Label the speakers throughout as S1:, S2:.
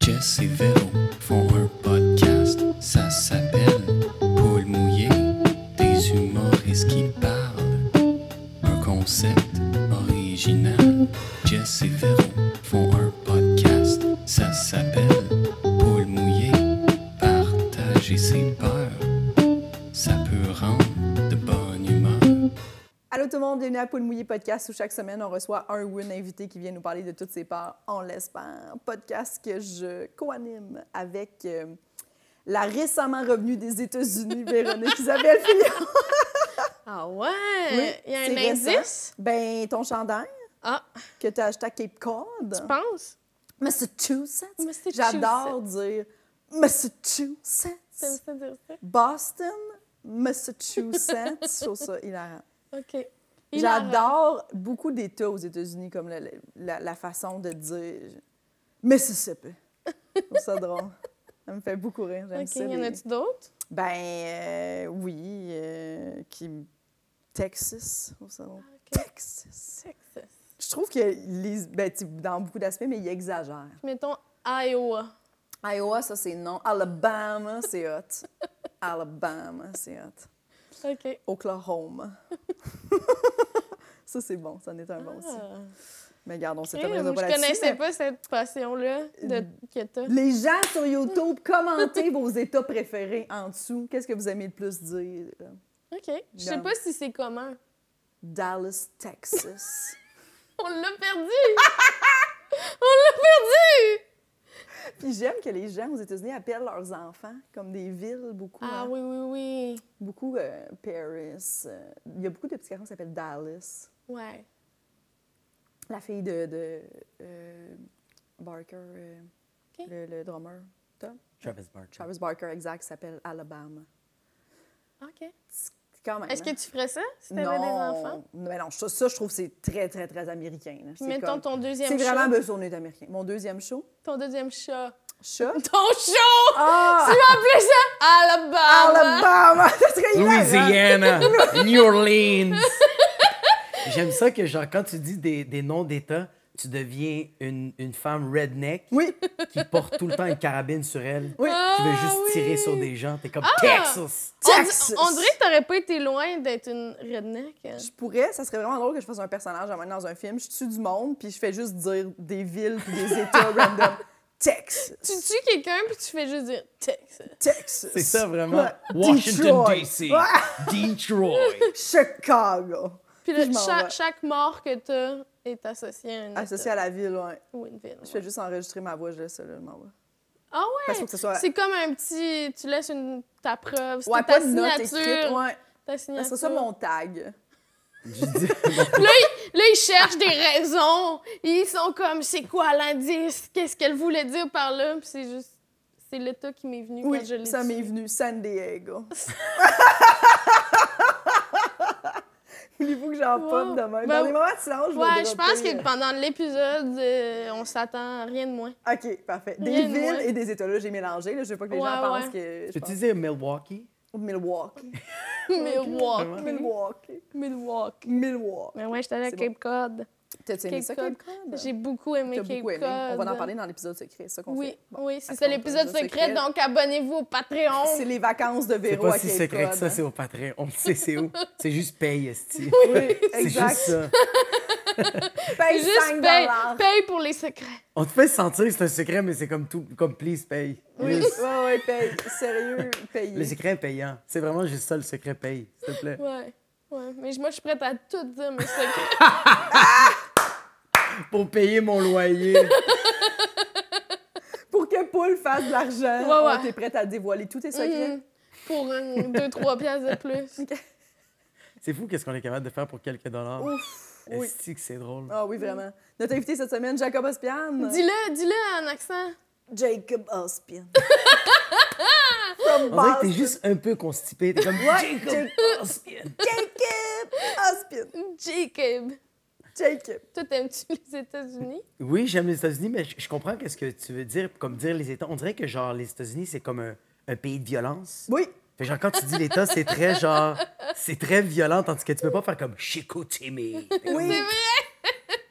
S1: Chris et Véro font un podcast, ça s'appelle Paul mouillé, des humoristes qui parlent. Un concept original. Jess et Véro font un podcast, ça s'appelle Paul mouillé, partager ses peurs, ça peut rendre de bonne humeur.
S2: Allô tout le monde, bienvenue à Poule Mouillé Podcast où chaque semaine on reçoit un ou une invité qui vient nous parler de toutes ses parts en l'espère. Podcast que je co-anime avec euh, la récemment revenue des États-Unis, Véronique Isabelle Fillon.
S3: Ah
S2: Oui,
S3: ouais? Euh, Il y a
S2: c'est
S3: un
S2: récent.
S3: indice?
S2: Ben, ton chandail
S3: Ah,
S2: que tu as acheté à Cape Cod.
S3: tu penses?
S2: Massachusetts.
S3: Massachusetts.
S2: J'adore dire
S3: T'aimes
S2: Massachusetts.
S3: ça dire ça?
S2: Boston, Massachusetts. Je trouve ça hilarant.
S3: OK.
S2: J'adore beaucoup d'États aux États-Unis, comme la, la- la façon de dire Mississippi. Je trouve ça drôle. Ça me fait beaucoup rire. J'aime
S3: OK,
S2: ça.
S3: y en
S2: les-
S3: a-tu d'autres?
S2: Ben euh, oui, euh, qui... Texas. je trouve ça drôle.
S3: OK.
S2: Texas.
S3: Texas.
S2: Je trouve que les, ben, tu- dans beaucoup d'aspects, mais ils exagèrent.
S3: Mettons Iowa.
S2: Iowa, ça c'est non. Alabama, c'est hot. Alabama, c'est hot.
S3: OK.
S2: Oklahoma. ça c'est bon, ça en est un bon aussi.
S3: Ah.
S2: Mais regarde, on
S3: Crime,
S2: s'éternisera pas
S3: Eh, je
S2: là-dessus.
S3: connaissais
S2: mais Mm.
S3: pas cette passion-là de... que t'as.
S2: Les gens sur YouTube, commentez vos états préférés en dessous. Qu'est-ce que vous aimez le plus dire?
S3: OK. Je sais
S2: Dans-
S3: pas si c'est commun.
S2: Dallas, Texas.
S3: On l'a perdu! On l'a perdu!
S2: Puis j'aime que les gens aux États-Unis appellent leurs enfants comme des villes, beaucoup.
S3: Ah
S2: hein.
S3: oui, oui, oui.
S2: Beaucoup euh, Paris. euh, Il y a beaucoup de petits garçons qui s'appellent Dallas.
S3: Ouais.
S2: La fille de, de, euh, Barker, euh,
S3: OK.
S2: le, le drummer,
S4: Travis Barker.
S2: Travis Barker, exact, s'appelle Alabama.
S3: OK.
S2: C'est Quand même.
S3: Est-ce que
S2: hein.
S3: tu ferais ça si t'avais des enfants?
S2: Mais non, ça, ça, je trouve que c'est très, très, très américain. là. C'est
S3: Mettons
S2: comme-
S3: ton
S2: C'est
S3: deuxième chat.
S2: vraiment besoin d'être américain. Mon deuxième show,
S3: Ton deuxième chat.
S2: chat.
S3: Ton chat!
S2: Ah!
S3: Tu m'appelais ça Alabama!
S2: Alabama! Ça serait hilarant.
S4: Louisiana, New Orleans. J'aime ça que, genre, quand tu dis des, des noms d'État, tu deviens une, une femme redneck
S2: Oui,
S4: qui porte tout le temps une carabine sur elle,
S2: oui. Ah!
S4: qui veut juste
S3: oui.
S4: tirer sur des gens. T'es comme Texas.
S3: On, di-
S2: Texas.
S3: on dirait que t'aurais pas été loin d'être une redneck. hein.
S2: Je pourrais, ça serait vraiment drôle que je fasse un personnage à un moment dans un film. Je tue du monde, puis je fais juste dire des villes puis des États random. Texas,
S3: Tu tues quelqu'un puis tu fais juste dire Texas.
S2: Texas.
S4: C'est ça, vraiment.
S2: Ouais.
S4: Washington,
S2: Detroit.
S4: D.C.
S2: Ouais.
S4: Detroit.
S2: Chicago.
S3: Puis là,
S2: Puis je m'en
S3: cha-
S2: vais.
S3: chaque mort que t'as est associée à une
S2: Associé à la ville, ouais.
S3: ou une ville.
S2: Je
S3: ouais.
S2: fais juste enregistrer ma voix, je laisse ça, là, je m'en vais.
S3: Ah
S2: Parce
S3: ouais!
S2: que ce soit...
S3: C'est comme un petit. Tu laisses une, ta preuve. c'est
S2: Ouais,
S3: ta
S2: pas de notes écrites,
S3: signature.
S2: ouais.
S3: Ta
S2: Ça
S3: signature.
S2: serait ça mon tag.
S4: Je dis-
S3: Là, ils cherchent des raisons. Ils sont comme, c'est quoi l'indice? Qu'est-ce qu'elle voulait dire par là? Puis c'est juste. C'est l'état qui m'est venu quand je l'ai
S2: Oui, ça
S3: tué.
S2: m'est venu. San Diego. Voulez-vous que j'en
S3: Wow.
S2: pomme demain?
S3: Ben,
S2: Dans les moments de silence, je
S3: Ouais,
S2: vais
S3: je pense
S2: dropper, euh,
S3: que pendant l'épisode, euh, on s'attend à rien de moins.
S2: euh, OK, parfait. Des
S3: Rien de
S2: villes
S3: moins.
S2: et des États, là, j'ai mélangé. Là, je veux pas que les
S3: Ouais,
S2: gens pensent
S3: ouais.
S2: que... Je
S4: Peux-tu
S2: pense...
S4: dire Milwaukee?
S2: Milwaukee.
S3: Milwaukee.
S2: Milwaukee.
S3: Milwaukee.
S2: Milwaukee.
S3: Mais ouais, j'étais allée à
S2: C'est
S3: Cape Cod.
S2: T'as-tu aimé
S3: Cape
S2: ça, Cape
S3: Cod.
S2: Cod?
S3: J'ai beaucoup aimé
S2: T'as
S3: Cape
S2: beaucoup aimé.
S3: Cod.
S2: On va en parler dans l'épisode secret, c'est ça qu'on
S3: Oui,
S2: fait. Bon.
S3: oui, c'est
S2: Parce
S3: ça
S2: qu'on
S3: l'épisode
S2: parle de
S3: secret,
S2: secret.
S3: donc abonnez-vous au Patreon.
S2: C'est les vacances de
S4: C'est
S2: Véro
S4: pas
S2: à
S4: si
S2: Cape
S4: secret que
S2: Cod.
S4: ça, c'est au Patreon. On sait c'est où. C'est juste paye, esti.
S2: hein. Oui,
S4: C'est juste
S2: exact.
S4: ça.
S2: Paye
S3: C'est juste
S2: 5
S3: paye, paye pour les secrets.
S4: On te fait sentir que c'est un secret, mais c'est comme tout, comme please paye.
S2: Oui,
S4: Juste.
S2: ouais, ouais, paye. Sérieux, paye.
S4: Le secret est payant. C'est vraiment juste ça, le secret paye, s'il te plaît.
S3: Ouais. Ouais, mais moi, je suis prête à tout dire mes secrets.
S4: Pour payer mon loyer.
S2: Pour que Paul fasse de l'argent,
S3: Ouais, ouais.
S2: on t'est prête à dévoiler tous tes secrets.
S3: Mhm. Pour une, deux, trois pièces de plus.
S4: c'est fou qu'est-ce qu'on est capable de faire pour quelques dollars.
S3: Mm-hmm.
S2: Ouf, oui.
S4: Est-ce que c'est drôle?
S2: Ah oui, vraiment. Notre invité cette semaine, Jacob Ospian.
S3: Dis-le, dis-le en accent.
S2: Jacob Ospian. From
S4: On dirait que
S2: Boston.
S4: t'es juste un peu constipé. T'es comme
S2: Ouais,
S4: Jacob Ospian.
S2: Jacob Ospian.
S3: Jacob.
S2: Jacob.
S3: Toi, t'aimes-tu les États-Unis?
S4: Oui, j'aime les États-Unis, mais je je comprends qu'est-ce que tu veux dire, comme dire les États. On dirait que genre les États-Unis, c'est comme un, un pays de violence.
S2: Oui.
S4: Fait genre, quand tu dis l'État, c'est très genre. C'est très violent, tandis que tu peux pas faire comme Chicoutimi.
S2: Oui. Mm.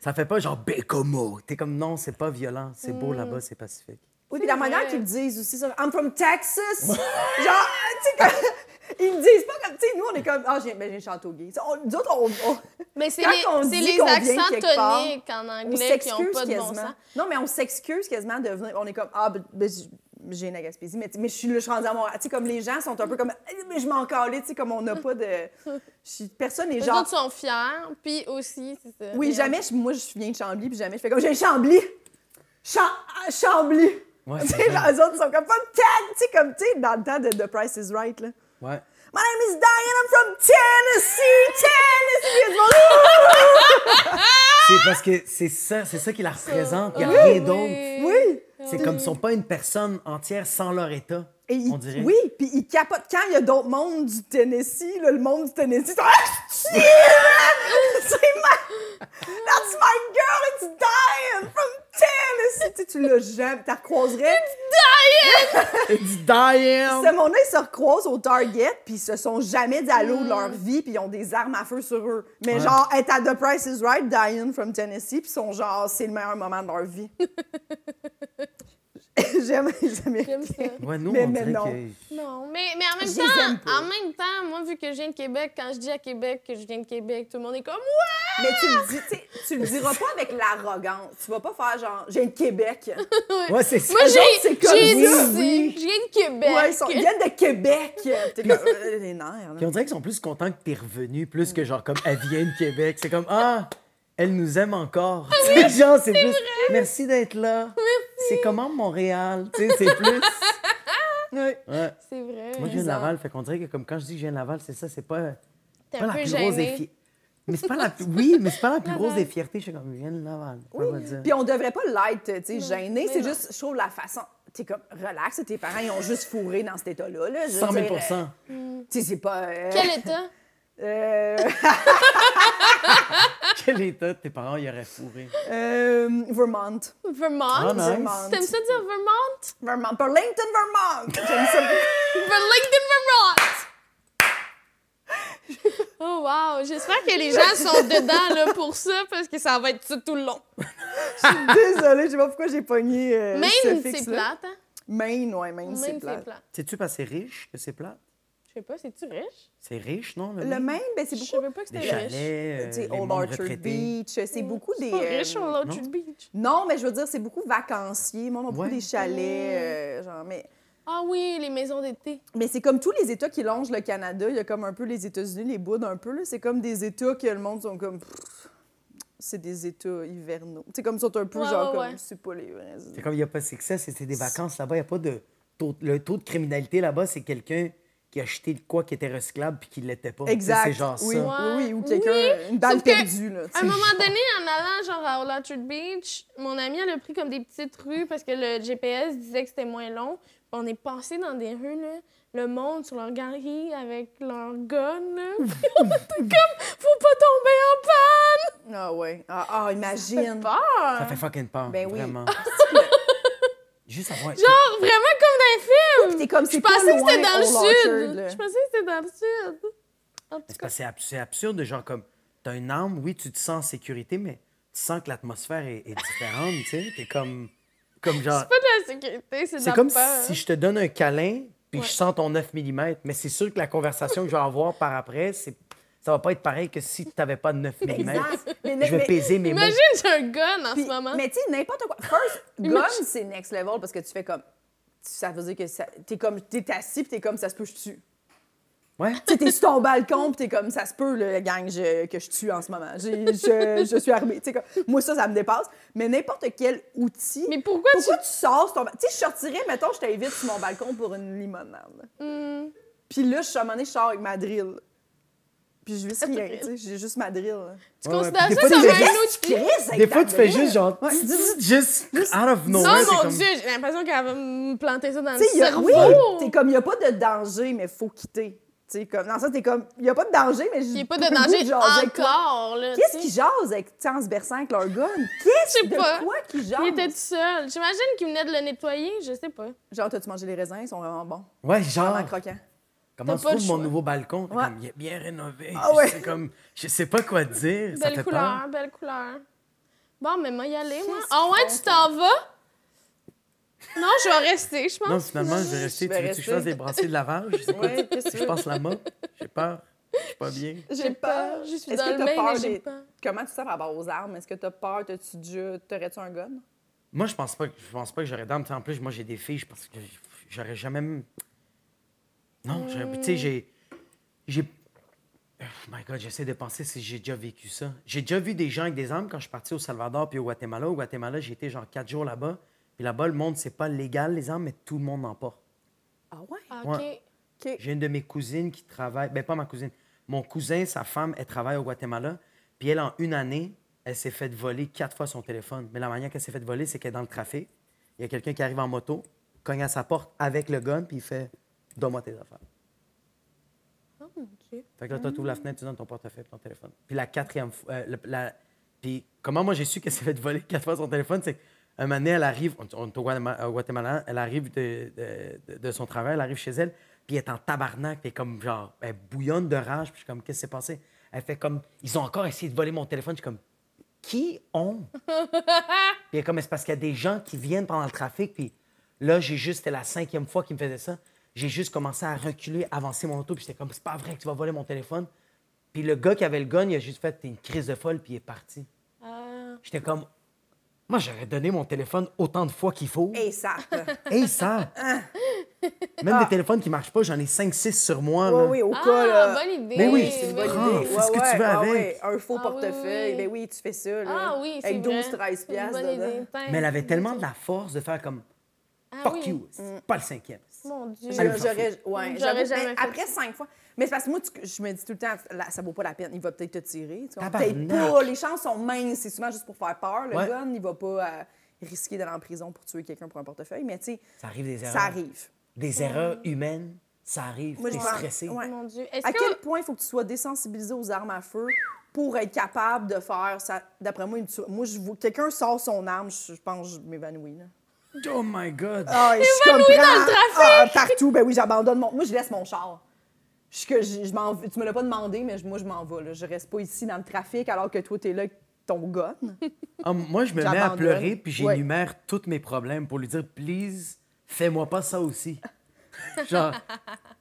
S4: Ça fait pas genre Bécomo. T'es comme non, c'est pas violent. C'est beau là-bas, c'est pacifique.
S2: Oui, puis la
S3: vrai.
S2: manière qu'ils me disent aussi ça. I'm from Texas! Genre, tu sais, comme- ils me disent pas comme. Tu sais, nous, on est comme. Ah, j'ai ben, j'ai un Châteauguay. Ça, on- Nous autres, on. on-
S3: Mais c'est
S2: Quand
S3: les,
S2: on
S3: c'est
S2: dit
S3: les
S2: qu'on vient
S3: accents
S2: quelque part,
S3: toniques en
S2: on
S3: anglais qui n'ont
S2: s'excuse
S3: pas de bon
S2: quasiment.
S3: sens.
S2: non, mais on s'excuse quasiment de venir. On est comme. Ah, ben, ben, j- j'ai une Gaspésie, mais, mais je suis là, je suis rendue à Montréal. Tu sais, comme les gens sont un peu comme. Eh, Mais je m'en calais, tu sais, comme on n'a pas de. je suis- Personne n'est
S3: Les
S2: genre.
S3: autres sont fiers, puis aussi, c'est ça.
S2: Oui,
S3: Mais-
S2: jamais, je- moi, je viens de Chambly, puis jamais, je fais comme, j'ai Chambly! Cha- ah, Chambly!
S4: Ouais,
S2: Tu
S4: c'est
S2: sais,
S4: ça.
S2: genre, eux autres, ils sont comme, from Texas! Tu sais, comme, tu sais, dans le temps de The Price is Right, là.
S4: Ouais.
S2: My name is Diane, I'm from Tennessee! Tennessee! Ils vont,
S4: C'est parce que c'est ça, c'est ça qui la représente. Il n'y a
S3: Oui,
S4: rien
S3: oui.
S4: d'autre.
S2: oui!
S4: C'est comme ils sont pas une personne entière sans leur état.
S2: Et ils-
S4: on dirait.
S2: Oui, puis ils capotent. Quand il y a d'autres mondes du Tennessee, là, le monde du Tennessee, ils sont, ah, shit! C'est ma... That's my girl, it's Diane from Tennessee! Tu sais, tu l'as jamais, t'as recroiserais.
S4: Elle dit Damn!
S2: Ce monde-là, ils se recroisent au Target, puis ils se sont jamais dit allô de leur vie, puis ils ont des armes à feu sur eux. Mais
S4: Ouais.
S2: genre, être à The Price is Right, Diane from Tennessee, puis ils sont genre, c'est le meilleur moment de leur vie. J'aime les Américains.
S3: J'aime ça.
S4: Ouais, nous,
S2: Mais-
S4: on
S2: mais
S4: dirait
S2: non.
S4: que.
S3: Non, mais, mais en
S2: Je
S3: même
S2: les aime
S3: temps,
S2: pas.
S3: en même temps, moi, vu que je viens de Québec, quand je dis à Québec que je viens de Québec, tout le monde est comme « Ouais!
S2: Mais tu le, dis, tu sais, tu le diras pas avec l'arrogance. Tu vas pas faire genre, j'ai le Québec.
S4: Ouais, c'est » ça.
S3: Moi,
S2: Eux
S3: j'ai
S2: autres, c'est comme
S3: j'ai dit
S2: ça,
S3: ça.
S2: oui.
S3: Je viens de Québec.
S2: Ouais, ils, sont- ils viennent de Québec. T'es comme, euh, les nerfs.
S4: Puis
S2: là.
S4: on dirait qu'ils sont plus contents que t'es revenu, plus que genre comme elle vient de Québec. C'est comme Ah, elle nous aime encore. Tu sais, genre, c'est plus Merci d'être là. C'est comment Montréal? Tu sais, c'est plus.
S2: Ouais.
S4: Ouais.
S3: C'est vrai.
S4: Moi, je viens de
S2: Bizarre.
S4: Laval, fait qu'on dirait que comme quand je dis que je viens de Laval, c'est ça, c'est pas,
S3: T'es
S4: pas
S3: un
S4: la
S3: peu
S4: plus grosse des
S3: gêné.
S4: fiertés. Mais c'est pas la plus... Oui, mais c'est pas la plus
S3: Laval.
S4: grosse des fiertés. Je suis comme, je viens de Laval.
S2: Oui.
S4: On va dire.
S2: Puis on devrait pas l'être, tu sais,
S3: Non,
S2: gêné.
S3: mais
S2: C'est
S3: non.
S2: juste, je trouve la façon. T'es comme, relax, tes parents, ils ont juste fourré dans cet état-là. Là, je veux
S4: 100 000
S2: dire, euh, Tu sais, c'est pas. euh,
S3: Quel état?
S2: euh,
S4: Quel état tes parents y auraient fourré?
S2: euh, Vermont.
S3: Vermont?
S4: Ah, nice.
S2: Vermont.
S3: T'aimes ça dire Vermont?
S2: Vermont. Burlington, Vermont. J'aime ça.
S3: Burlington, Vermont! Oh wow, j'espère que les gens sont dedans là, pour ça, parce que ça va être ça tout le long.
S2: Désolée, je sais pas pourquoi j'ai pogné. euh, ce
S3: Maine, c'est
S2: fixe-là.
S3: plate, hein?
S2: Maine, ouais, Maine,
S3: Maine,
S2: c'est
S3: c'est
S2: plate.
S3: plate.
S4: Sais-tu parce que c'est riche que c'est plat?
S3: Je sais pas, c'est-tu riche?
S4: C'est riche, non? Le,
S2: Le
S4: Maine?
S2: Maine, ben, c'est
S3: Je
S2: beaucoup.
S3: savais pas que
S4: Des
S3: c'était riche.
S4: chalets,
S2: Tu
S4: euh, les
S2: sais, Old
S4: membres
S2: Orchard
S4: retraités.
S2: Beach, c'est beaucoup des.
S3: Hmm, Pas
S2: euh,
S3: riche sur l'autre
S4: non?
S3: beach.
S2: Non, mais je veux dire, c'est beaucoup vacanciers. Ils ont beaucoup
S4: Ouais.
S2: des
S3: Hmm.
S2: chalets, euh, genre, mais.
S3: Ah oui, les maisons d'été.
S2: Mais c'est comme tous les États qui longent le Canada. Il y a comme un peu les États-Unis, les boudes un peu. là. C'est comme des États que le monde sont comme. Pff, C'est des États hivernaux. C'est comme ils sont un peu
S3: Ouais,
S2: genre
S3: ouais,
S2: comme.
S3: ouais.
S2: C'est pas les vrais États.
S4: C'est comme il n'y a pas de succès, c'était des vacances là-bas, il n'y a pas de taux, le taux de criminalité là-bas, c'est quelqu'un qui a acheté de quoi qui était recyclable puis qui ne l'était pas.
S2: Exact.
S4: C'est genre
S2: oui,
S4: ça.
S2: oui, oui, ou
S3: Ouais.
S2: quelqu'un.
S3: Oui,
S2: Une balle
S3: sauf que-
S2: perdue, là. tu
S3: À
S2: sais.
S3: un moment donné, en allant genre à Old Orchard Beach, mon amie, elle a pris comme des petites rues parce que le GPS disait que c'était moins long. Puis on est passé dans des rues, là, le monde sur leur galerie avec leur gun, là. Puis on était comme, faut pas tomber en panne!
S2: Ah, ouais. Ah, ah, imagine.
S4: Ça fait
S3: Peur!
S4: fucking peur,
S2: Ben oui.
S4: vraiment. Juste avoir...
S3: Genre, vraiment comme dans un film!
S2: T'es comme,
S3: Je
S2: c'est pas
S3: pensais que
S2: loin,
S3: c'était dans le
S2: Old Orchard,
S3: sud!
S2: là.
S3: Je pensais que c'était dans le sud! En tout
S4: C'est
S3: cas,
S4: parce que c'est abs- c'est absurde, de genre comme, t'as une arme, oui, tu te sens en sécurité, mais tu sens que l'atmosphère est, est différente, tu sais. T'es comme, comme genre...
S3: c'est pas de la sécurité, c'est de
S4: C'est
S3: la
S4: comme
S3: peur.
S4: si je te donne un câlin puis
S3: Ouais.
S4: je sens ton 9 mm, mais c'est sûr que la conversation que je vais avoir par après, c'est... ça va pas être pareil que si tu n'avais pas de 9 mm.
S2: Exact. Mais-
S4: Je vais
S2: mais-
S4: peser mes mots.
S3: Imagine, j'ai un gun en
S2: Puis-
S3: ce moment.
S2: Mais tu sais, n'importe quoi. First, gun,
S3: Imagine-
S2: c'est next level parce que tu fais comme. Ça veut dire que ça- t'es comme. T'es assis pis t'es comme, ça se peut, je tue.
S4: Ouais.
S2: Tu sais, t'es sur ton balcon, pis t'es comme, ça se peut, le gang je- que je tue en ce moment. J'ai- Je, je suis armée. Tu sais, comme, moi, ça, ça me dépasse. Mais n'importe quel outil.
S3: Mais pourquoi
S2: pourquoi tu sors sur ton balcon? Tu sais, je sortirais, mettons, je t'invite sur mon balcon pour une limonade.
S3: Hmm.
S2: Puis là, je suis à un moment donné, je sors avec ma drill. Puis je vis rien,
S3: drill.
S2: tu sais, j'ai juste ma drill. là.
S3: Tu
S4: Ouais, ouais,
S3: considères
S4: puis des
S3: ça
S4: fois,
S3: comme
S4: tu
S3: un
S4: restes-
S3: outil?
S2: Chris, avec
S4: Des
S2: ta
S4: fois, tu fais
S2: drill.
S4: juste genre,
S2: Ouais.
S4: juste out of
S3: Non,
S4: nowhere. c'est
S3: mon
S4: comme-
S3: Dieu, j'ai l'impression qu'elle va me planter ça dans le
S2: Tu sais, il y a-
S3: cerveau.
S2: oui, t'es comme, il n'y a pas de danger, mais faut quitter. Tu sais, comme, dans ça, t'es comme, il n'y a pas de danger, mais je.
S3: Il n'y a pas
S2: j'ai
S3: de
S2: le goût
S3: danger
S2: jaser avec toi.
S3: encore. Là,
S2: Qu'est-ce
S3: tu
S2: qu'ils
S3: sais.
S2: jasent avec, tu sais, en se berçant avec leur gun? Qu'est-ce
S3: Je sais
S2: de
S3: pas.
S2: quoi qu'ils jasent?
S3: Il était tout seul. J'imagine qu'il venait de le nettoyer, je sais pas.
S2: Genre, t'as-tu mangé les raisins? Ils sont vraiment bons.
S4: Ouais,
S2: Vraiment
S4: genre,
S2: croquants.
S4: comment
S3: T'as
S4: se
S3: pas le
S4: trouve mon
S3: choix.
S4: nouveau balcon? T'es
S2: Ouais.
S4: comme, il est bien rénové.
S2: Ah ouais.
S4: C'est comme, je sais pas quoi te dire. ça
S3: Belle
S4: fait
S3: couleur,
S4: peur.
S3: belle couleur. Bon, mais moi, y aller, moi.
S2: Qu'est-ce
S3: Ah ouais,
S2: qu'ils
S3: tu t'en vas? Non, je vais rester, je pense.
S4: Non, finalement, je vais rester.
S2: Je
S4: Tu
S2: vais
S4: veux que je
S2: rester.
S4: fasse des brassées de lavage? Je sais pas.
S2: Ouais, qu'est-ce que
S4: Je
S2: tu veux?
S4: passe la mop. J'ai peur. Je suis pas bien.
S3: J'ai peur. Je suis
S2: Est-ce
S3: dans
S2: que
S3: le
S2: t'as
S3: bain,
S2: peur
S3: mais j'ai
S2: des-
S3: peur.
S2: Comment tu sais par rapport aux armes? Est-ce que t'as peur? T'as-tu déjà... T'aurais-tu un gun?
S4: Moi, je pense pas que, je pense pas que j'aurais d'armes. Tu sais, En plus, moi, j'ai des filles. Je pense que j'aurais jamais. même- Non, j'aurais- tu sais, j'ai. J'ai. Oh my God, j'essaie de penser si j'ai déjà vécu ça. J'ai déjà vu des gens avec des armes quand je suis parti au Salvador puis au Guatemala. Au Guatemala, j'ai été genre quatre jours là-bas. Puis là-bas, le monde, c'est pas légal, les armes, mais tout le monde en porte.
S2: Ah ouais?
S3: Ah, OK.
S4: Ouais. J'ai une de mes cousines qui travaille. Ben, pas ma cousine. Mon cousin, sa femme, elle travaille au Guatemala. Puis elle, en une année, elle s'est fait voler quatre fois son téléphone. Mais la manière qu'elle s'est fait voler, c'est qu'elle est dans le trafic. Il y a quelqu'un qui arrive en moto, cogne à sa porte avec le gun, puis il fait Donne-moi tes affaires.
S3: Oh, mon Dieu.
S4: Fait que là, toi, t'ouvres la fenêtre, tu donnes ton portefeuille et ton téléphone. Puis la quatrième fois. euh, le- la- Puis comment moi j'ai su qu'elle s'est fait voler quatre fois son téléphone, c'est qu'un moment donné, elle arrive, on, on est au Guatema- au Guatemala, elle arrive de, de- de- de son travail, elle arrive chez elle, puis elle est en tabarnak, puis elle est comme genre, elle bouillonne de rage, puis je suis comme, qu'est-ce qui s'est passé? Elle fait comme, ils ont encore essayé de voler mon téléphone, je suis comme, qui ont? Puis elle est comme, Mais c'est parce qu'il y a des gens qui viennent pendant le trafic. Puis là, j'ai juste, c'était la cinquième fois qu'il me faisait ça. J'ai juste commencé à reculer, avancer mon auto. Puis j'étais comme, c'est pas vrai que tu vas voler mon téléphone. Puis le gars qui avait le gun, il a juste fait, t'es une crise de folle, puis il est parti.
S3: Ah.
S4: J'étais comme, moi, j'aurais donné mon téléphone autant de fois qu'il faut.
S2: Hey, ça!
S4: Hey, ça! Même des téléphones qui marchent pas, j'en ai 5-6 sur moi.
S2: oui,
S4: là.
S2: oui, au
S3: Ah,
S2: cas, là.
S3: bonne idée.
S4: Mais oui,
S2: Eh C'est une bonne
S3: bonne
S4: Ah,
S2: idée.
S4: fais ce que tu veux
S2: ah
S4: avec.
S2: ouais, Un faux
S3: Ah oui,
S2: portefeuille.
S3: oui.
S2: Ben oui, tu fais ça, là.
S3: Ah oui, c'est
S2: Avec 12,
S3: vrai.
S2: 13
S3: C'est une
S2: piastres
S3: bonne
S2: dedans.
S3: idée. Tain.
S4: Mais elle
S2: Ah,
S4: avait tellement de la force de faire comme,
S3: Ah
S4: fuck
S3: oui.
S4: you,
S2: Mm.
S4: c'est pas le cinquième.
S3: Mon Dieu.
S4: Allez,
S2: J'aurais,
S4: vous en
S2: j'aurais,
S4: faites.
S2: ouais,
S3: J'aurais
S2: j'avoue,
S3: jamais
S2: mais
S3: fait
S2: après cinq fois. Mais c'est parce que moi, tu- je me dis tout le temps, Là, ça vaut pas la peine, il va peut-être te tirer. tu vois.
S4: Tabarnak.
S2: Peut-être pas, les chances sont minces, c'est souvent juste pour faire peur. Le
S4: Ouais.
S2: gun, il va pas euh, risquer d'aller en prison pour tuer quelqu'un pour un portefeuille, mais tu sais,
S4: Ça arrive des erreurs.
S2: ça arrive.
S4: Des erreurs humaines, ça arrive.
S2: Moi, je
S4: T'es
S2: pense-
S4: stressé.
S2: ouais.
S3: Mon Dieu. Est-ce
S2: À
S3: que...
S2: quel point il faut que tu sois désensibilisé aux armes à feu pour être capable de faire ça? D'après moi, une tua- moi je vois, quelqu'un sort son arme, je, je pense que je m'évanouis. Là.
S4: Oh my God!
S2: Ah, et je suis comme prends- ah, partout, ben oui, j'abandonne mon. Moi, je laisse mon char. Je, que je, je m'en, tu me l'as pas demandé, mais je- moi, je m'en vais. Là. Je reste pas ici dans le trafic alors que toi, t'es là avec ton gun.
S4: Ah, moi, je me mets à
S2: J'abandonne.
S4: pleurer, puis
S2: Ouais.
S4: j'énumère tous mes problèmes pour lui dire, please, fais-moi pas ça aussi. Genre,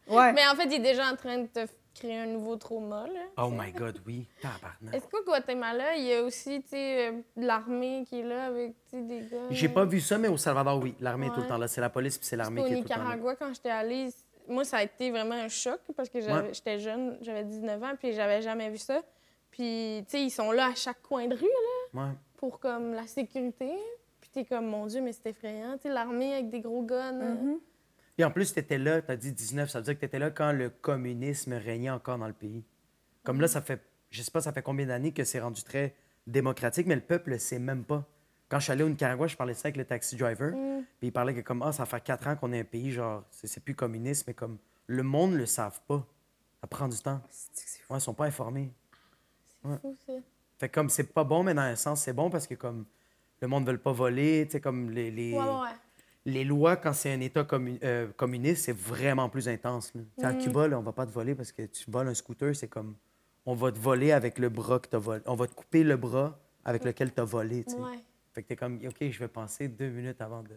S2: Ouais.
S3: Mais en fait, il est déjà en train de te f- créer un nouveau trauma, là.
S4: oh my God, oui, tabarnak.
S3: Est-ce qu'au Guatemala, il y a aussi, tu sais, euh, l'armée qui est là avec, tu sais, des gars...
S4: J'ai pas vu ça, mais au Salvador, oui, l'armée est tout le
S3: Ouais.
S4: temps là. C'est la police, puis c'est l'armée
S3: Au
S4: qui est tout le temps là.
S3: Nicaragua, quand j'étais allée, c- moi, ça a été vraiment un choc parce que j'avais-
S4: Ouais.
S3: j'étais jeune, j'avais 19 ans, puis j'avais jamais vu ça. Puis, tu sais, ils sont là à chaque coin de rue, là,
S4: Ouais.
S3: pour comme la sécurité. Puis t'es comme, mon Dieu, mais c'est effrayant, tu sais, l'armée avec des gros guns. euh,
S2: Mm-hmm.
S4: Et en plus, t'étais là, t'as dit 19, ça veut dire que t'étais là quand le communisme régnait encore dans le pays. Comme là, ça fait, je sais pas, ça fait combien d'années que c'est rendu très démocratique, mais le peuple le sait même pas. Quand je suis allé au Nicaragua, je parlais ça avec le taxi driver,
S3: Mm.
S4: puis il parlait que comme, ah, ça fait quatre ans qu'on est un pays, genre, c'est c'est plus communiste, mais comme, le monde le savent pas. Ça prend du temps. Ouais, ils sont pas informés.
S3: C'est fou, ça.
S4: Fait que comme, c'est pas bon, mais dans un sens, c'est bon parce que comme, le monde veut pas voler, tu sais, comme les... les-
S3: Ouais, ouais, ouais.
S4: les lois, quand c'est un État commu- euh, communiste, c'est vraiment plus intense. là. Tu sais, À
S3: Mm.
S4: Cuba, là, on va pas te voler parce que tu voles un scooter, c'est comme on va te voler avec le bras que tu volé. On va te couper le bras avec lequel tu as volé. tu sais.
S3: Ouais.
S4: Fait que tu es comme, OK, je vais penser deux minutes avant de,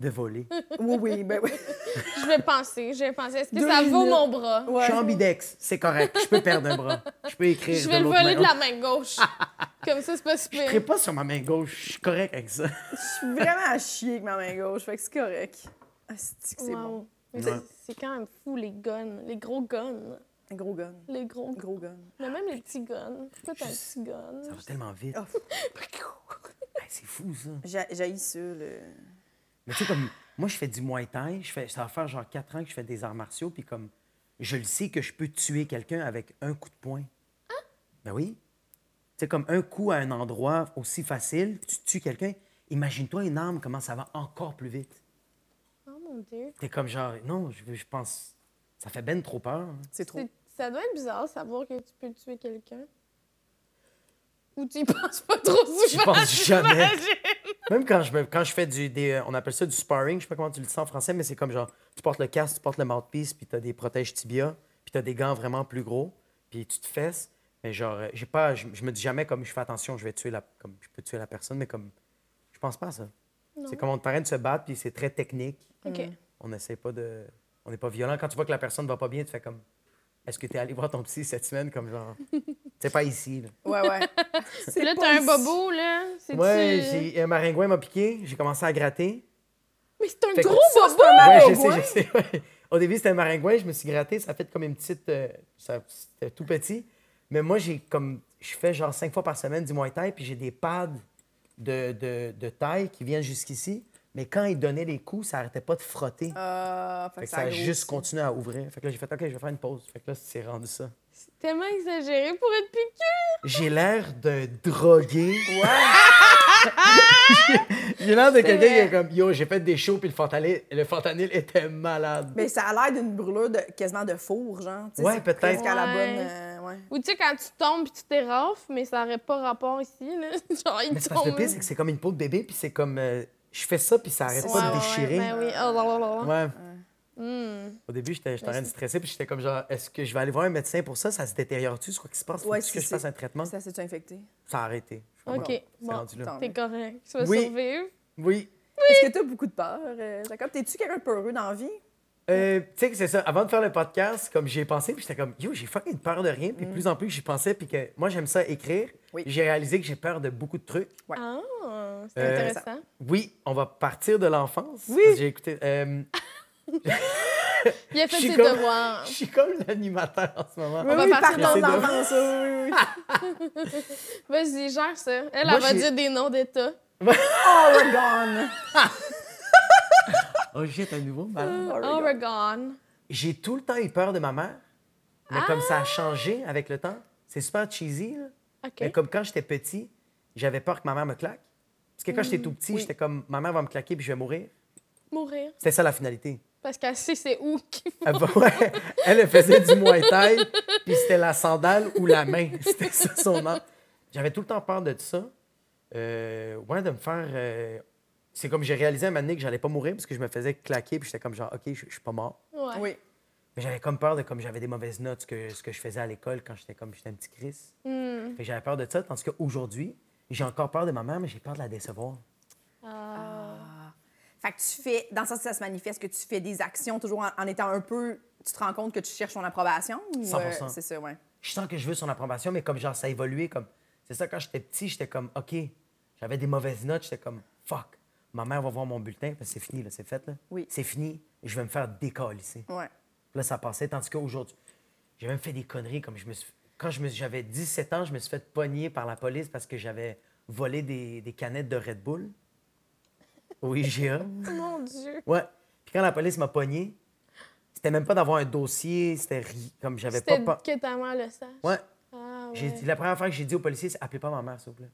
S4: de voler.
S2: Oui, oui, ben oui.
S3: Je vais penser, je vais penser, est-ce que
S2: Deux
S3: ça vaut
S2: minutes.
S3: mon bras?
S4: Je
S2: Ouais.
S4: suis ambidex, c'est correct. Je peux perdre un bras. Je peux écrire.
S3: Je vais le
S4: l'autre
S3: voler
S4: main.
S3: de la main gauche. comme ça, c'est pas super.
S4: Je ne pas sur ma main gauche. Je suis correct avec ça.
S2: Je suis vraiment à chier avec ma main gauche, fait que c'est correct. Ah, c'est que c'est
S3: Wow.
S2: bon.
S3: Mais
S4: Ouais.
S3: c'est- C'est quand même fou, les guns, les gros guns.
S2: Un gros gun.
S3: Les gros
S2: Un gros gun.
S3: Mais même les petits guns. Pourquoi t'as un
S4: Juste-
S3: petit gun?
S4: Ça va tellement vite.
S2: Oh,
S4: Hey, c'est fou, ça.
S2: j'a- J'haïs ça, le.
S4: Mais tu sais, comme, moi, je fais du Muay Thai. Je fais, ça va faire genre quatre ans que je fais des arts martiaux. Puis comme, je le sais que je peux tuer quelqu'un avec un coup de poing. Ben oui. Tu sais, comme un coup à un endroit aussi facile, tu tues quelqu'un. Imagine-toi une arme, comment ça va encore plus vite.
S3: Oh mon Dieu.
S4: T'es comme genre, non, je, veux- je pense, ça fait ben trop peur. hein.
S2: C'est trop.
S3: C'est- Ça doit être bizarre de savoir que tu peux tuer quelqu'un. Ou tu y penses pas trop souvent.
S4: J'y pense jamais.
S3: j'imagine.
S4: Même quand je, me- quand je fais du, des, euh, on appelle ça du sparring, je sais pas comment tu le dis ça en français, mais c'est comme genre, tu portes le casque, tu portes le mouthpiece, puis t'as des protèges tibia, puis t'as des gants vraiment plus gros, puis tu te fesses. Mais genre, euh, j'ai pas, je, je me dis jamais comme je fais attention, je vais tuer la, comme je peux tuer la personne, mais comme, je pense pas à ça.
S3: Non.
S4: C'est comme on est en train de se battre, puis c'est très technique.
S3: OK.
S2: Mm.
S4: On n'essaie pas de. On n'est pas violent. Quand tu vois que la personne va pas bien, tu fais comme. Est-ce que tu es allé voir ton psy cette semaine? Comme genre. C'est pas ici. Là.
S2: Ouais, ouais.
S3: Puis là,
S2: C'est
S3: t'as un
S2: pas-
S3: bobo, là. C'est-tu-
S4: Ouais, j'ai- un maringouin m'a piqué, j'ai commencé à gratter.
S3: Mais c'est un
S4: Fait que-
S3: gros
S2: Ça, c'est
S3: Oh, bobo!
S2: un hein?
S4: Ouais, je
S2: maringouin?
S4: sais, je sais. ouais. Au début, c'était un maringouin, je me suis gratté, ça a fait comme une petite. euh, ça- c'était tout petit. Mais moi, j'ai comme. Je fais genre cinq fois par semaine du Muay Thai, puis j'ai des pads de, de, de taille qui viennent jusqu'ici. Mais quand ils donnaient les coups, ça arrêtait pas de frotter.
S2: Ah,
S4: fait que
S2: ça
S4: ça a
S2: grossit.
S4: juste continué à ouvrir. Fait que là, j'ai fait OK, je vais faire une pause. Fait que là, c'est rendu ça.
S3: C'est tellement exagéré pour être piqué.
S4: J'ai l'air d'un drogué. j'ai l'air de quelqu'un qui est comme Yo, j'ai fait des shows, puis le fentanyl, le fentanyl était malade.
S2: Mais ça a l'air d'une brûlure de, quasiment de four, genre. tu sais,
S4: Ouais,
S2: c'est
S4: peut-être.
S2: Presque à la bonne.
S3: Ouais.
S2: euh, ouais.
S3: Ou tu sais, quand tu tombes puis tu t'érafes, mais ça n'aurait pas rapport ici, là. Genre, il
S4: Mais c'est parce que le
S3: tombe.
S4: pire, c'est que c'est comme une peau de bébé, puis c'est comme. euh, je fais ça, puis ça arrête pas de déchirer.
S3: Ouais, ben oui. Oh, là, là, là, là.
S4: Ouais.
S3: Hmm.
S4: Au début, j'étais j'étais en train de stresser, puis j'étais comme genre, est-ce que je vais aller voir un médecin pour ça? Ça se détériore-tu? C'est quoi qui se passe? Faut
S2: Ouais,
S4: que
S2: si,
S4: je
S2: si.
S4: fasse un traitement? Ça
S2: Ça s'est infecté.
S4: a arrêté. Je suis comme,
S3: OK,
S4: bon, c'est
S3: bon.
S4: rendu là.
S2: Tant mieux.
S3: T'es correct. Tu vas
S4: Oui.
S3: survivre.
S4: Oui.
S2: Est-ce que t'as beaucoup de peur, euh, Jacob? T'es-tu quelqu'un de peureux dans la vie?
S4: Euh, tu sais que c'est ça. Avant de faire le podcast, comme j'y ai pensé, puis j'étais comme, yo, j'ai fucking peur de rien. Puis de plus en plus, j'y pensais, puis que moi, j'aime ça écrire.
S2: Mm. Oui.
S4: J'ai réalisé que j'ai peur de beaucoup de trucs.
S2: Ouais.
S3: Ah, c'est
S4: Euh,
S3: intéressant.
S4: Oui, on va partir de l'enfance.
S2: Oui.
S4: Parce que J'ai écouté. euh,
S3: Il a fait
S4: je suis
S3: ses
S4: comme-
S3: devoirs.
S4: Je suis comme l'animateur en ce moment.
S3: va partir
S2: partons
S4: de-
S2: de l'enfance, oui, oui, oui.
S3: Vas-y, gère ça. Elle,
S4: Moi,
S3: elle va
S4: j'ai-
S3: dire des noms d'État.
S2: Oregon!
S4: Oh, jette à nouveau, malade.
S2: Oregon.
S3: Oh, Oregon.
S4: J'ai tout le temps eu peur de ma mère, mais comme ça
S2: Ah!
S4: a changé avec le temps, c'est super cheesy. Là.
S3: OK.
S4: Mais Ben, comme quand j'étais petit, j'avais peur que ma mère me claque. Parce que quand
S2: Mm,
S4: j'étais tout petit, j'étais comme, ma mère va me claquer puis je vais mourir.
S3: Mourir.
S4: C'était ça la finalité.
S3: Parce qu'elle sait c'est où qu'il faut.
S4: Elle, va- ouais, elle, elle faisait du Muay Thai, puis c'était la sandale ou la main. C'était ça son nom. J'avais tout le temps peur de ça. Euh, ouais, de me faire. euh, C'est comme j'ai réalisé à un moment donné que j'allais pas mourir parce que je me faisais claquer, puis j'étais comme genre, OK, je je suis pas mort.
S3: Ouais.
S2: Oui.
S4: Mais j'avais comme peur de comme j'avais des mauvaises notes, ce que, ce que je faisais à l'école quand j'étais comme j'étais un petit Chris. Fait que J'avais peur de ça, tandis qu'aujourd'hui, j'ai encore peur de ma mère, mais j'ai peur de la décevoir.
S2: Fait que tu fais, dans le sens que ça se manifeste, que tu fais des actions toujours en, en étant un peu. Tu te rends compte que tu cherches son approbation? Ou,
S4: 100%.
S2: euh, c'est ça, ouais.
S4: Je sens que je veux son approbation, mais comme genre ça a évolué, comme c'est ça quand j'étais petit, j'étais comme OK, j'avais des mauvaises notes, j'étais comme fuck, ma mère va voir mon bulletin parce que c'est fini là, c'est fait là.
S2: Oui.
S4: C'est fini, je vais me faire décalisser.
S2: Ouais.
S4: Là ça passait tandis qu'aujourd'hui, j'ai même fait des conneries comme je me suis quand je me suis- j'avais 17 ans, je me suis fait pogner par la police parce que j'avais volé des, des canettes de Red Bull. au IGA.
S3: Mon Dieu.
S4: Ouais. Puis quand la police m'a pogné, c'était même pas d'avoir un dossier, c'était ri- comme j'avais pas
S3: C'était
S4: peur.
S3: que ta mère le sache.
S4: Ben, Ouais.
S3: Ah,
S4: J'ai
S3: ouais.
S4: dit- la première fois que j'ai dit aux policiers, c'est appelez pas ma mère, s'il vous plaît.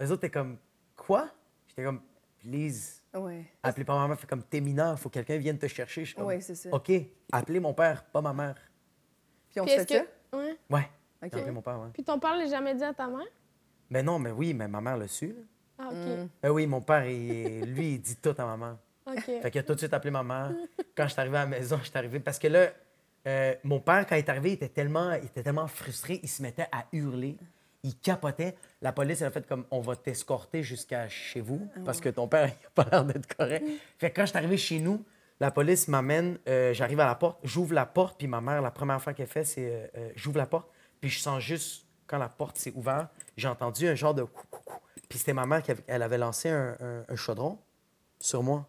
S4: Les autres étaient comme quoi J'étais comme please,
S2: Ouais.
S4: appelez pas ma mère, fait comme t'es mineur, faut que quelqu'un vienne te chercher. Je suis comme,
S2: Ouais, c'est ça.
S4: Ok, appelez mon père, pas ma mère.
S2: Puis on
S3: Puis
S2: se fait
S3: est-ce
S2: ça?
S3: que... Ouais.
S4: Ouais.
S2: Ok.
S4: Appelez mon père. Ouais.
S3: Puis ton père l'a jamais dit à ta mère?
S4: Mais non, mais oui, mais ma mère le su. là.
S3: Ah, OK.
S4: Ben oui, mon père, il- lui, il dit tout à ma mère.
S3: OK.
S4: Fait qu'il a tout de suite appelé ma mère. Quand je suis arrivé à la maison, je suis arrivé. Parce que là, euh, mon père, quand il est arrivé, il était, tellement, il était tellement frustré, il se mettait à hurler. Il capotait. La police, elle a fait comme on va t'escorter jusqu'à chez vous parce que ton père, il a pas l'air d'être correct. Fait que quand je suis arrivé chez nous, la police m'amène, euh, j'arrive à la porte, j'ouvre la porte, puis ma mère, la première fois qu'elle fait, c'est euh, euh, j'ouvre la porte, puis je sens juste quand la porte s'est ouverte, j'ai entendu un genre de cou, cou, cou. Puis c'était ma mère qui avait, elle avait lancé un- un- un chaudron sur moi.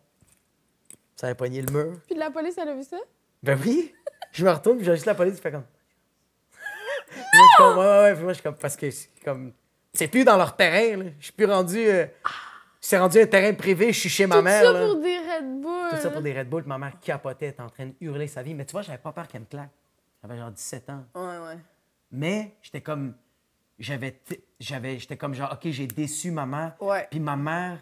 S4: Ça avait pogné le mur.
S3: Puis la police, elle a vu ça?
S4: Ben oui! Je me retourne, puis j'ai juste la police, qui fait comme. Puis là, je suis comme, ouais, ouais, ouais. Puis moi, je suis comme, parce que c'est comme. C'est plus dans leur terrain, là. Je suis plus rendu. euh, C'est rendu un terrain privé, je suis chez ma
S3: Tout
S4: mère,
S3: ça
S4: là.
S3: pour hein. des Red Bull.
S4: Tout ça pour des Red Bull, puis ma mère capotait, elle était en train de hurler sa vie. Mais tu vois, j'avais pas peur qu'elle me claque. J'avais genre 17 ans.
S2: Ouais, ouais.
S4: Mais j'étais comme. J'avais. t- j'avais- J'étais comme genre, OK, j'ai déçu ma mère.
S2: Ouais.
S4: Puis ma mère,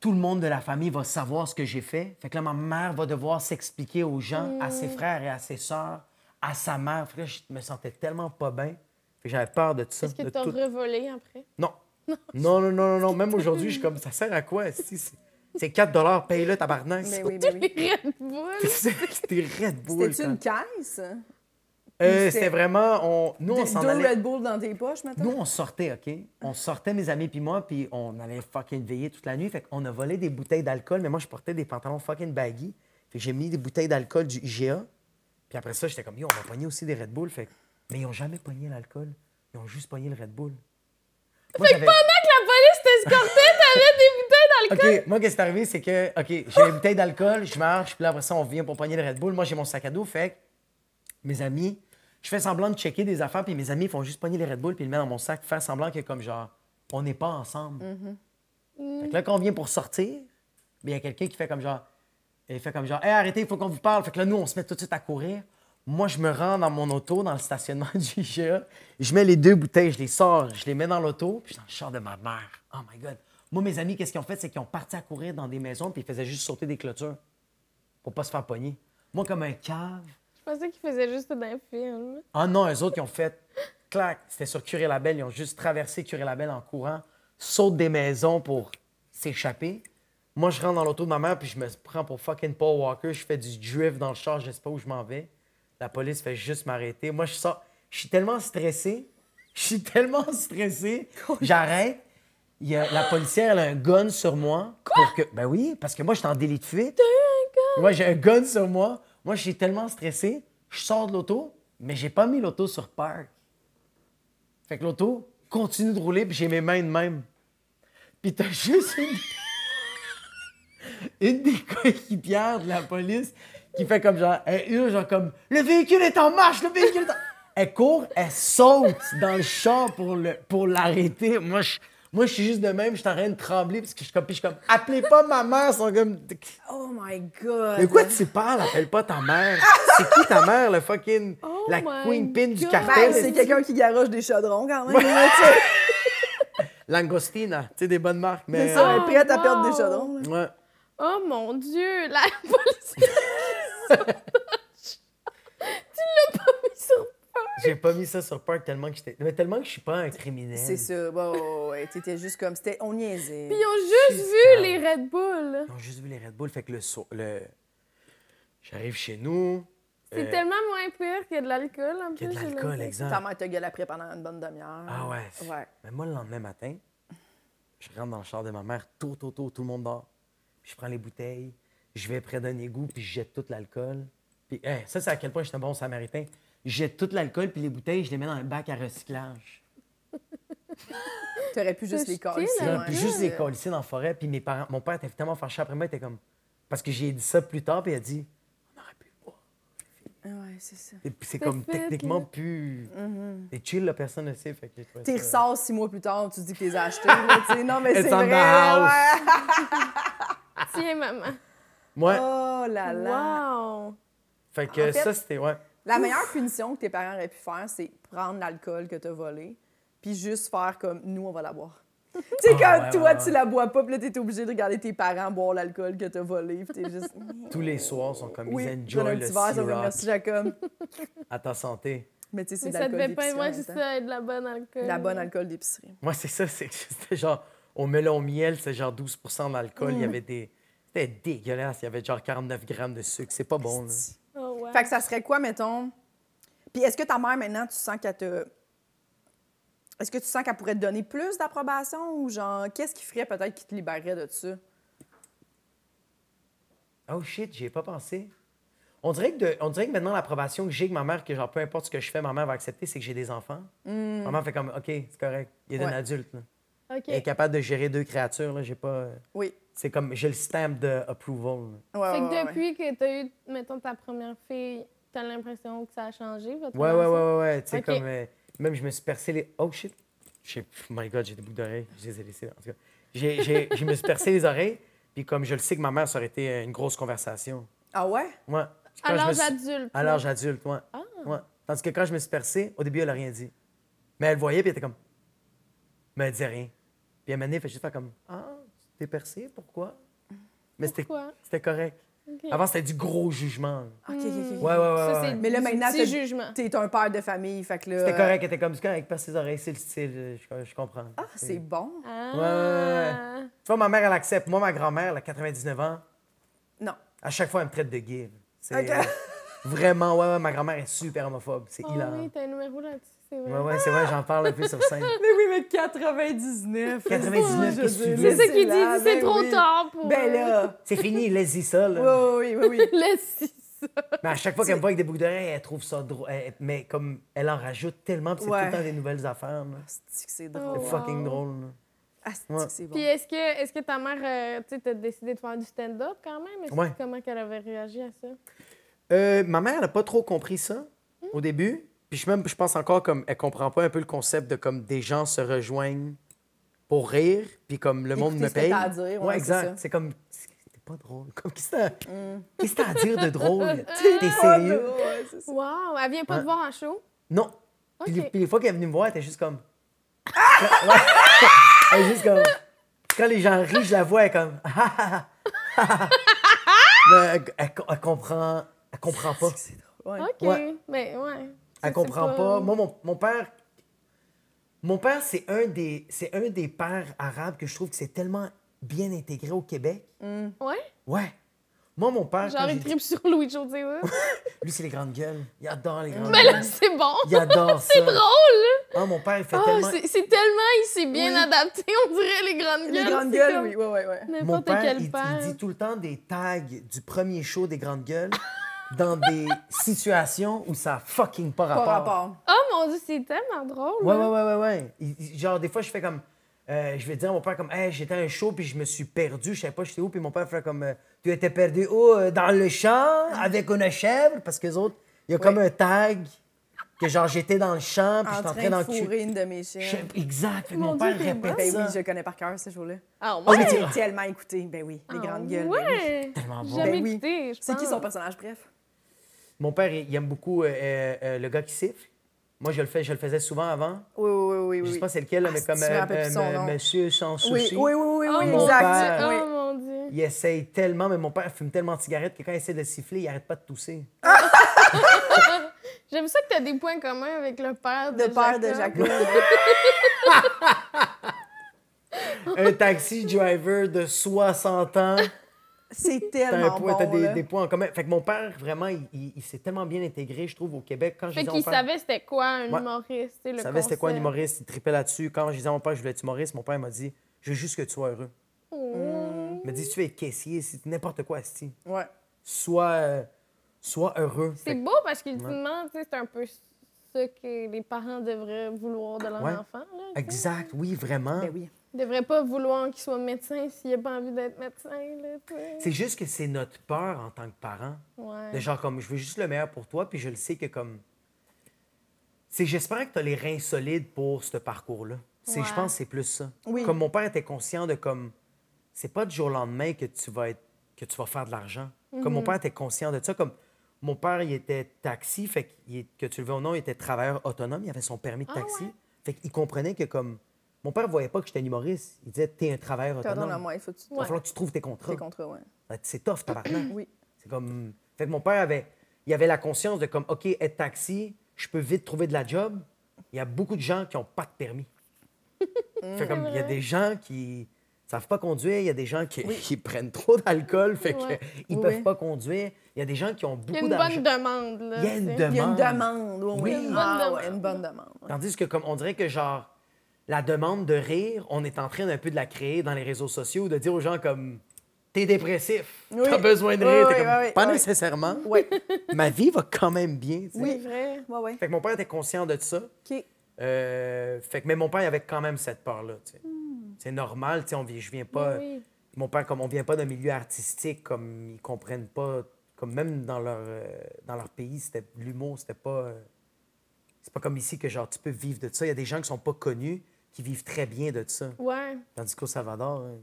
S4: tout le monde de la famille va savoir ce que j'ai fait. Fait que là, ma mère va devoir s'expliquer aux gens, à
S2: Mm.
S4: ses frères et à ses sœurs, à sa mère. Fait que là, je me sentais tellement pas bien. Fait que j'avais peur de tout ça.
S3: Est-ce que
S4: de
S3: t'as
S4: tout.
S3: revolé après?
S4: Non. Non, non, non, non, non. Même aujourd'hui, je suis comme, ça sert à quoi? si C'est c'est 4 paye-le, tabarnak.
S2: Mais Ben oui, mais oui.
S3: Red Bull?
S4: C'est ça qui t'es Red Bull.
S2: C'était-tu
S4: quand-
S2: une caisse?
S4: Euh,
S2: c'était-
S4: c'était vraiment. On... Nous, on
S2: Deux
S4: s'en
S2: deux
S4: allait.
S2: Red Bull dans tes poches, maintenant?
S4: Nous, on sortait, OK? On sortait, mes amis puis moi, puis on allait fucking veiller toute la nuit. Fait qu'on a volé des bouteilles d'alcool, mais moi, je portais des pantalons fucking baggy. Fait que j'ai mis des bouteilles d'alcool du IGA. Puis après ça, j'étais comme, yo, on va pogner aussi des Red Bull. Fait que- Mais ils ont jamais pogné l'alcool. Ils ont juste pogné le Red Bull. Moi, j'avais-
S3: Pendant que la police t'escortait, t'avais des bouteilles dans le cou.
S4: OK, moi, qu'est-ce qui est arrivé, c'est que, OK, j'ai les bouteilles d'alcool, je marche, puis là, après ça, on vient pour pogner le Red Bull. Moi, j'ai mon sac à dos, fait que mes amis, je fais semblant de checker des affaires, puis mes amis font juste pogner les Red Bull, puis ils le mettent dans mon sac, faire semblant que, comme genre, on n'est pas ensemble. Fait que là, quand on vient pour sortir, mais il y a quelqu'un qui fait comme genre, il fait comme genre, hey, arrêtez, il faut qu'on vous parle. Fait que là, nous, on se met tout de suite à courir. Moi, je me rends dans mon auto, dans le stationnement du IGA. Je mets les deux bouteilles, je les sors, je les mets dans l'auto, puis je suis dans le char de ma mère. Oh my God. Moi, mes amis, qu'est-ce qu'ils ont fait? C'est qu'ils ont parti à courir dans des maisons, puis ils faisaient juste sauter des clôtures pour pas se faire pogner. Moi, comme un cave.
S3: Je pensais qu'il faisait juste d'un film.
S4: Ah non, eux autres, ils ont fait clac. C'était sur Curé Label. Ils ont juste traversé Curé Label en courant, sautent des maisons pour s'échapper. Moi, je rentre dans l'auto de ma mère, puis je me prends pour fucking Paul Walker. Je fais du drift dans le char, je sais pas où je m'en vais. La police fait juste m'arrêter. Moi, je sors. Je suis tellement stressé. Je suis tellement stressé. J'arrête. Il y a- la policière, elle a un gun sur moi. pour que, ben oui, parce que moi, j'étais en délit de fuite. Moi, j'ai un gun sur moi. Moi, je suis tellement stressé. Je sors de l'auto, mais j'ai pas mis l'auto sur park. Fait que l'auto continue de rouler, puis j'ai mes mains de même. Puis t'as juste une... une des coéquipières de la police qui fait comme genre... Elle hurle genre comme « Le véhicule est en marche! Le véhicule est en... » Elle court, elle saute dans le char pour le- pour l'arrêter. Pour moi, je... Moi, je suis juste de même, je suis en train de trembler, parce que je suis comme, puis je suis comme, appelez pas ma mère, ils sont comme,
S2: Oh my God!
S4: de quoi tu parles? Appelle pas ta mère. C'est qui ta mère, le fucking.
S3: Oh
S4: la
S3: my
S4: queen pin du
S2: Ben,
S3: God.
S4: cartel?
S2: c'est quelqu'un qui garoche des chaudrons, quand même. là, tu sais.
S4: Langostina, tu sais, des bonnes marques, mais. euh,
S2: C'est ça,
S3: Oh,
S2: elle est prête à perdre des
S3: wow.
S2: chaudrons. là.
S4: Ouais.
S3: Oh mon Dieu, la police. tu l'as pas mis sur.
S4: J'ai pas mis ça sur Park tellement que j'étais. Mais tellement que je suis pas un criminel.
S2: C'est ça. Bon, ouais, ouais, t'étais juste comme. C'était, on niaisait.
S3: Puis ils ont juste vu
S4: Christ.
S3: les Red Bull.
S4: Ils ont juste vu les Red Bull, fait que le. so- le... J'arrive chez nous.
S3: C'est
S4: euh,
S3: tellement moins pire qu'il y a de l'alcool en
S4: qu'il
S3: plus.
S4: y a de
S3: j'ai
S4: l'alcool,
S3: l'impression.
S4: exemple.
S2: Ta mère t'a gueule après pendant une bonne demi-heure.
S4: Ah ouais.
S2: Ouais.
S4: Mais moi, le lendemain matin, je rentre dans le char de ma mère, tôt, tôt, tôt, tout le monde dort. Puis je prends les bouteilles, je vais près d'un égout, puis je jette tout l'alcool. Puis hey, ça, c'est à quel point je suis un bon samaritain. Je jette tout l'alcool, puis les bouteilles, je les mets dans un bac à recyclage.
S2: T'aurais pu juste
S3: T'as
S2: les
S3: jeté
S2: coller.
S3: la
S4: Là,
S3: ouais.
S4: puis juste les colisser dans la forêt. Puis mes parents, mon père était tellement fâché après moi, il était comme. Parce que j'ai dit ça plus tard, puis il a dit On aurait pu le voir.
S2: Ouais, c'est ça.
S4: Et puis
S3: C'est
S4: c'est comme
S3: fait,
S4: techniquement
S3: là.
S4: plus. Et chill, la personne ne sait. Fait que j'ai trouvé
S2: T'y
S4: ça-
S2: ressors six mois plus tard, tu dis que les as achetés. là, tu sais. non, mais
S4: It's
S2: c'est
S4: on
S2: vrai.
S4: the house.
S2: ouais.
S3: Tiens, maman.
S4: Ouais.
S2: Oh là là.
S3: Wow.
S4: Fait que
S2: En fait-
S4: ça, c'était. Ouais.
S2: La meilleure punition que tes parents auraient pu faire, c'est prendre l'alcool que t'as volé, puis juste faire comme nous, on va la boire. tu sais,
S4: Ah,
S2: quand
S4: ouais,
S2: toi,
S4: ouais, ouais.
S2: tu la bois pas, puis là, t'es obligé de regarder tes parents boire l'alcool que t'as volé, puis t'es juste.
S4: Tous les soirs sont comme
S2: oui,
S4: ils
S2: donne
S4: enjoy
S2: un
S4: le
S2: petit verre, ça veut
S4: syrup
S2: merci, Jacob.
S4: à ta santé.
S2: Mais tu sais, c'est
S3: Mais
S2: de
S3: ça
S2: l'alcool
S3: devait pas
S2: d'épicerie. en
S3: être
S2: même
S3: c'est
S2: temps.
S3: ça, euh. de la bonne alcool.
S2: La bonne alcool d'épicerie.
S4: Moi, c'est ça, c'est que c'était genre au melon miel, c'est genre 12 d'alcool. Il y avait des. C'était dégueulasse. Il y avait genre 49 grammes de sucre. C'est pas bon, là.
S3: Oh, wow.
S2: Fait que ça serait quoi, mettons? Puis est-ce que ta mère, maintenant, tu sens qu'elle te. Est-ce que tu sens qu'elle pourrait te donner plus d'approbation ou genre, qu'est-ce qui ferait peut-être qui te libérerait de ça?
S4: Oh shit, j'y ai pas pensé. On dirait que, de- on dirait que maintenant, l'approbation que j'ai avec ma mère, que genre peu importe ce que je fais, ma mère va accepter, c'est que j'ai des enfants. Maman fait comme, OK, c'est correct. Il est un
S2: Ouais.
S4: adulte, là.
S3: OK.
S4: Il est capable de gérer deux créatures, là. J'ai pas. euh,
S2: Oui.
S4: C'est comme, j'ai le stamp de approval. là.
S2: Ouais,
S3: Fait
S2: ouais, ouais,
S3: que
S2: ouais.
S3: depuis que t'as eu, mettons, ta première fille, t'as l'impression que ça a changé, votre
S4: Ouais, ouais, ouais,
S3: relation?
S4: ouais, ouais. Tu sais,
S3: Ok.
S4: comme. euh, même, je me suis percé les. Oh shit! J'ai- pff, My God, j'ai des boucles d'oreilles. Je les ai laissées. En tout cas, J'ai- j'ai- je me suis percé les oreilles. Puis, comme je le sais que ma mère, ça aurait été euh, une grosse conversation.
S2: Ah ouais?
S4: Moi. quand
S3: À
S4: je me
S3: l'âge
S4: suis-
S3: adulte, Ah.
S4: À
S3: là.
S4: l'âge adulte, ouais. Ouais. Tandis que quand je me suis percé, au début, elle n'a rien dit. Mais elle voyait, puis elle était comme. Mais elle disait rien. Puis, à un moment donné, elle fait juste faire comme. Ah, tu t'es percé, pourquoi? Mais c'était
S3: Pourquoi?
S4: c'était correct.
S3: Ok.
S4: Avant, c'était du gros jugement. là.
S2: Ok, ok, ok.
S3: Hmm.
S4: Ouais, ouais, ouais. ouais,
S3: Ça,
S4: ouais.
S3: c'est
S2: Mais là,
S3: du
S2: maintenant,
S3: petit
S2: t'as-
S3: jugement.
S2: T'es un père de famille, fait que là.
S4: C'était correct, elle était comme du correct, parce ses oreilles, c'est le style, euh, je, je comprends.
S2: Ah, c'est bon.
S3: Ah.
S4: Tu vois, ma mère, elle accepte. Moi, ma grand-mère, elle a 99 ans,
S2: Non.
S4: à chaque fois, elle me traite de give. C'est
S2: Ok.
S4: euh, Vraiment, ouais, ouais, ma grand-mère est super homophobe. C'est
S3: Ah
S4: hilarant.
S3: oui, t'as un numéro là-dessus, c'est vrai.
S4: Ouais, ouais, c'est vrai, j'en parle un peu sur scène.
S2: Mais oui, mais 99.
S4: 99,
S2: je
S4: qu'est-ce que tu
S2: veux
S4: veux?
S3: C'est ça
S2: c'est
S3: qu'il dit,
S2: là,
S3: c'est
S2: ben
S3: trop
S2: oui.
S3: tard pour. euh,
S2: Ben là.
S4: C'est fini, laisse-y ça, là.
S2: Oui, oui, oui, oui.
S3: laisse ça.
S4: Mais à chaque fois qu'elle me voit avec des boucles d'oreilles, elle trouve ça drôle. Elle- mais comme elle en rajoute tellement, puis c'est
S2: Ouais.
S4: tout le temps des nouvelles affaires. là.
S2: Asti Ah, que c'est
S4: C'est
S2: drôle.
S3: Oh, wow.
S4: fucking drôle. là.
S2: Asti
S4: Ouais.
S2: que c'est bon.
S3: Puis est-ce que, est-ce que ta mère, euh, tu sais, t'as décidé de faire du stand-up quand même? Est-ce que-
S4: Ouais.
S3: Comment qu'elle avait réagi à ça?
S4: Euh, ma mère, elle n'a pas trop compris ça au début. Puis je, même, je pense encore comme elle comprend pas un peu le concept de comme des gens se rejoignent pour rire, puis comme le monde
S2: Écoutez
S4: me
S2: ce que
S4: paye.
S2: t'as à dire, ouais, c'est ça. Mm.
S4: exact. C'est comme c'est pas drôle. Comme qu'est-ce que t'as- qu'est-ce que t'as à dire de drôle Tu- T'es
S2: Oh,
S4: sérieux
S2: Ah, Ouais, c'est ça.
S3: Wow, elle vient pas te
S4: Ouais.
S3: voir en show?
S4: Non. Puis, les,
S3: Ok.
S4: puis les fois qu'elle est venue me voir, elle était juste comme. Ah! Ouais. elle est juste comme. Quand les gens rient, je la vois, elle est comme. Ah, Mais elle, elle- elle comprend. Elle comprend pas.
S2: C'est drôle. Ouais.
S3: OK.
S4: Ouais.
S3: Mais ouais.
S4: Elle comprend pas. Moi, mon, mon père. Mon père, c'est un des. C'est un des pères arabes que je trouve que c'est tellement bien intégré au Québec.
S3: Ouais?
S4: Ouais. Moi, mon père. quand
S3: Genre,
S4: j'ai
S3: il
S4: dit-
S3: tripe sur Louis José. ouais.
S4: Lui, c'est les grandes gueules. Il adore les grandes
S3: Mais
S4: gueules.
S3: là, c'est bon.
S4: Il adore ça.
S3: C'est drôle, là.
S4: Ah, mon père, il fait
S3: Ah,
S4: tellement.
S3: c'est, c'est tellement, il s'est bien
S4: Oui.
S3: adapté, on dirait les grandes gueules.
S2: Les grandes
S3: c'est
S2: gueules,
S3: comme
S2: oui, ouais, ouais, ouais.
S4: Mon
S3: N'importe
S4: père,
S3: quel
S4: il, il
S3: père.
S4: dit tout le temps des tags du premier show des Grandes Gueules dans des situations où ça a fucking pas
S2: Pas
S4: rapport.
S2: rapport.
S3: Oh mon dieu, c'est tellement drôle.
S4: Ouais,
S3: là.
S4: ouais, ouais, ouais, ouais. Il- il- genre, des fois, je fais comme. euh, je vais dire à mon père comme hey, j'étais à un show puis je me suis perdu, je savais pas j'étais où puis mon père fait comme euh, tu étais perdu où Euh, dans le champ avec une chèvre parce que les autres il y a comme un tag que genre j'étais dans le champ puis
S2: En
S4: j'étais
S2: train
S4: dans
S2: de
S4: le cul.
S2: fourrer une de mes
S4: Je-
S2: chiennes.
S4: Exact, Fait que
S3: Mon
S4: mon
S3: Dieu,
S4: père
S3: t'es
S4: répète
S2: Ben oui,
S4: ça.
S2: je connais par cœur ce jour-là.
S3: Ah, ouais.
S4: Ah oui, tu-
S2: J'ai tellement écouté. Ben oui, les grandes gueules. ben oui.
S3: Ah, Ouais. Ah.
S4: Tellement bon.
S3: Jamais
S2: Ben oui.
S3: quitté, je
S2: C'est qui
S3: pense. Oh
S2: son personnage, bref?
S4: Mon père il il aime beaucoup euh, euh, euh, le gars qui siffle. Moi je le fais, je le faisais souvent avant.
S2: Oui, oui, oui, oui.
S4: Je sais
S2: oui.
S4: pas c'est lequel, là,
S2: Ah,
S4: mais
S2: si
S4: comme
S2: tu me
S4: euh,
S2: rappelles plus son
S4: euh,
S2: nom.
S4: Monsieur sans
S2: Oui,
S4: souci.
S2: oui, oui, oui,
S3: Oh
S2: oui,
S3: mon
S2: exact.
S3: dieu,
S4: Père.
S2: Oui.
S3: oh mon dieu.
S4: Il essaye tellement, mais mon père fume tellement de cigarettes que quand il essaie de siffler, il arrête pas de tousser.
S3: J'aime ça que t'as des points communs avec le père de
S2: Le père de
S3: Jacob.
S2: Jacob.
S4: Un taxi driver de 60 ans,
S2: C'est
S4: t'as, un
S2: tellement
S4: point-
S2: bon.
S4: t'as des,
S2: là.
S4: des points en commun. Fait que mon père, vraiment, il, il- il s'est tellement bien intégré, je trouve, au Québec. Quand je
S3: Fait
S4: disais à
S3: qu'il
S4: mon père-
S3: savait c'était quoi un
S4: Ouais.
S3: humoriste, tu sais, le
S4: il savait c'était quoi un
S3: concept.
S4: humoriste, il tripait là-dessus. Quand je disais à mon père, je voulais être humoriste, mon père il m'a dit, je veux juste que tu sois heureux.
S3: Oh.
S4: Il m'a dit, si tu veux être caissier, c'est n'importe quoi, Asti.
S2: Ouais.
S4: Hein? Sois, euh, sois heureux.
S3: C'est
S4: Fait
S3: beau parce qu'ultimement, tu sais, c'est un peu ça que les parents devraient vouloir de leur
S4: Ouais.
S3: enfant. Là,
S4: que-
S3: tu sais.
S4: Exact, oui, vraiment.
S2: Ben oui.
S3: Ils devraient pas vouloir qu'il soit médecin s'il n'a pas envie d'être médecin. Là, tu sais.
S4: C'est juste que c'est notre peur en tant que parents.
S3: Ouais.
S4: De genre comme je veux juste le meilleur pour toi, puis je le sais que comme. C'est j'espère que tu as les reins solides pour ce parcours-là. C'est
S3: Ouais.
S4: je pense que c'est plus ça.
S2: Oui.
S4: Comme mon père était conscient de comme c'est pas du jour au lendemain que tu vas être que tu vas faire de l'argent. Comme mon père était conscient de ça comme mon père il était taxi fait qu'il est- que tu le veux ou non, il était travailleur autonome, il avait son permis de
S3: Ah
S4: taxi.
S3: ouais?
S4: Fait qu'il comprenait que comme mon père voyait pas que j'étais un humoriste, il disait t'es un travailleur
S2: Pardon, la
S4: autonome.
S2: moi, il faut que tu
S4: Il va
S3: Ouais.
S4: falloir que tu trouves tes contrats.
S2: tes contrats, ouais.
S4: C'est tough tabarnak.
S2: Oui.
S4: C'est comme. Fait que mon père avait, il avait la conscience de comme, OK, être taxi, je peux vite trouver de la job. Il y a beaucoup de gens qui n'ont pas de permis. Fait comme, il y a des gens qui savent pas conduire, il y a des gens qui, qui prennent trop d'alcool, fait
S3: Ouais.
S4: qu'ils
S2: Oui,
S4: peuvent
S2: oui.
S4: pas conduire. Il y a des gens qui ont
S3: Il y a
S4: beaucoup
S3: une
S4: d'argent.
S3: bonne demande. Là,
S4: Il y a une
S3: tu sais.
S4: demande.
S2: Il y a une demande, oui.
S4: Oui.
S2: oui.
S4: Une bonne
S2: Ah,
S3: demande.
S2: ouais, une bonne demande. ouais.
S4: Tandis que, comme on dirait que, genre, la demande de rire, on est en train d'un peu de la créer dans les réseaux sociaux, de dire aux gens comme, t'es dépressif,
S2: Oui.
S4: t'as besoin de
S2: Oui,
S4: rire, T'es
S2: oui,
S4: comme,
S2: oui, oui,
S4: pas
S2: oui.
S4: nécessairement.
S2: Ouais.
S4: Ma vie va quand même bien. tu sais.
S3: C'est vrai.
S2: Ouais, ouais.
S4: Fait que mon père était conscient de ça.
S2: OK.
S4: Euh, fait que, mais mon père il avait quand même cette peur-là. tu sais. C'est normal, tu sais, on vit- je viens pas.
S3: Hmm. Oui, oui.
S4: Mon père, comme on vient pas d'un milieu artistique, comme ils comprennent pas, comme même dans leur, euh, dans leur pays, c'était l'humour, c'était pas. euh, c'est pas comme ici que genre tu peux vivre de ça. Il y a des gens qui sont pas connus qui vivent très bien de ça.
S3: Ouais.
S4: Tandis qu'au Salvador, euh,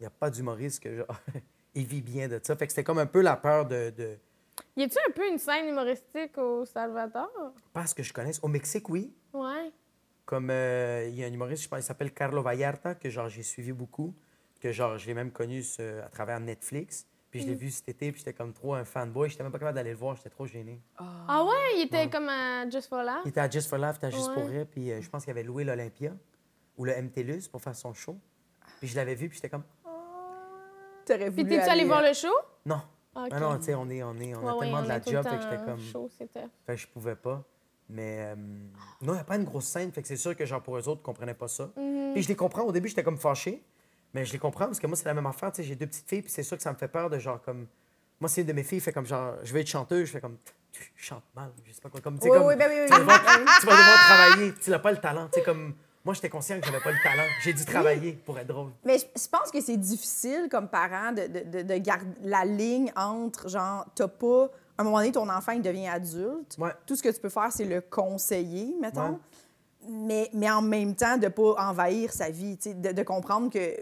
S4: il n'y a pas d'humoriste que genre il vit bien de ça. Fait que c'était comme un peu la peur de, de-
S3: Y a-tu un peu une scène humoristique au Salvador?
S4: pas à ce que je connaisse. Au Mexique, oui.
S3: Ouais.
S4: Comme euh, il y a un humoriste, je pense, il s'appelle Carlo Vallarta, que genre j'ai suivi beaucoup, que genre je l'ai même connu ce- à travers Netflix. Puis je
S3: Mm.
S4: l'ai vu cet été, puis j'étais comme trop un fanboy. J'étais même pas capable d'aller le voir, j'étais trop gêné.
S3: Ah ouais, il était comme à Just for Laugh.
S4: Il était à Just for Laugh, il était à Juste pour
S3: Ouais.
S4: Rire, puis euh, je pense qu'il avait loué l'Olympia ou le MTLUS pour faire son show. Puis je l'avais vu, puis j'étais comme
S2: T'aurais voulu. euh,
S3: Puis t'es-tu allé voir le show?
S4: non.
S3: Ok.
S4: euh, Ah non, tu sais, on est, on est, on
S3: Ouais,
S4: a
S3: ouais,
S4: tellement de
S3: on
S4: la
S3: est tout
S4: job,
S3: le
S4: fait que j'étais
S3: temps hein.
S4: comme.
S3: chaud, c'était-
S4: Fait que je pouvais pas. Mais euh, non, il n'y a pas une grosse scène. Fait que c'est sûr que genre pour eux autres, ils comprenaient pas ça.
S2: Mhm.
S4: Puis je les comprends. Au début, j'étais comme fâché. Mais je les comprends parce que moi, c'est la même affaire. tu sais, J'ai deux petites filles, puis c'est sûr que ça me fait peur de genre comme. Moi, c'est une de mes filles, fait comme genre, je vais être chanteuse, je fais comme, tu chantes mal, je sais pas quoi. Comme, tu sais,
S2: Oui,
S4: comme,
S2: oui, ben oui, oui,
S4: tu, vas
S2: oui,
S4: devoir,
S2: oui.
S4: tu vas devoir travailler, tu n'as pas le talent. Tu sais, comme, moi, j'étais conscient que j'avais pas le talent. J'ai dû travailler pour être drôle.
S2: Mais je je pense que c'est difficile comme parent de, de, de- de garder la ligne entre genre, t'as pas. À un moment donné, ton enfant, il devient adulte.
S4: Ouais.
S2: Tout ce que tu peux faire, c'est le conseiller, mettons.
S4: Ouais.
S2: Mais, mais en même temps, de pas envahir sa vie, tu sais, de, de comprendre que.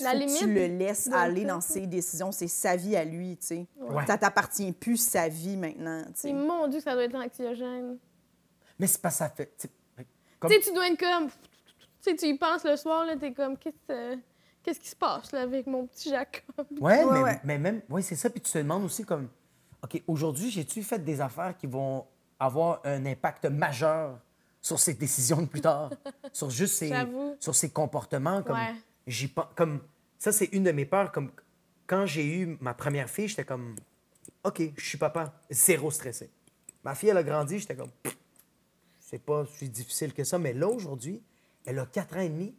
S3: La
S2: faut que
S3: limite
S2: tu le laisses
S3: de-
S2: aller dans ses décisions. C'est sa vie à lui, tu sais.
S4: Ouais.
S2: Ça t'appartient plus, sa vie, maintenant, tu sais.
S3: C'est mon Dieu que ça doit être anxiogène.
S4: Mais c'est pas ça fait. tu sais, Comme-
S3: Tu sais, tu dois être comme. Tu sais, tu y penses le soir, là, t'es comme, qu'est-ce que- qu'est-ce qui se passe, là, avec mon petit Jacob?
S4: Ouais,
S2: Ouais,
S4: mais,
S2: ouais.
S4: mais même, ouais, c'est ça. Puis tu te demandes aussi comme, OK, aujourd'hui, j'ai-tu fait des affaires qui vont avoir un impact majeur sur ses décisions de plus tard, sur juste ses,
S3: J'avoue.
S4: sur ses comportements, comme,
S3: Ouais.
S4: j'y pen- comme, ça, c'est une de mes peurs. Comme, quand j'ai eu ma première fille, j'étais comme, OK, je suis papa, zéro stressé. Ma fille, elle a grandi, j'étais comme, c'est pas si difficile que ça, mais là, aujourd'hui, elle a quatre ans et demi,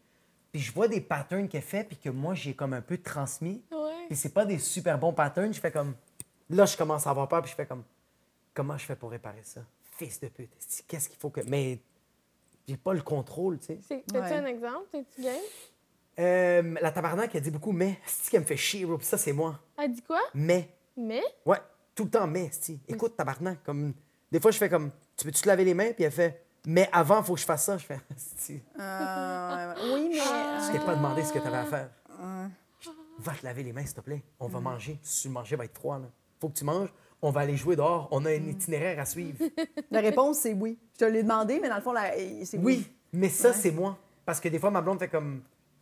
S4: puis je vois des patterns qu'elle fait, puis que moi, j'ai comme un peu transmis,
S3: Ouais.
S4: puis c'est pas des super bons patterns, je fais comme... Là, je commence à avoir peur, puis je fais comme... Comment je fais pour réparer ça? Fils de pute, esti, qu'est-ce qu'il faut que... Mais j'ai pas le contrôle, tu sais.
S3: C'est- T'as-tu
S2: Ouais.
S3: un exemple? T'es-tu game?
S4: Euh, la tabarnak, elle dit beaucoup « mais ». C'est qu'elle me fait chier, bro, puis ça, c'est moi.
S3: Elle dit quoi?
S4: « Mais
S3: Mais? ».
S4: Ouais, tout le temps « mais », esti. Écoute, tabarnak, comme... Des fois, je fais comme... Tu peux-tu te laver les mains? Puis elle fait... Mais avant, faut que je fasse ça. Je fais, Esti,
S2: Euh, oui, mais.
S3: Ah.
S4: je t'ai pas demandé ce que t'avais à faire. Va te laver les mains, s'il te plaît. On va manger. Si tu manger, va être froid, là. Faut que tu manges. On va aller jouer dehors. On a un itinéraire à suivre.
S2: euh, La réponse, c'est oui. Je te l'ai demandé, mais dans le fond, la- c'est
S4: Oui, mais ça, c'est moi. Parce que des fois, ma blonde fait comme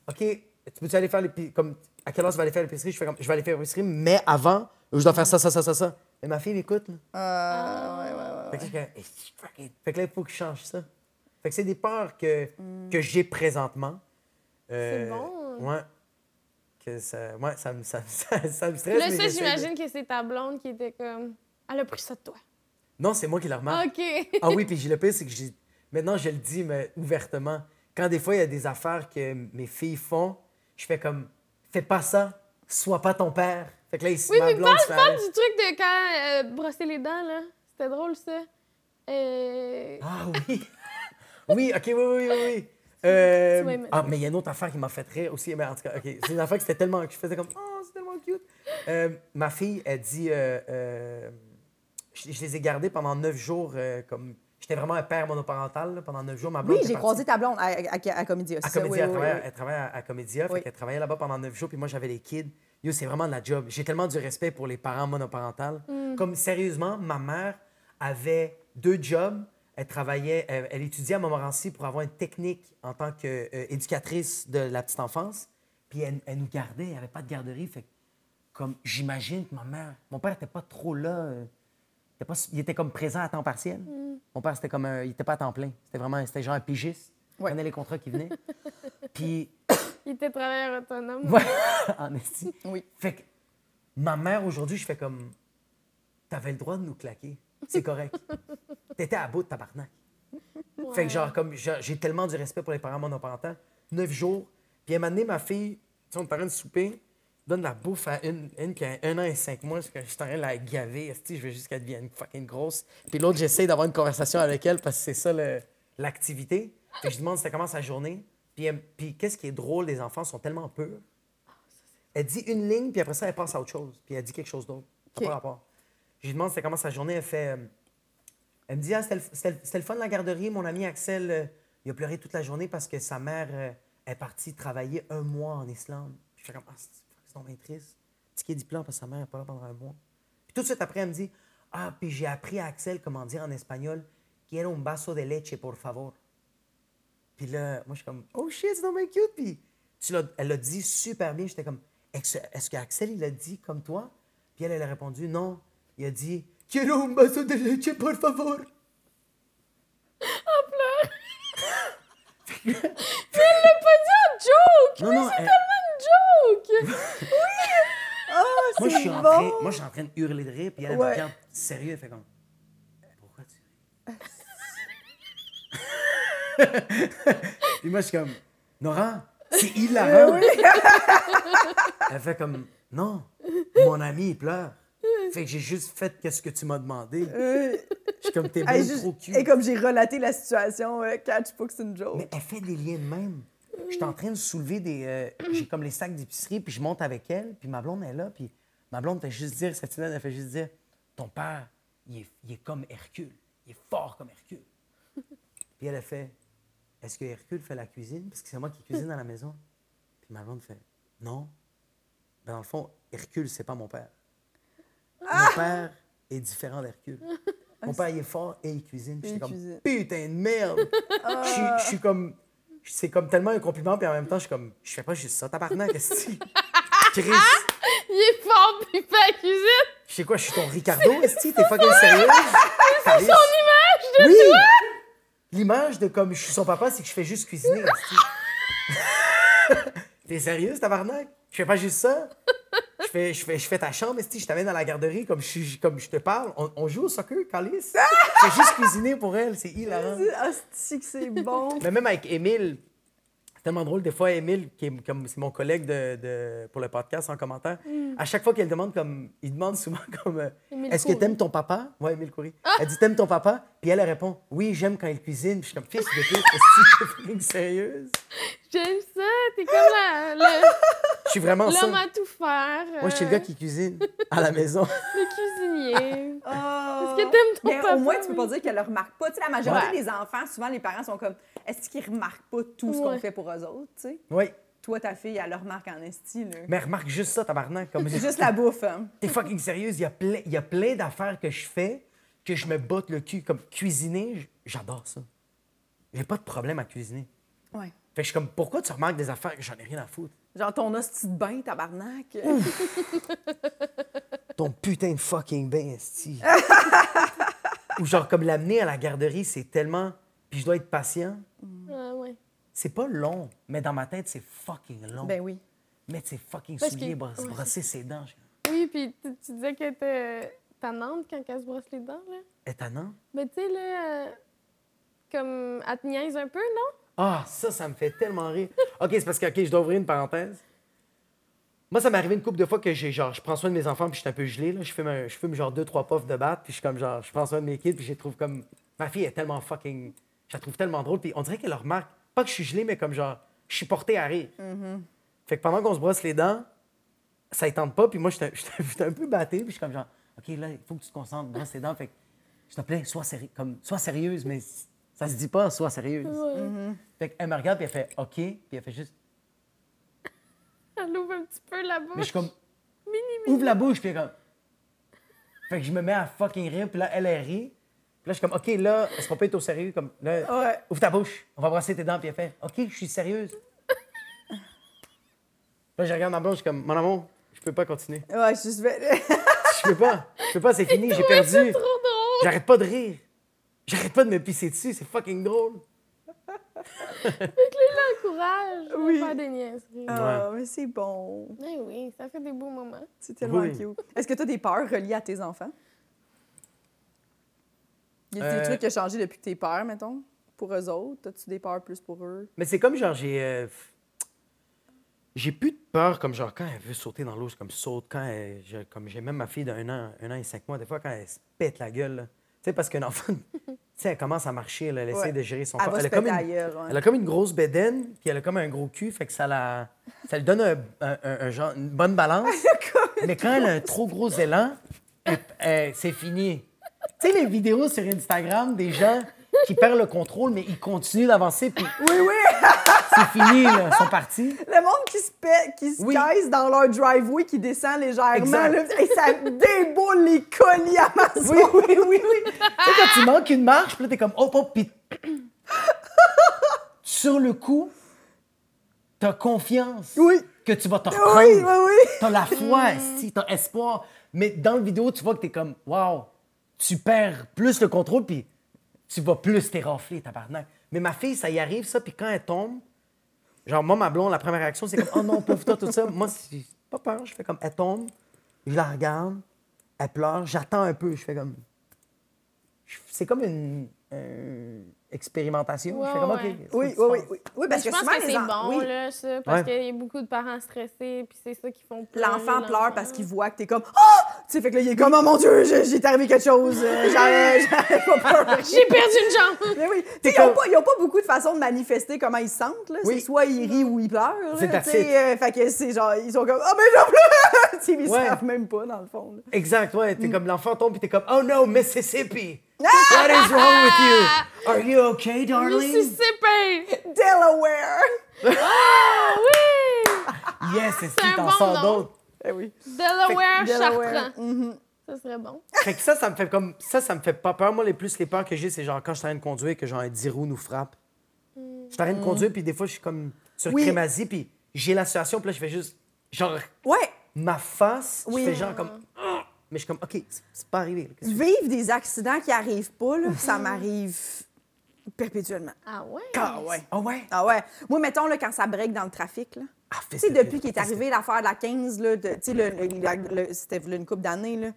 S4: OK, tu peux-tu aller faire l'épicerie? Comme, à quelle heure tu vas aller faire l'épicerie? Je fais comme Je vais aller faire l'épicerie, mais avant, je dois faire ça, ça, ça, ça, ça. Mais ma fille m'écoute. là.
S3: Ah
S4: Fait que je fais, Eh, fuck it. Fait que là, il faut que je change ça. Fait que c'est des peurs que, que j'ai présentement.
S3: Hmm.
S4: Euh,
S3: C'est bon.
S4: Ouais. Que ça, ouais, ça, me, ça, me- ça, ça me stresse.
S3: Là,
S4: mais
S3: ça,
S4: j'essaie de-
S3: j'imagine que c'est ta blonde qui était comme. Elle a pris ça de toi.
S4: Non, c'est moi qui le remarque.
S3: OK.
S4: Ah oui, puis j'ai- le pire, c'est que j'ai... maintenant, je le dis mais ouvertement. Quand des fois, il y a des affaires que mes filles font, je fais comme fais pas ça, sois pas ton père. Fait que là, ici,
S3: Oui,
S4: ma
S3: oui,
S4: blonde,
S3: parle,
S4: se fait
S3: parle
S4: aller.
S3: du truc de quand euh, brosser les dents, là. C'était drôle, ça. Euh,
S4: Ah oui. oui, ok, oui, oui, oui. oui. Euh,
S3: Tu vas aimer
S4: ah, mais il y a une autre affaire qui m'a fait rire aussi. Mais en tout cas, ok, c'est une affaire que c'était tellement. que Je faisais comme oh, c'est tellement cute. Euh, ma fille, elle dit euh, euh, je, je les ai gardés pendant neuf jours. euh, comme J'étais vraiment un père monoparental là, pendant neuf jours. Ma blonde
S2: Oui,
S4: était
S2: j'ai
S4: partie-
S2: croisé ta blonde à, à, à, à Comédia.
S4: À
S2: c'est ça,
S4: Comédia,
S2: oui,
S4: elle,
S2: oui,
S4: travaillait,
S2: oui.
S4: elle travaillait à Comédia, fait
S2: Oui.
S4: qu'elle travaillait là-bas pendant neuf jours, puis moi j'avais les kids. Yo, c'est vraiment de la job. J'ai tellement du respect pour les parents monoparentales.
S2: Mm.
S4: Comme sérieusement, ma mère avait deux jobs. Elle travaillait, euh, elle, elle étudiait à Montmorency pour avoir une technique en tant qu'éducatrice de la petite enfance. Puis elle, elle nous gardait, il n'y avait pas de garderie. Fait que, comme j'imagine que ma mère, mon père n'était pas trop là. euh, il était pas- il était comme présent à temps partiel.
S2: Mm.
S4: Mon père, c'était comme un- il était pas à temps plein. C'était vraiment, c'était genre un pigiste. Il
S2: Ouais.
S4: prenait les contrats qui venaient. Puis,
S3: il était travailleur autonome.
S4: ouais, en esti.
S2: Oui.
S4: Fait que ma mère, aujourd'hui, je fais comme, t'avais le droit de nous claquer. C'est correct. T'étais à bout de tabarnak. Fait que genre, comme, j'ai j'ai tellement du respect pour les parents monoparentaux. Neuf jours. Puis à un moment donné, ma fille, tu sais, on est en train de souper, donne la bouffe à une, une qui a un an et cinq mois, parce que je suis en train de la gaver, esti, je veux juste qu'elle devienne fucking grosse. Puis l'autre, j'essaie d'avoir une conversation avec elle, parce que c'est ça le- l'activité. Fait que je demande si ça commence sa journée. Puis, elle- puis qu'est-ce qui est drôle, les enfants sont tellement purs. Elle dit une ligne, puis après ça, elle passe à autre chose. Puis elle dit quelque chose d'autre. Ça n'a
S2: OK.
S4: pas rapport. Je lui demande c'était comment sa journée. Elle fait. euh, Elle me dit Ah, c'était le, c'était le- c'était le fun de la garderie. Mon ami Axel, euh, il a pleuré toute la journée parce que sa mère euh, est partie travailler un mois en Islande. Puis je fais comme Ah, c'est fuck, c'est donc bien triste. Petit qui est diplôme parce que sa mère n'est pas là pendant un mois. Puis tout de suite après, elle me dit Ah, puis j'ai appris à Axel comment dire en espagnol Quiero un vaso de leche, por favor. Puis là, moi, je suis comme, oh shit, c'est donc bien cute. Puis tu l'as- elle l'a dit super bien. J'étais comme, est-ce est-ce qu'Axel, il l'a dit comme toi? Puis elle, elle a répondu, non. Il a dit, quiero un vaso de leche, por favor.
S3: Mais elle l'a pas dit en joke!
S4: Non,
S3: Mais
S4: non,
S3: c'est
S4: elle-
S3: tellement une joke!
S2: Ah,
S4: Moi, je suis en
S2: bon.
S4: train, moi, je suis en train de hurler de rire, puis elle, elle
S2: Ouais.
S4: me regarde sérieux, elle fait comme. Pourquoi tu ris? puis moi, je suis comme. Nora, c'est hilarant. elle fait comme. Non, mon ami, il pleure. Fait que j'ai juste fait qu'est-ce que tu m'as demandé.
S2: Euh,
S4: Je suis comme, t'es
S2: hey,
S4: bien
S2: juste-
S4: trop cute.
S2: et comme j'ai relaté la situation, euh, catch pas que c'est une joke.
S4: Mais elle fait des liens de même. Je suis en train de soulever des. euh, J'ai comme les sacs d'épicerie, puis je monte avec elle, puis ma blonde est là, puis ma blonde fait juste dire, cette semaine, elle fait juste dire Ton père, il est, il est comme Hercule. Il est fort comme Hercule. puis elle a fait Est-ce que Hercule fait la cuisine Parce que c'est moi qui cuisine à la maison. Puis ma blonde fait Non. Ben, dans le fond, Hercule, c'est pas mon père.
S2: Ah!
S4: Mon père est différent d'Hercule. Mon père, il est fort et il cuisine. Puis
S2: Et
S4: j'étais
S2: il
S4: comme
S2: cuisine. Ah!
S4: Putain de merde je suis- je suis comme. C'est comme tellement un compliment, puis en même temps, je suis comme. Je fais pas juste ça, tabarnak, qu'est-ce que Chris,
S3: Il est fort, puis il fait la cuisine.
S4: je sais quoi, je suis ton Ricardo, est-ce que t'es fucking sérieux? C'est son image de oui! L'image de comme je suis son papa, c'est que je fais juste cuisiner, est-ce que- T'es sérieux, tabarnak? Je fais pas juste ça? Je fais, je fais, je fais ta chambre, est-ce que je t'amène à la garderie comme je, suis- comme je te parle. On, on joue au soccer, Calice. Je fais juste cuisiner pour elle, c'est hilarant.
S2: Hostie que c'est bon.
S4: Mais même avec Émile, c'est tellement drôle. Des fois, Émile, qui est, comme, c'est mon collègue de, de- pour le podcast en commentaire, à chaque fois qu'elle demande, comme, il demande souvent comme euh,
S3: Mm. Émile
S4: Est-ce que
S3: Coury. Ah!
S4: t'aimes ton papa Ouais, Émile Coury. Elle dit T'aimes ton papa Puis elle, elle répond Oui, j'aime quand il cuisine. Puis je suis comme Fils de pute, est-ce que tu es fucking sérieuse
S3: J'aime ça. T'es comme la- le-
S4: Ah! Je suis vraiment ça.
S3: l'homme
S4: Moi,
S3: à tout faire.
S4: je suis le
S3: euh,
S4: gars qui cuisine à la maison.
S3: Le cuisinier.
S2: Est-ce
S3: que t'aimes
S2: Ah.
S3: ton
S2: Mais
S3: papa,
S2: au moins, tu peux
S3: oui.
S2: pas dire qu'elle le remarque pas. Tu sais, la majorité
S3: Ouais.
S2: des enfants, souvent, les parents sont comme Est-ce qu'ils remarquent pas tout ce qu'on
S3: Ouais.
S2: fait pour eux autres, tu sais?
S4: oui.
S2: Toi, ta fille, elle le remarque en esti, là.
S4: Mais remarque juste ça, tabarnak. Comme
S2: Juste la bouffe, hein.
S4: T'es fucking sérieuse, il y a plein, il y a plein d'affaires que je fais que je me botte le cul. Comme cuisiner, j- j'adore ça. J'ai pas de problème à cuisiner.
S2: Ouais.
S4: Fait que je suis comme, pourquoi tu remarques des affaires que j'en ai rien à foutre?
S2: Genre ton hostie de bain, tabarnak.
S4: Ton putain de fucking bain, esti. Ou genre, comme l'amener à la garderie, c'est tellement. Puis je dois être patient.
S3: Ah, ouais.
S4: C'est pas long, mais dans ma tête, c'est fucking long.
S2: Ben oui.
S4: Mettre ses fucking
S3: Parce
S4: souliers,
S3: que-
S4: bros-
S3: ouais,
S4: brosser ses dents. je-
S3: Oui, puis tu, tu disais que t'es tannante quand elle se brosse les dents, là.
S4: Étonnant.
S3: Mais tu sais, là, euh, comme, elle te niaise un peu, non?
S4: Ah, ça, ça me fait tellement rire. OK, c'est parce que ok, je dois ouvrir une parenthèse. Moi, ça m'est arrivé une couple de fois que j'ai genre, je prends soin de mes enfants puis je suis un peu gelé. Là. Je, fume un- je fume genre deux, trois puffs de batte puis je suis comme genre, je prends soin de mes kids puis je les trouve comme. Ma fille est tellement fucking. Je la trouve tellement drôle puis on dirait qu'elle le remarque. Pas que je suis gelé, mais comme genre, je suis porté à rire. Fait que pendant qu'on se brosse les dents, ça ne tente pas. Puis moi, je suis un- je suis un- je suis un peu batté. Puis je suis comme genre, OK, là, il faut que tu te concentres, brosse tes dents. Fait que, s'il te plaît, sois, séri- comme, sois sérieuse, mais ça se dit pas, sois sérieuse.
S3: Ouais.
S4: Fait qu'elle me regarde, puis elle fait OK, puis elle fait juste.
S3: Elle ouvre un petit peu la bouche.
S4: Mais je suis comme,
S3: Mini, mini.
S4: ouvre la bouche, puis elle est comme. Fait que je me mets à fucking rire, puis là, elle, elle rit. Puis là, je suis comme, OK, là, est-ce qu'on peut être au sérieux? Comme,
S3: Oh.
S4: là,
S2: Ouais.
S4: ouvre ta bouche, on va brasser tes dents, puis elle fait OK, je suis sérieuse. là, je regarde ma blonde, je suis comme, mon amour, je peux pas continuer.
S2: Ouais, je suis.
S4: Je peux pas, je peux pas, c'est fini, j'ai perdu.
S3: Trop drôle!
S4: J'arrête pas de rire. J'arrête pas de me pisser dessus, c'est fucking drôle.
S3: Quel courage!
S2: Oui.
S3: Oui. Faire des niaiseries.
S2: Ah, mais c'est bon.
S3: Ben oui, ça fait des beaux moments.
S2: C'est tellement
S4: Oui.
S2: cute. Est-ce que tu as des peurs reliées à tes enfants? Y a
S4: Euh,
S2: des trucs qui ont changé depuis que t'es père, mettons? Pour eux autres? As-tu des peurs plus pour eux?
S4: Mais c'est comme genre, j'ai. euh, f- j'ai plus de peur, comme genre, quand elle veut sauter dans l'eau, je comme saute. Quand elle- je- comme j'ai même ma fille d'un an, un an et cinq mois, des fois, quand elle se pète la gueule, là, tu sais, parce qu'un enfant, tu sais, elle commence à marcher, là, elle essaie
S2: Ouais.
S4: de gérer son
S2: Elle
S4: corps.
S2: va se
S4: a comme
S2: péter
S4: une-
S2: ailleurs. hein. ouais.
S4: elle a comme une grosse bédaine, puis elle a comme un gros cul, fait que ça la. Ça lui donne un, un- un- un genre, une bonne balance. Mais quand elle a un trop gros élan, elle- elle- c'est fini. Tu sais, les vidéos sur Instagram des gens qui perdent le contrôle, mais ils continuent d'avancer, puis
S2: Oui, oui!
S4: c'est fini, là, ils sont partis.
S2: Le monde qui se, pète, qui se
S4: Oui.
S2: caisse dans leur driveway, qui descend légèrement,
S4: Exact.
S2: là, et ça déboule les colis à ma
S4: Oui, oui, oui, oui. tu sais, quand tu manques une marche, puis là, t'es comme, oh, oh, puis... Sur le coup, t'as confiance
S2: Oui.
S4: que tu vas te reprendre.
S2: Oui, oui, oui!
S4: T'as la foi, si, t'as espoir. Mais dans le vidéo, tu vois que t'es comme, wow, tu perds plus le contrôle, puis tu vas plus t'érafler, tabarnak. Mais ma fille, ça y arrive, ça, puis quand elle tombe, genre, moi, ma blonde, la première réaction, c'est comme, oh non, pauvre toi, tout ça. Moi, c'est pas peur, je fais comme, elle tombe. Je la regarde, elle pleure, j'attends un peu, je fais comme. je- C'est comme une euh, expérimentation. je
S3: Ouais,
S4: fais comme, OK.
S3: ouais.
S4: c'est
S2: Oui, oui,
S4: différent.
S2: oui, oui. Oui, parce
S3: je
S2: que
S3: pense
S2: souvent,
S3: que
S2: les
S3: c'est
S2: en-
S3: bon,
S2: oui,
S3: là, ça, parce
S4: Ouais.
S3: qu'il y a beaucoup de parents stressés, puis c'est ça qui font pleurer
S2: l'enfant pleure
S3: l'enfant.
S2: parce qu'il voit que t'es comme Ah! Tu sais, fait que là, il est comme Oh mon Dieu, j'ai j'ai arrivé quelque chose. euh, J'avais j'avais pas peur.
S3: J'ai perdu une jambe!
S2: Mais oui. Tu sais,
S4: comme-
S2: ils n'ont pas, beaucoup de façons de manifester comment ils se sentent. Là.
S4: Oui.
S2: C'est soit ils rient ou ils pleurent.
S4: C'est
S2: là, tu
S4: tacite.
S2: sais, euh, fait que c'est genre, ils sont comme, ah, mais j'en pleure! Tu sais, ils
S4: Ouais.
S2: savent même pas, dans le fond. là.
S4: Exact, ouais. T'es comme l'enfant tombe puis t'es comme Oh no, Mississippi! What is wrong with you? Are you okay, darling?
S3: Ah! Mississippi!
S2: Delaware!
S3: Ah oui!
S4: Yes, c'est
S3: Ah, C'est un
S4: t'en
S3: bon
S4: sors
S3: nom.
S4: d'autres.
S2: Eh oui.
S3: Delaware,
S2: Delaware. Mm-hmm.
S3: Chartrand. Ça serait bon.
S4: Fait que ça, ça me fait comme ça, ça me fait pas peur. Moi, les plus les peurs que j'ai, c'est genre quand je suis en train de conduire que genre un 10 roues nous frappe. Je suis en train
S3: Mm.
S4: de conduire puis des fois je suis comme sur
S2: Oui.
S4: Crémazie puis j'ai la situation puis là je fais juste genre
S2: Ouais,
S4: ma face,
S2: Oui.
S4: je fais genre comme Ah! mais je suis comme OK, c'est- c'est pas arrivé. là. Qu'est-ce que-
S2: vivre des accidents qui arrivent pas, là, ça m'arrive perpétuellement.
S3: Ah ouais?
S2: Ah ouais.
S4: Mm-hmm. Ah ouais.
S2: Ah ouais. Moi, mettons, là, quand ça break dans le trafic, là.
S4: Ah,
S2: Tu
S4: fils
S2: sais,
S4: de
S2: depuis
S4: pute.
S2: qu'il est arrivé l'affaire de la 15, là, de- tu sais, le- le- la- le- c'était v'là une couple d'années, là.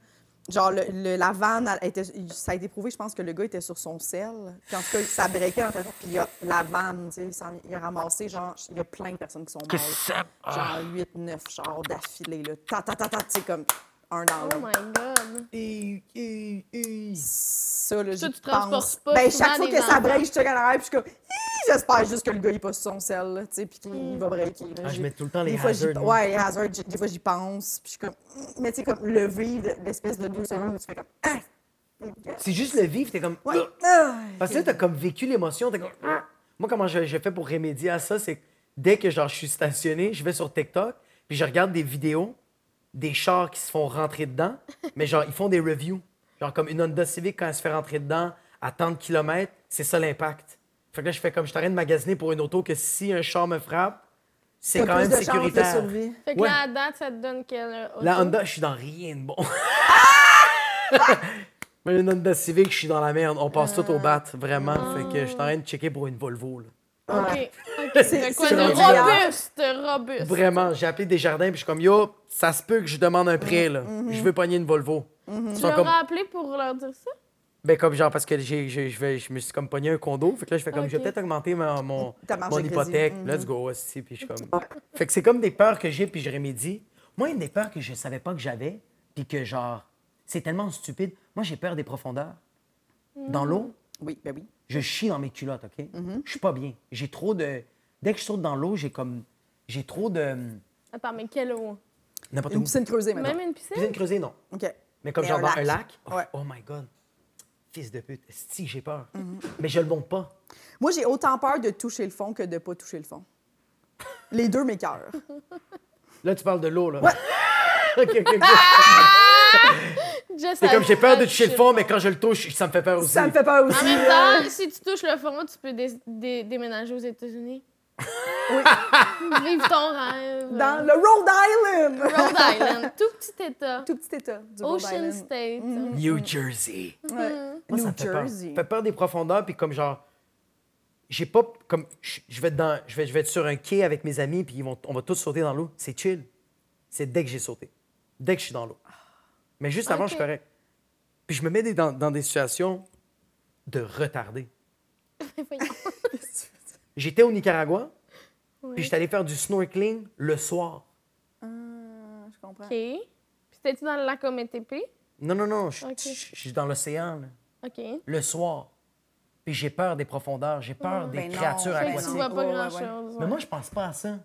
S2: Genre, le- le- la vanne, elle était, ça a été prouvé, je pense, que le gars était sur son sel. Puis en tout cas, ça breakait dans le trafic, puis il a- la vanne, tu sais, il s'en- il a ramassé, genre, il y a plein de personnes qui sont mortes. Genre 8, 9 chars d'affilée, là. Ta, ta, ta, ta, tu sais, comme un dans
S3: Oh
S2: l'autre.
S3: my god.
S4: Hi, hi, hi.
S2: Ça, là,
S3: Ça,
S2: j'y
S3: tu transportes
S2: pense.
S3: pas
S2: Ben,
S3: souvent
S2: chaque fois
S3: des
S2: que ça
S3: enfants.
S2: break, je check à l'arrière, puis je suis comme... Hi, J'espère juste que le gars, il passe sur son sel, là, tu sais, puis qu'il
S3: Mm.
S2: va breaker. là.
S4: Ah, je
S2: J'ai-
S4: mets tout le temps les
S2: des fois, j'y-
S4: hazards. moi.
S2: ouais, les hazards, j- des fois, j'y pense. Puis je suis comme. Mm, Mais tu sais, comme le vide, l'espèce de deux secondes, où tu fais comme. Ah!
S4: C'est juste le vivre, t'es comme
S2: Ouais.
S4: Ah!
S2: Ah!
S4: Parce que là, t'as comme vécu l'émotion, t'es comme. Ah! Moi, comment je, je fais pour remédier à ça, c'est que dès que genre, je suis stationné, je vais sur TikTok, puis je regarde des vidéos des chars qui se font rentrer dedans, mais genre, ils font des reviews. Genre, comme une Honda Civic, quand elle se fait rentrer dedans à tant de kilomètres, c'est ça l'impact. Fait que là, je fais comme je t'arrête de magasiner pour une auto que si un char me frappe, c'est
S2: T'as
S4: quand
S2: plus
S4: même
S2: de chances de
S4: sécuritaire.
S2: survie.
S3: Fait que
S4: Ouais.
S3: là, à date, ça te donne quelle auto?
S4: La Honda, je suis dans rien de bon. Mais une Honda Civic, je suis dans la merde. On passe tout au bat, vraiment. Fait que je suis en train de checker pour une Volvo. là.
S3: OK. OK.
S2: C'est-
S3: De quoi?
S2: Ah, c'est
S3: De
S2: l'idéal.
S3: robuste, robuste.
S4: Vraiment, j'ai appelé Desjardins, puis je suis comme, yo, ça se peut que je demande un prêt, là. Je veux pogner une Volvo. Ils
S3: Tu
S4: sont
S3: leur
S4: comme,
S3: as appelé pour leur dire ça?
S4: ben, comme genre, parce que j'ai, j'ai- je vais- je me suis comme pogné un condo. Fait que là, je fais comme, je vais
S3: Ok.
S4: peut-être augmenter ma- mon,
S2: Ta marge
S4: mon
S2: de crédit. Mm-hmm.
S4: hypothèque. Let's go, aussi. Puis je suis comme. Fait que c'est comme des peurs que j'ai, puis je remédie. Moi, une des peurs que je savais pas que j'avais, puis que genre, c'est tellement stupide. Moi, j'ai peur des profondeurs.
S2: Mm.
S4: Dans l'eau,
S2: Oui, ben oui.
S4: je chie dans mes culottes, OK?
S2: Mm-hmm.
S4: Je suis pas bien. J'ai trop de. Dès que je saute dans l'eau, j'ai comme. J'ai trop de.
S3: Attends, mais quelle eau?
S4: N'importe
S2: Une
S4: où.
S2: piscine creusée, maintenant.
S3: Même une piscine?
S4: Piscine creusée, non.
S2: OK.
S4: Mais comme
S2: Mais
S4: genre
S2: un
S4: dans
S2: lac.
S4: un lac, oh,
S2: Ouais.
S4: oh my God, fils de pute, si j'ai peur.
S2: Mm-hmm.
S4: Mais je le monte pas.
S2: Moi, j'ai autant peur de toucher le fond que de pas toucher le fond. Les deux m'écœurent.
S4: Là, tu parles de l'eau, là. OK, OK, OK.
S2: Ah,
S3: Just
S4: C'est
S3: à-
S4: comme j'ai peur de
S3: à
S4: toucher le fond, mais quand je le touche, ça me fait peur aussi.
S2: Ça me fait peur aussi.
S3: En même temps, si tu touches le fond, tu peux dé- dé- déménager aux États-Unis. Oui. Vive ton rêve.
S2: Dans le Rhode Island!
S3: Rhode Island, tout petit état.
S2: Tout petit état du Rhode
S3: Ocean
S2: Island.
S3: State.
S4: New Jersey.
S2: Ouais.
S4: Moi, ça
S2: New
S4: me fait
S2: Jersey.
S4: peur.
S2: hein,
S4: Ça me fait peur des profondeurs, puis comme genre, j'ai pas, comme, je je vais, être dans, je vais, je vais être sur un quai avec mes amis, puis ils vont, on va tous sauter dans l'eau. C'est chill. C'est dès que j'ai sauté. Dès que je suis dans l'eau. Mais juste avant, je suis
S3: Ok.
S4: correct. Puis je me mets des- dans, dans des situations de retardé.
S3: Voyons.
S2: Ah.
S4: J'étais au Nicaragua,
S3: Ouais.
S4: puis j'étais allé faire du snorkeling le soir.
S2: Ah, je comprends.
S3: OK. Puis t'étais dans le lac OMTP.
S4: Non, non, non, je
S3: Ok.
S4: je- je suis dans l'océan, là,
S3: OK.
S4: le soir. Puis j'ai peur des profondeurs, j'ai peur des
S2: Ben non,
S4: créatures
S2: ben
S3: Fait que
S4: aquatiques.
S3: tu
S2: ouais.
S3: vois pas
S2: Ouais, ouais,
S3: grand-chose.
S4: Mais moi, je pense pas à ça.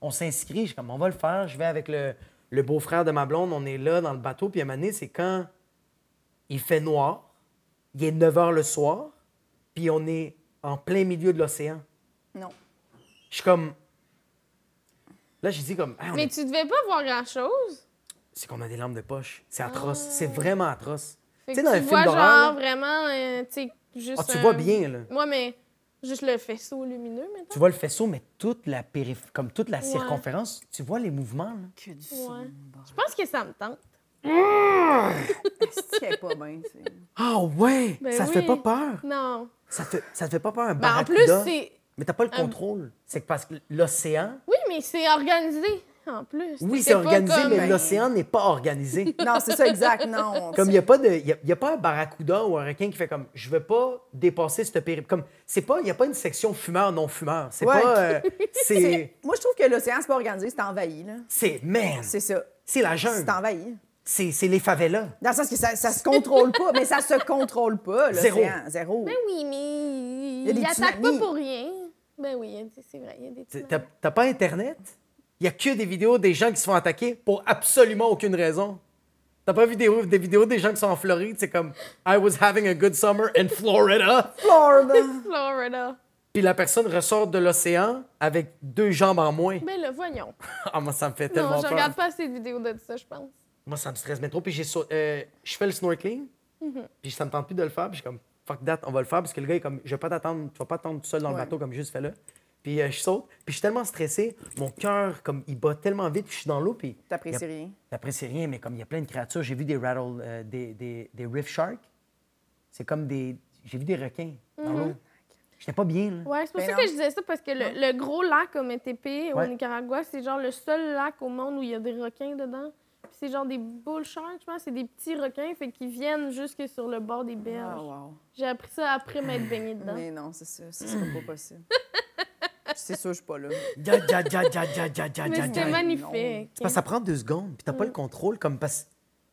S4: On s'inscrit, je suis comme, on va le faire. Je vais avec le, le beau-frère de ma blonde, on est là dans le bateau. Puis à un moment donné, c'est quand il fait noir, il est 9 h le soir, puis on est en plein milieu de l'océan.
S2: Non.
S4: Je suis comme. Là, j'ai dit comme. Hey, on
S3: Mais
S4: est-
S3: tu devais pas voir grand-chose.
S4: C'est qu'on a des lampes de poche. C'est atroce. C'est vraiment atroce.
S3: Ah. Fait
S4: Tu
S3: que
S4: sais, dans
S3: tu
S4: un film
S3: vois
S4: d'horreur.
S3: genre
S4: là,
S3: vraiment, euh, tu sais, juste...
S4: ah, tu
S3: un-
S4: vois bien, là.
S3: Moi, mais juste le faisceau lumineux, maintenant.
S4: Tu vois le faisceau, mais toute la périph... comme toute la circonférence, tu vois les mouvements. là.
S2: Que du
S3: Ouais. Je pense que ça me tente.
S2: Est-ce qu'elle est pas bien, tu sais?
S4: Ah ouais!
S3: Ben
S4: ça te
S3: oui.
S4: fait pas peur!
S3: Non.
S4: Ça te, ça te fait pas peur un
S3: Ben, en
S4: barracuda?
S3: plus, c'est...
S4: Mais t'as pas le contrôle. C'est que parce que l'océan,
S3: Oui, mais c'est organisé. en plus.
S4: Oui, c'est
S3: pas
S4: organisé,
S3: comme-
S4: mais l'océan n'est pas organisé.
S2: Non, c'est ça, exact, non.
S4: Comme il n'y a pas de, il y a- il y a pas un barracuda ou un requin qui fait comme, je veux pas dépasser ce périple. Comme, c'est pas, il n'y a pas une section fumeur non fumeur. C'est
S2: Ouais.
S4: pas, euh, c'est,
S2: Moi, je trouve que l'océan, c'est pas organisé, c'est envahi, là.
S4: c'est man,
S2: C'est ça.
S4: c'est la jungle,
S2: C'est envahi.
S4: c'est, c'est les favelas.
S2: Dans le sens que ça, ça se contrôle pas, mais ça se contrôle pas, l'océan.
S4: Zéro.
S2: Zéro.
S3: Ben oui, mais
S2: Il y a
S3: il,
S2: des
S3: attaque pas
S2: tsunamis.
S3: pour rien. Ben oui, il y a- c'est vrai, il y a des
S4: T'sais,
S3: tsunamis.
S4: T'as t'as pas Internet? Il n'y a que des vidéos des gens qui se font attaquer pour absolument aucune raison. T'as pas vidéo, des vidéos des gens qui sont en Floride, c'est comme I was having a good summer in Florida.
S2: Florida.
S3: Florida.
S4: Puis la personne ressort de l'océan avec deux jambes en moins.
S3: Ben le voyons.
S4: Ah, moi, ça me fait tellement
S3: Non, je
S4: peur.
S3: regarde pas assez de vidéos de ça, je pense.
S4: Moi, ça me stresse mais trop. Puis j'ai sau- euh, je fais le snorkeling,
S2: Mhm.
S4: puis ça me tente plus de le faire. Puis je suis comme, fuck that, on va le faire. Parce que le gars est comme, je vais pas t'attendre, tu vas pas t'attendre tout seul dans le
S2: Ouais.
S4: bateau comme juste fais-le. Puis euh, je saute, puis je suis tellement stressé, mon cœur, comme, il bat tellement vite, puis je suis dans l'eau, puis.
S2: T'apprécies
S4: il y a-
S2: rien.
S4: J'apprécie rien, mais comme il y a plein de créatures, j'ai vu des rattle, euh, des, des, des reef sharks. C'est comme des. J'ai vu des requins dans
S2: Mhm.
S4: l'eau. J'étais pas bien, là.
S3: Ouais, c'est pour
S2: Ben
S3: ça
S2: non.
S3: que je disais ça, parce que le, le gros lac au MTP, au
S4: Ouais.
S3: Nicaragua, c'est genre le seul lac au monde où il y a des requins dedans. Puis c'est genre des bull sharks, je pense, c'est des petits requins, fait qu'ils viennent jusque sur le bord des berges.
S2: Ah, wow.
S3: J'ai appris ça après m'être baignée dedans.
S2: Mais non, c'est ça. Ça serait pas possible. c'est sûr, je suis pas là.
S4: Ja, ja, ja, ja, ja, ja, ja,
S3: Mais
S4: ja,
S3: c'était
S4: ja.
S3: magnifique.
S4: C'est parce que ça prend deux secondes, puis t'as
S2: Mm.
S4: pas le contrôle, comme parce,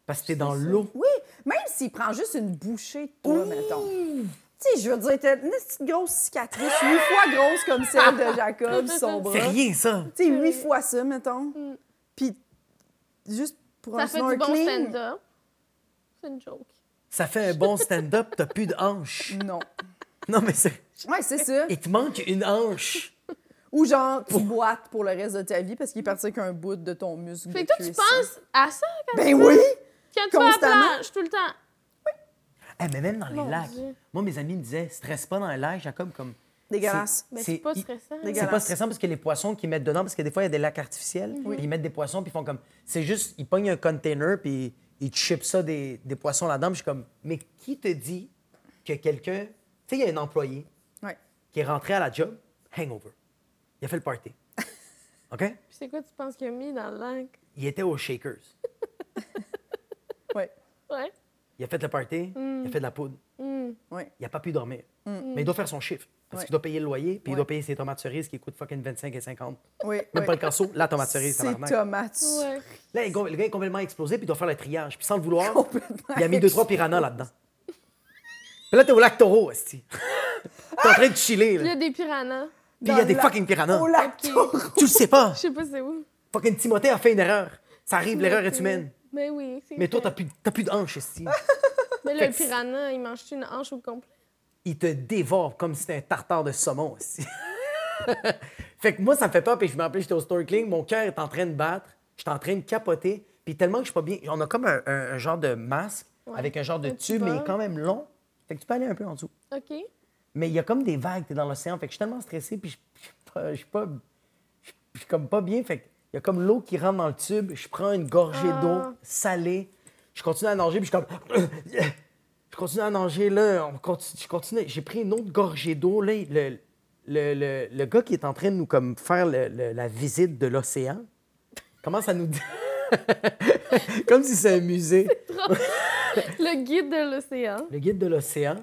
S4: parce que t'es dans l'eau.
S2: Oui, même s'il prend juste une bouchée de toi, mettons. Tu sais, je veux dire, t'as une petite grosse cicatrice, huit fois grosse comme celle de Jacob, sur son bras.
S4: C'est
S2: Tu
S4: rien, ça!
S2: sais, huit fois ça, mettons. Puis juste pour un
S3: Mm. Ça fait du bon
S2: snorkeling,
S3: stand-up. C'est une joke.
S4: Ça fait un bon stand-up, t'as plus de hanche.
S2: Non.
S4: Non, mais c'est...
S2: Ouais, c'est ça.
S4: Il te manque une hanche.
S2: Ou genre, tu boites pour le reste de ta vie parce qu'il est parti qu'un bout de ton muscle. de
S3: Fait que toi, tu
S2: cuisson.
S3: penses à ça quand,
S2: Ben oui!
S3: quand tu vas à la
S2: constamment.
S3: plage, tout le temps.
S4: Eh, mais même dans les
S3: Mon
S4: lacs.
S3: Dieu.
S4: Moi, mes amis me disaient, stresse pas dans les lacs, Jacob, comme...
S2: Dégueulasse.
S3: Ben, c'est pas
S4: i-
S3: stressant.
S4: C'est pas
S2: Dégueulasse.
S4: stressant parce que les poissons qu'ils mettent dedans, parce que des fois, il y a des lacs artificiels, puis ils mettent des poissons, puis ils font comme. C'est juste, ils pognent un container, puis ils te chipent ça des, des poissons là-dedans. Puis je suis comme, mais qui te dit que quelqu'un. Tu sais, il y a un employé
S2: Ouais.
S4: qui est rentré à la job, hangover. Il a fait le party. OK?
S3: Puis c'est quoi tu penses qu'il a mis dans le lac?
S4: Il était au Shakers.
S2: Ouais.
S3: Ouais.
S4: Il a fait le party, il a fait de la poudre.
S2: Ouais.
S4: il n'a pas pu dormir. Mais il doit faire son chiffre.
S2: Mm.
S4: Parce
S2: Ouais.
S4: qu'il doit payer le loyer, puis il
S2: Ouais.
S4: doit payer ses tomates cerises qui coûtent fucking 25 et 50.
S2: Oui.
S4: Même
S2: oui.
S4: pas le canceau, la tomate cerise,
S2: C'est
S4: tabarnak.
S2: tomate.
S3: Ouais.
S4: Là, il- le gars est complètement explosé, puis il doit faire le triage. Puis sans le vouloir,
S2: Complètement
S4: il a mis deux, trois piranhas là-dedans. Puis là, t'es au lac Taureau, esti. T'es en train de chiller,
S3: Il y a
S4: là.
S3: des piranhas.
S4: Puis il y a
S2: Dans
S4: des
S2: la-
S4: fucking piranhas.
S2: Au lac
S3: Ok.
S2: Taureau.
S4: Tu le sais pas.
S3: Je sais pas c'est où.
S4: Fucking Timothée a fait une erreur. Ça arrive, l'erreur est humaine.
S3: Ben oui. c'est
S4: Mais toi, t'as
S3: vrai.
S4: plus, t'as plus de hanche, esti.
S3: Mais
S4: Fait
S3: là, le
S4: que c'est-
S3: piranha, il mange une hanche au complet.
S4: Il te dévore comme si c'était un tartare de saumon, esti. fait que moi, ça me fait peur, puis je me rappelle, j'étais au snorkeling, mon cœur est en train de battre, j'étais en train de capoter, puis tellement que je suis pas bien. On a comme un, un- un genre de masque avec un genre de
S3: Un petit
S4: tube, mais il est
S3: bol.
S4: quand même long. Fait que tu peux aller un peu en dessous.
S3: OK?
S4: Mais il y a comme des vagues, t'es dans l'océan. Fait que je suis tellement stressé, puis je je suis pas- je suis pas. Je je suis comme pas bien. Fait que il y a comme l'eau qui rentre dans le tube. Je prends une gorgée
S3: Ah.
S4: d'eau salée. Je continue à nager, puis je suis comme. Je continue à nager, là. On continue, je continue. J'ai pris une autre gorgée d'eau. Là, le, le, le, le gars qui est en train de nous comme, faire le- le- la visite de l'océan commence à nous dire. comme si c'est un musée.
S3: Le guide de l'océan.
S4: Le guide de l'océan,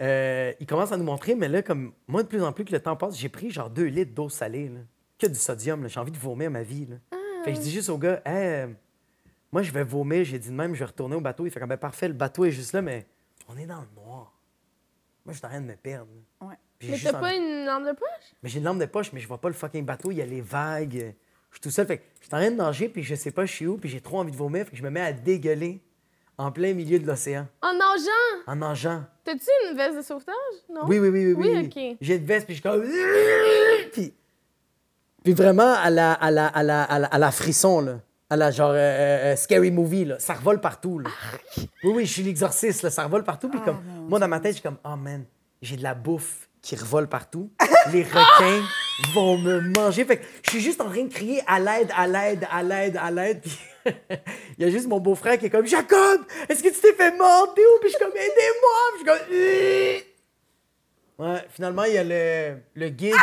S4: euh, il commence à nous montrer, mais là, comme moi, de plus en plus que le temps passe, j'ai pris genre 2 litres d'eau salée. là. Que du sodium, là. j'ai envie de vomir ma vie. Là.
S3: Ah,
S4: Fait que je dis juste au gars, Hey, euh, moi, je vais vomir. J'ai dit de même, je vais retourner au bateau. Il fait comme, ben parfait, le bateau est juste là, mais on est dans le noir. Moi, je suis en train de me perdre. là.
S2: Ouais.
S4: Puis j'ai
S3: Mais
S4: juste
S3: t'as
S4: envie-
S3: pas une lampe de poche?
S4: mais j'ai une lampe de poche, mais je vois pas le fucking bateau, il y a les vagues. Je suis tout seul. Fait que je suis en train de nager, puis je sais pas, je suis où, puis j'ai trop envie de vomir. Fait que je me mets à dégueuler en plein milieu de l'océan,
S3: En nageant!
S4: en nageant.
S3: Oh T'as-tu une veste de sauvetage? Non?
S4: Oui, oui, oui, oui.
S3: Oui,
S4: oui,
S3: ok.
S4: J'ai une veste, puis je suis comme. Puis, puis vraiment, à la, à, la, à, la, à, la, à la frisson, là. À la genre euh, euh, euh, scary movie, là. Ça revole partout, là. Oui, oui, je suis l'exorciste, là. Ça revole partout.
S3: Ah,
S4: Puis, comme, moi, dans ma tête, je suis comme, oh man, j'ai de la bouffe qui revole partout. Les requins vont me manger. Fait que je suis juste en train de crier à l'aide, à l'aide, à l'aide, à l'aide. Puis, il y a juste mon beau-frère qui est comme, Jacob, est-ce que tu t'es fait mordre? T'es où? Puis, je suis comme, aidez-moi! Puis, je suis comme, Ouais, finalement, il y a le, le guide.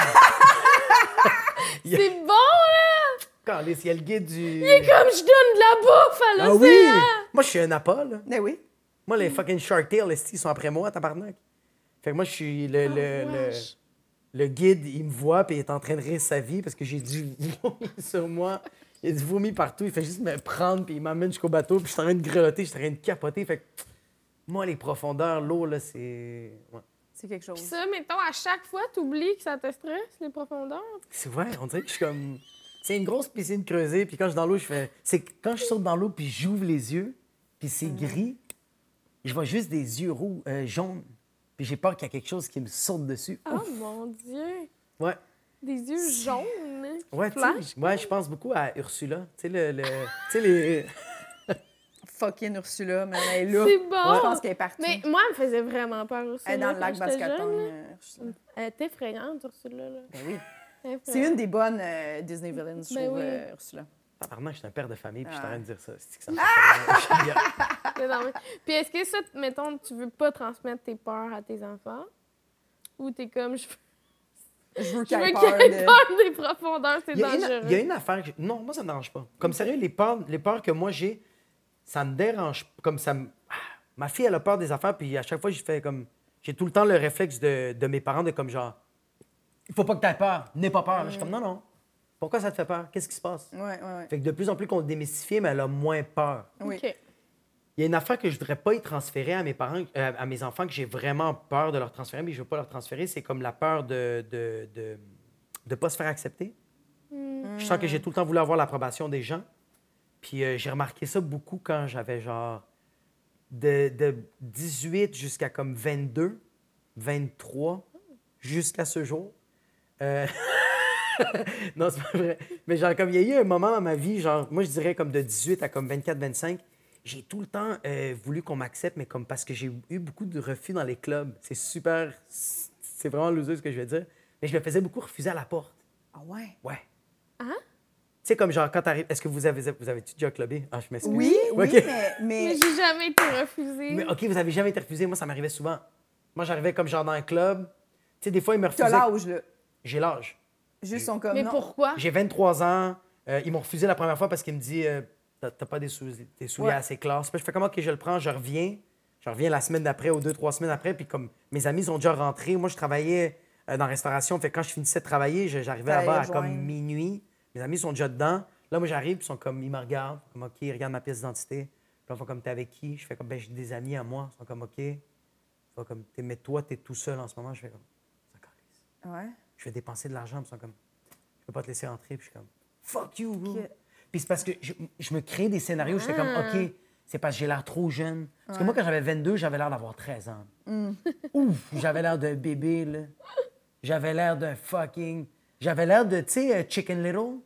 S3: C'est bon, là!
S4: Calisse, il y a le guide du.
S3: Comme je donne de la bouffe à
S4: Ah
S3: l'océan!
S4: oui! Moi, je suis un appât, là.
S2: Ben oui.
S4: Moi, les fucking Shark Tale, esti, ils sont après moi, tabarnak. Fait que moi, je suis le, le,
S3: Ah,
S4: le-
S3: wesh.
S4: le guide, il me voit, puis il est en train de rire sa vie parce que j'ai du vomi sur moi. Il y a du vomi partout. Il fait juste me prendre, puis il m'amène jusqu'au bateau, puis je suis en train de grelotter, je suis en train de capoter. Fait que moi, les profondeurs, l'eau, là, c'est. Ouais.
S2: C'est quelque
S3: Pis
S2: chose.
S3: ça, mettons, à chaque fois, t'oublies que ça te stresse, les profondeurs.
S4: C'est vrai, on dirait que je suis comme. C'est une grosse piscine creusée, puis quand je suis dans l'eau, je fais. C'est que quand je saute dans l'eau, puis j'ouvre les yeux, puis c'est gris, je vois juste des yeux roux, euh, jaunes, puis j'ai peur qu'il y a quelque chose qui me saute dessus.
S3: Oh mon Dieu!
S4: Ouais.
S3: Des yeux jaunes!
S4: Ouais, tu sais,
S3: Flash?
S4: j- ouais, je pense beaucoup à Ursula. Tu sais, le, le- tu sais, les...
S2: Fucking Ursula, mais elle est là.
S3: C'est bon!
S2: Je pense qu'elle est partie.
S3: Mais moi, elle me faisait vraiment peur, Ursula.
S2: elle est dans le lac
S3: quand j'étais
S2: Bascaton.
S3: jeune, là.
S2: euh, Ursula.
S3: Elle était effrayante, Ursula. Là.
S2: Ben oui.
S3: Elle est
S2: C'est une des bonnes euh, Disney villains, je
S3: Ben
S2: trouve,
S3: oui.
S2: euh, Ursula.
S4: Apparemment, je suis un père de famille, puis je suis en
S2: Ah.
S4: train de dire ça. C'est que ça me fait vraiment-
S3: effrayante. Puis est-ce que ça, mettons, tu veux pas transmettre tes peurs à tes enfants? Ou t'es comme, je veux,
S2: Je veux
S3: je
S2: qu'elle
S3: veux
S2: ait
S3: qu'il
S2: peur
S3: y ait
S2: de-
S3: peur des profondeurs, c'est
S4: Il y, a une,
S3: dangereux.
S4: il y a une affaire que... Non, moi, ça me dérange pas. Comme sérieux, les peurs, les peurs que moi, j'ai, ça me dérange... Comme ça me... Ah, Ma fille, elle a peur des affaires, puis à chaque fois, je fais comme... J'ai tout le temps le réflexe de, de mes parents de comme genre... Il faut pas que t'aies peur. N'aie pas peur. Je suis comme, non, non. Pourquoi ça te fait peur? Qu'est-ce qui se passe?
S2: Ouais, ouais, ouais.
S4: Fait que de plus en plus qu'on le démystifie, mais elle a moins peur.
S2: Oui.
S3: OK.
S4: Il y a une affaire que je voudrais pas y transférer à mes parents, euh, à mes enfants, que j'ai vraiment peur de leur transférer, mais je veux pas leur transférer. C'est comme la peur de de, de, de pas se faire accepter. Je sens que j'ai tout le temps voulu avoir l'approbation des gens. Puis euh, j'ai remarqué ça beaucoup quand j'avais genre de, de 18 jusqu'à comme 22, 23, jusqu'à ce jour. Euh, non, c'est pas vrai. Mais genre, comme il y a eu un moment dans ma vie, genre, moi, je dirais comme de 18 à comme 24, 25, j'ai tout le temps euh, voulu qu'on m'accepte, mais comme parce que j'ai eu beaucoup de refus dans les clubs. C'est super. C'est vraiment loser ce que je vais dire. Mais je me faisais beaucoup refuser à la porte.
S2: Ah ouais?
S4: Ouais.
S3: Hein?
S4: Tu sais, comme genre, quand t'arrives. Est-ce que vous avez. Vous avez-tu déjà clubé? Ah, je m'excuse.
S2: Oui, oui,
S4: OK.
S2: mais, mais
S3: Mais j'ai jamais été refusée.
S4: Mais euh, OK, vous avez jamais été refusé. Moi, ça m'arrivait souvent. Moi, j'arrivais comme genre dans un club. Tu sais, des fois, ils me
S2: t'as
S4: refusaient.
S2: l'âge, là.
S4: J'ai l'âge.
S2: Juste son comme
S3: Mais
S2: non.
S3: pourquoi?
S4: J'ai 23 ans. Euh, ils m'ont refusé la première fois parce qu'ils me disent euh, T'as t'as pas des, sou- des souliers
S2: Ouais.
S4: assez classe. Puis je fais comment que je le prends, je reviens. Je reviens la semaine d'après ou deux, trois semaines après. Puis comme mes amis sont déjà rentrés, moi, je travaillais euh, dans la restauration. Fait que quand je finissais de travailler, je- j'arrivais
S2: T'allais
S4: là-bas à
S2: les
S4: comme
S2: rejoindre.
S4: minuit. Mes amis sont déjà dedans. Là, moi, j'arrive, puis ils sont comme Ils me regardent. Comme OK, ils regardent ma pièce d'identité. Puis là, ils font comme T'es avec qui Je fais comme Ben, j'ai des amis à moi. Ils sont comme OK. Ils font comme T'es- Mais toi, t'es tout seul en ce moment. Je fais comme Ça calisse
S2: Ouais.
S4: je vais dépenser de l'argent. Puis ils sont comme, je peux pas te laisser rentrer. Puis je suis comme, fuck you, bro. Puis c'est parce que je, je me crée des scénarios. où Je fais comme,
S2: Ah.
S4: OK, c'est parce que j'ai l'air trop jeune. Parce que moi, quand j'avais 22, j'avais l'air d'avoir 13 ans.
S2: Hmm.
S4: Ouf, j'avais l'air d'un bébé, là. J'avais l'air d'un fucking. J'avais l'air de, tu sais, euh, Chicken Little.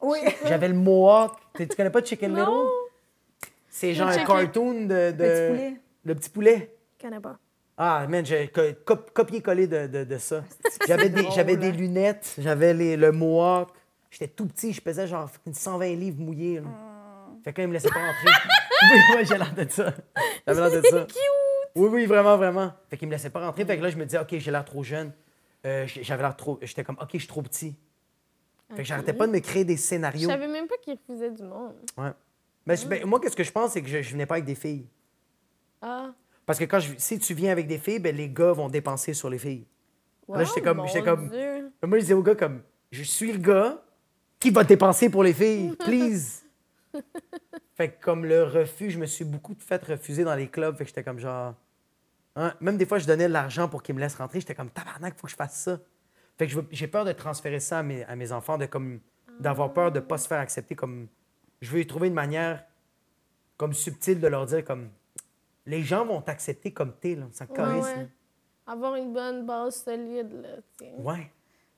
S2: Oui.
S4: J'avais le mohawk. Tu tu connais pas Chicken
S3: Non.
S4: Little? C'est genre un
S3: Chicken-
S4: cartoon de, de-
S2: Petit poulet.
S4: Le petit poulet.
S3: Je connais pas.
S4: Ah, man, j'ai co- cop- copié-collé de, de- de ça. J'avais des, j'avais des lunettes, j'avais les- le mohawk. J'étais tout petit, je pesais genre fucking 120 livres mouillés. là. Fait que là, ils me laissaient pas rentrer. oui, oui, j'ai l'air de ça. J'avais l'air de ça. Oui, oui, vraiment, vraiment. Fait qu'ils me laissaient pas rentrer. Fait que là, je me disais, OK, j'ai l'air trop jeune. Euh, j'- j'avais l'air trop... J'étais comme, OK, je suis trop petit. Fait que j'arrêtais pas de me créer des
S3: Je
S4: scénarios.
S3: savais même pas qu'ils refusaient du monde.
S4: Ouais. Mais je- ben, moi, qu'est-ce que je pense, c'est que je, je venais pas avec des filles.
S3: Ah.
S4: Parce que quand je- si tu viens avec des filles, ben, les gars vont dépenser sur les filles. Là, j'étais
S3: Oh,
S4: comme,
S3: mon
S4: j'étais comme,
S3: Dieu.
S4: Moi, je disais au gars comme, je suis le gars qui va dépenser pour les filles, please. fait que comme le refus, je me suis beaucoup fait refuser dans les clubs. Fait que j'étais comme genre... hein, Même des fois, je donnais de l'argent pour qu'ils me laissent rentrer. J'étais comme, tabarnak, faut que je fasse ça. Fait que je veux- j'ai peur de transférer ça à mes, à mes enfants, de comme d'avoir peur de pas se faire accepter. comme Je veux y trouver une manière comme subtile de leur dire comme... Les gens vont t'accepter comme t'es, là. Ça
S3: Ouais,
S4: calisse,
S3: ouais. Avoir une bonne base solide, là, tu sais.
S4: là. Ouais.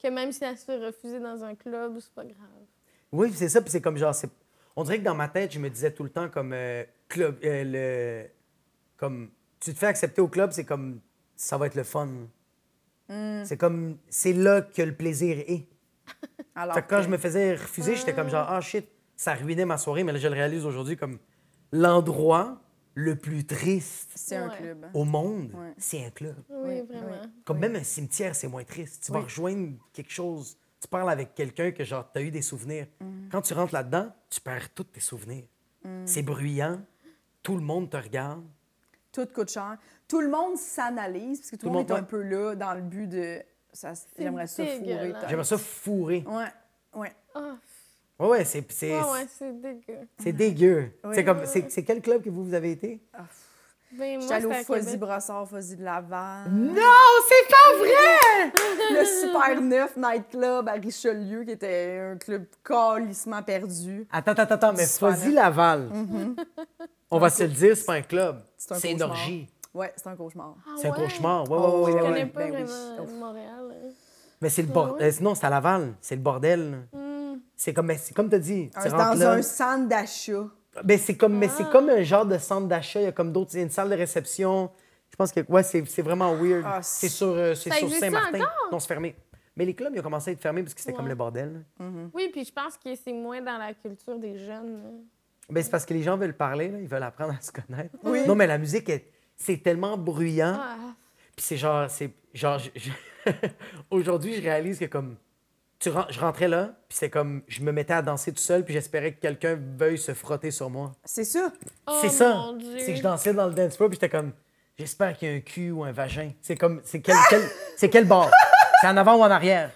S3: Que même si elle se fait refuser dans un club, c'est pas grave.
S4: Oui, c'est ça. Puis c'est comme genre, c'est- on dirait que dans ma tête, je me disais tout le temps comme euh, club, euh, le, comme tu te fais accepter au club, c'est comme ça va être le fun. C'est comme c'est là que le plaisir est.
S2: Alors,
S4: Fait que quand je me faisais refuser, j'étais comme genre ah shit, ça ruinait ma soirée, mais là je le réalise aujourd'hui comme l'endroit le plus triste
S2: c'est un
S3: Ouais.
S2: club. hein.
S4: au monde,
S2: Ouais.
S4: c'est un club.
S3: Oui,
S2: Oui,
S3: vraiment.
S4: Comme même un cimetière, c'est moins triste. Tu vas
S2: Oui.
S4: rejoindre quelque chose tu parles avec quelqu'un que, genre, t'as eu des souvenirs.
S2: Mm.
S4: Quand tu rentres là-dedans, tu perds tous tes souvenirs. C'est bruyant, tout le monde te regarde.
S2: Tout coûte cher. Tout le monde s'analyse, parce que tout, le monde, est un peu là dans le but de. Ça, j'aimerais ça fourrer.
S3: dégueulasse.
S4: J'aimerais ça fourrer.
S2: Ouais, ouais.
S3: Ah,
S4: Ouais, ouais, c'est c'est-
S3: ouais, ouais, c'est dégueu.
S4: c'est dégueu.
S2: Oui.
S4: C'est comme, c'est c'est quel club que vous, vous avez été?
S3: Ben, moi,
S2: J'étais allée
S3: c'était
S2: au
S3: à
S2: Fuzzy
S3: Québec.
S2: Brossard, Fuzzy de Laval.
S4: Non, c'est pas vrai!
S2: Le Super 9 nightclub à Richelieu, qui était un club calissement perdu.
S4: Attends, attends, attends, mais
S2: Super Mm-hmm.
S4: Fuzzy Laval, on va se le dire, c'est pas un club.
S2: C'est un
S4: C'est une
S2: cauchemar.
S4: orgie.
S2: Ouais, c'est un cauchemar.
S3: Ah
S4: C'est un
S3: ouais?
S4: cauchemar. Ouais,
S2: Oh,
S4: ouais, ouais,
S2: je
S3: Je
S4: ouais,
S3: connais
S4: ouais.
S3: pas
S2: ben oui.
S3: vraiment
S2: Ouf.
S3: Montréal. hein.
S4: Mais c'est le bordel.
S3: ouais?
S4: Non, c'est à Laval. C'est le bordel. C'est comme, mais c'est comme t'as dit. tu
S2: Un-
S4: rentres
S2: Mm. Ah, dans
S4: là.
S2: un centre d'achat.
S4: Ben, c'est comme, mais
S3: Ah.
S4: c'est comme un genre de centre d'achat. Il y a comme d'autres. Il y a une salle de réception. Je pense que, ouais, c'est, c'est vraiment weird.
S2: Ah,
S4: c'est
S2: c'est-
S4: sur, euh, c'est
S3: Ça
S4: sur
S3: existe
S4: Saint-Martin.
S3: encore?
S4: Non, c'est fermé. Mais les clubs, ils ont commencé à être fermés parce que c'était comme
S3: Ouais.
S4: le bordel.
S2: Hum.
S3: Oui, puis je pense que c'est moins dans la culture des jeunes. hein. là.
S4: Ben, c'est parce que les gens veulent parler, là. ils veulent apprendre à se connaître.
S2: Oui.
S4: Non, mais la musique, elle- c'est tellement bruyant.
S3: Ah,
S4: Puis c'est genre, c'est genre, je- je- aujourd'hui, je réalise que comme, tu ren- je rentrais là, puis c'est comme, je me mettais à danser tout seul, puis j'espérais que quelqu'un veuille se frotter sur moi.
S2: C'est ça.
S3: Oh
S4: c'est ça.
S3: mon Dieu.
S4: C'est que je dansais dans le dance floor, puis j'étais comme, j'espère qu'il y a un cul ou un vagin. C'est comme, c'est quel, quel- c'est quel bord C'est en avant ou en arrière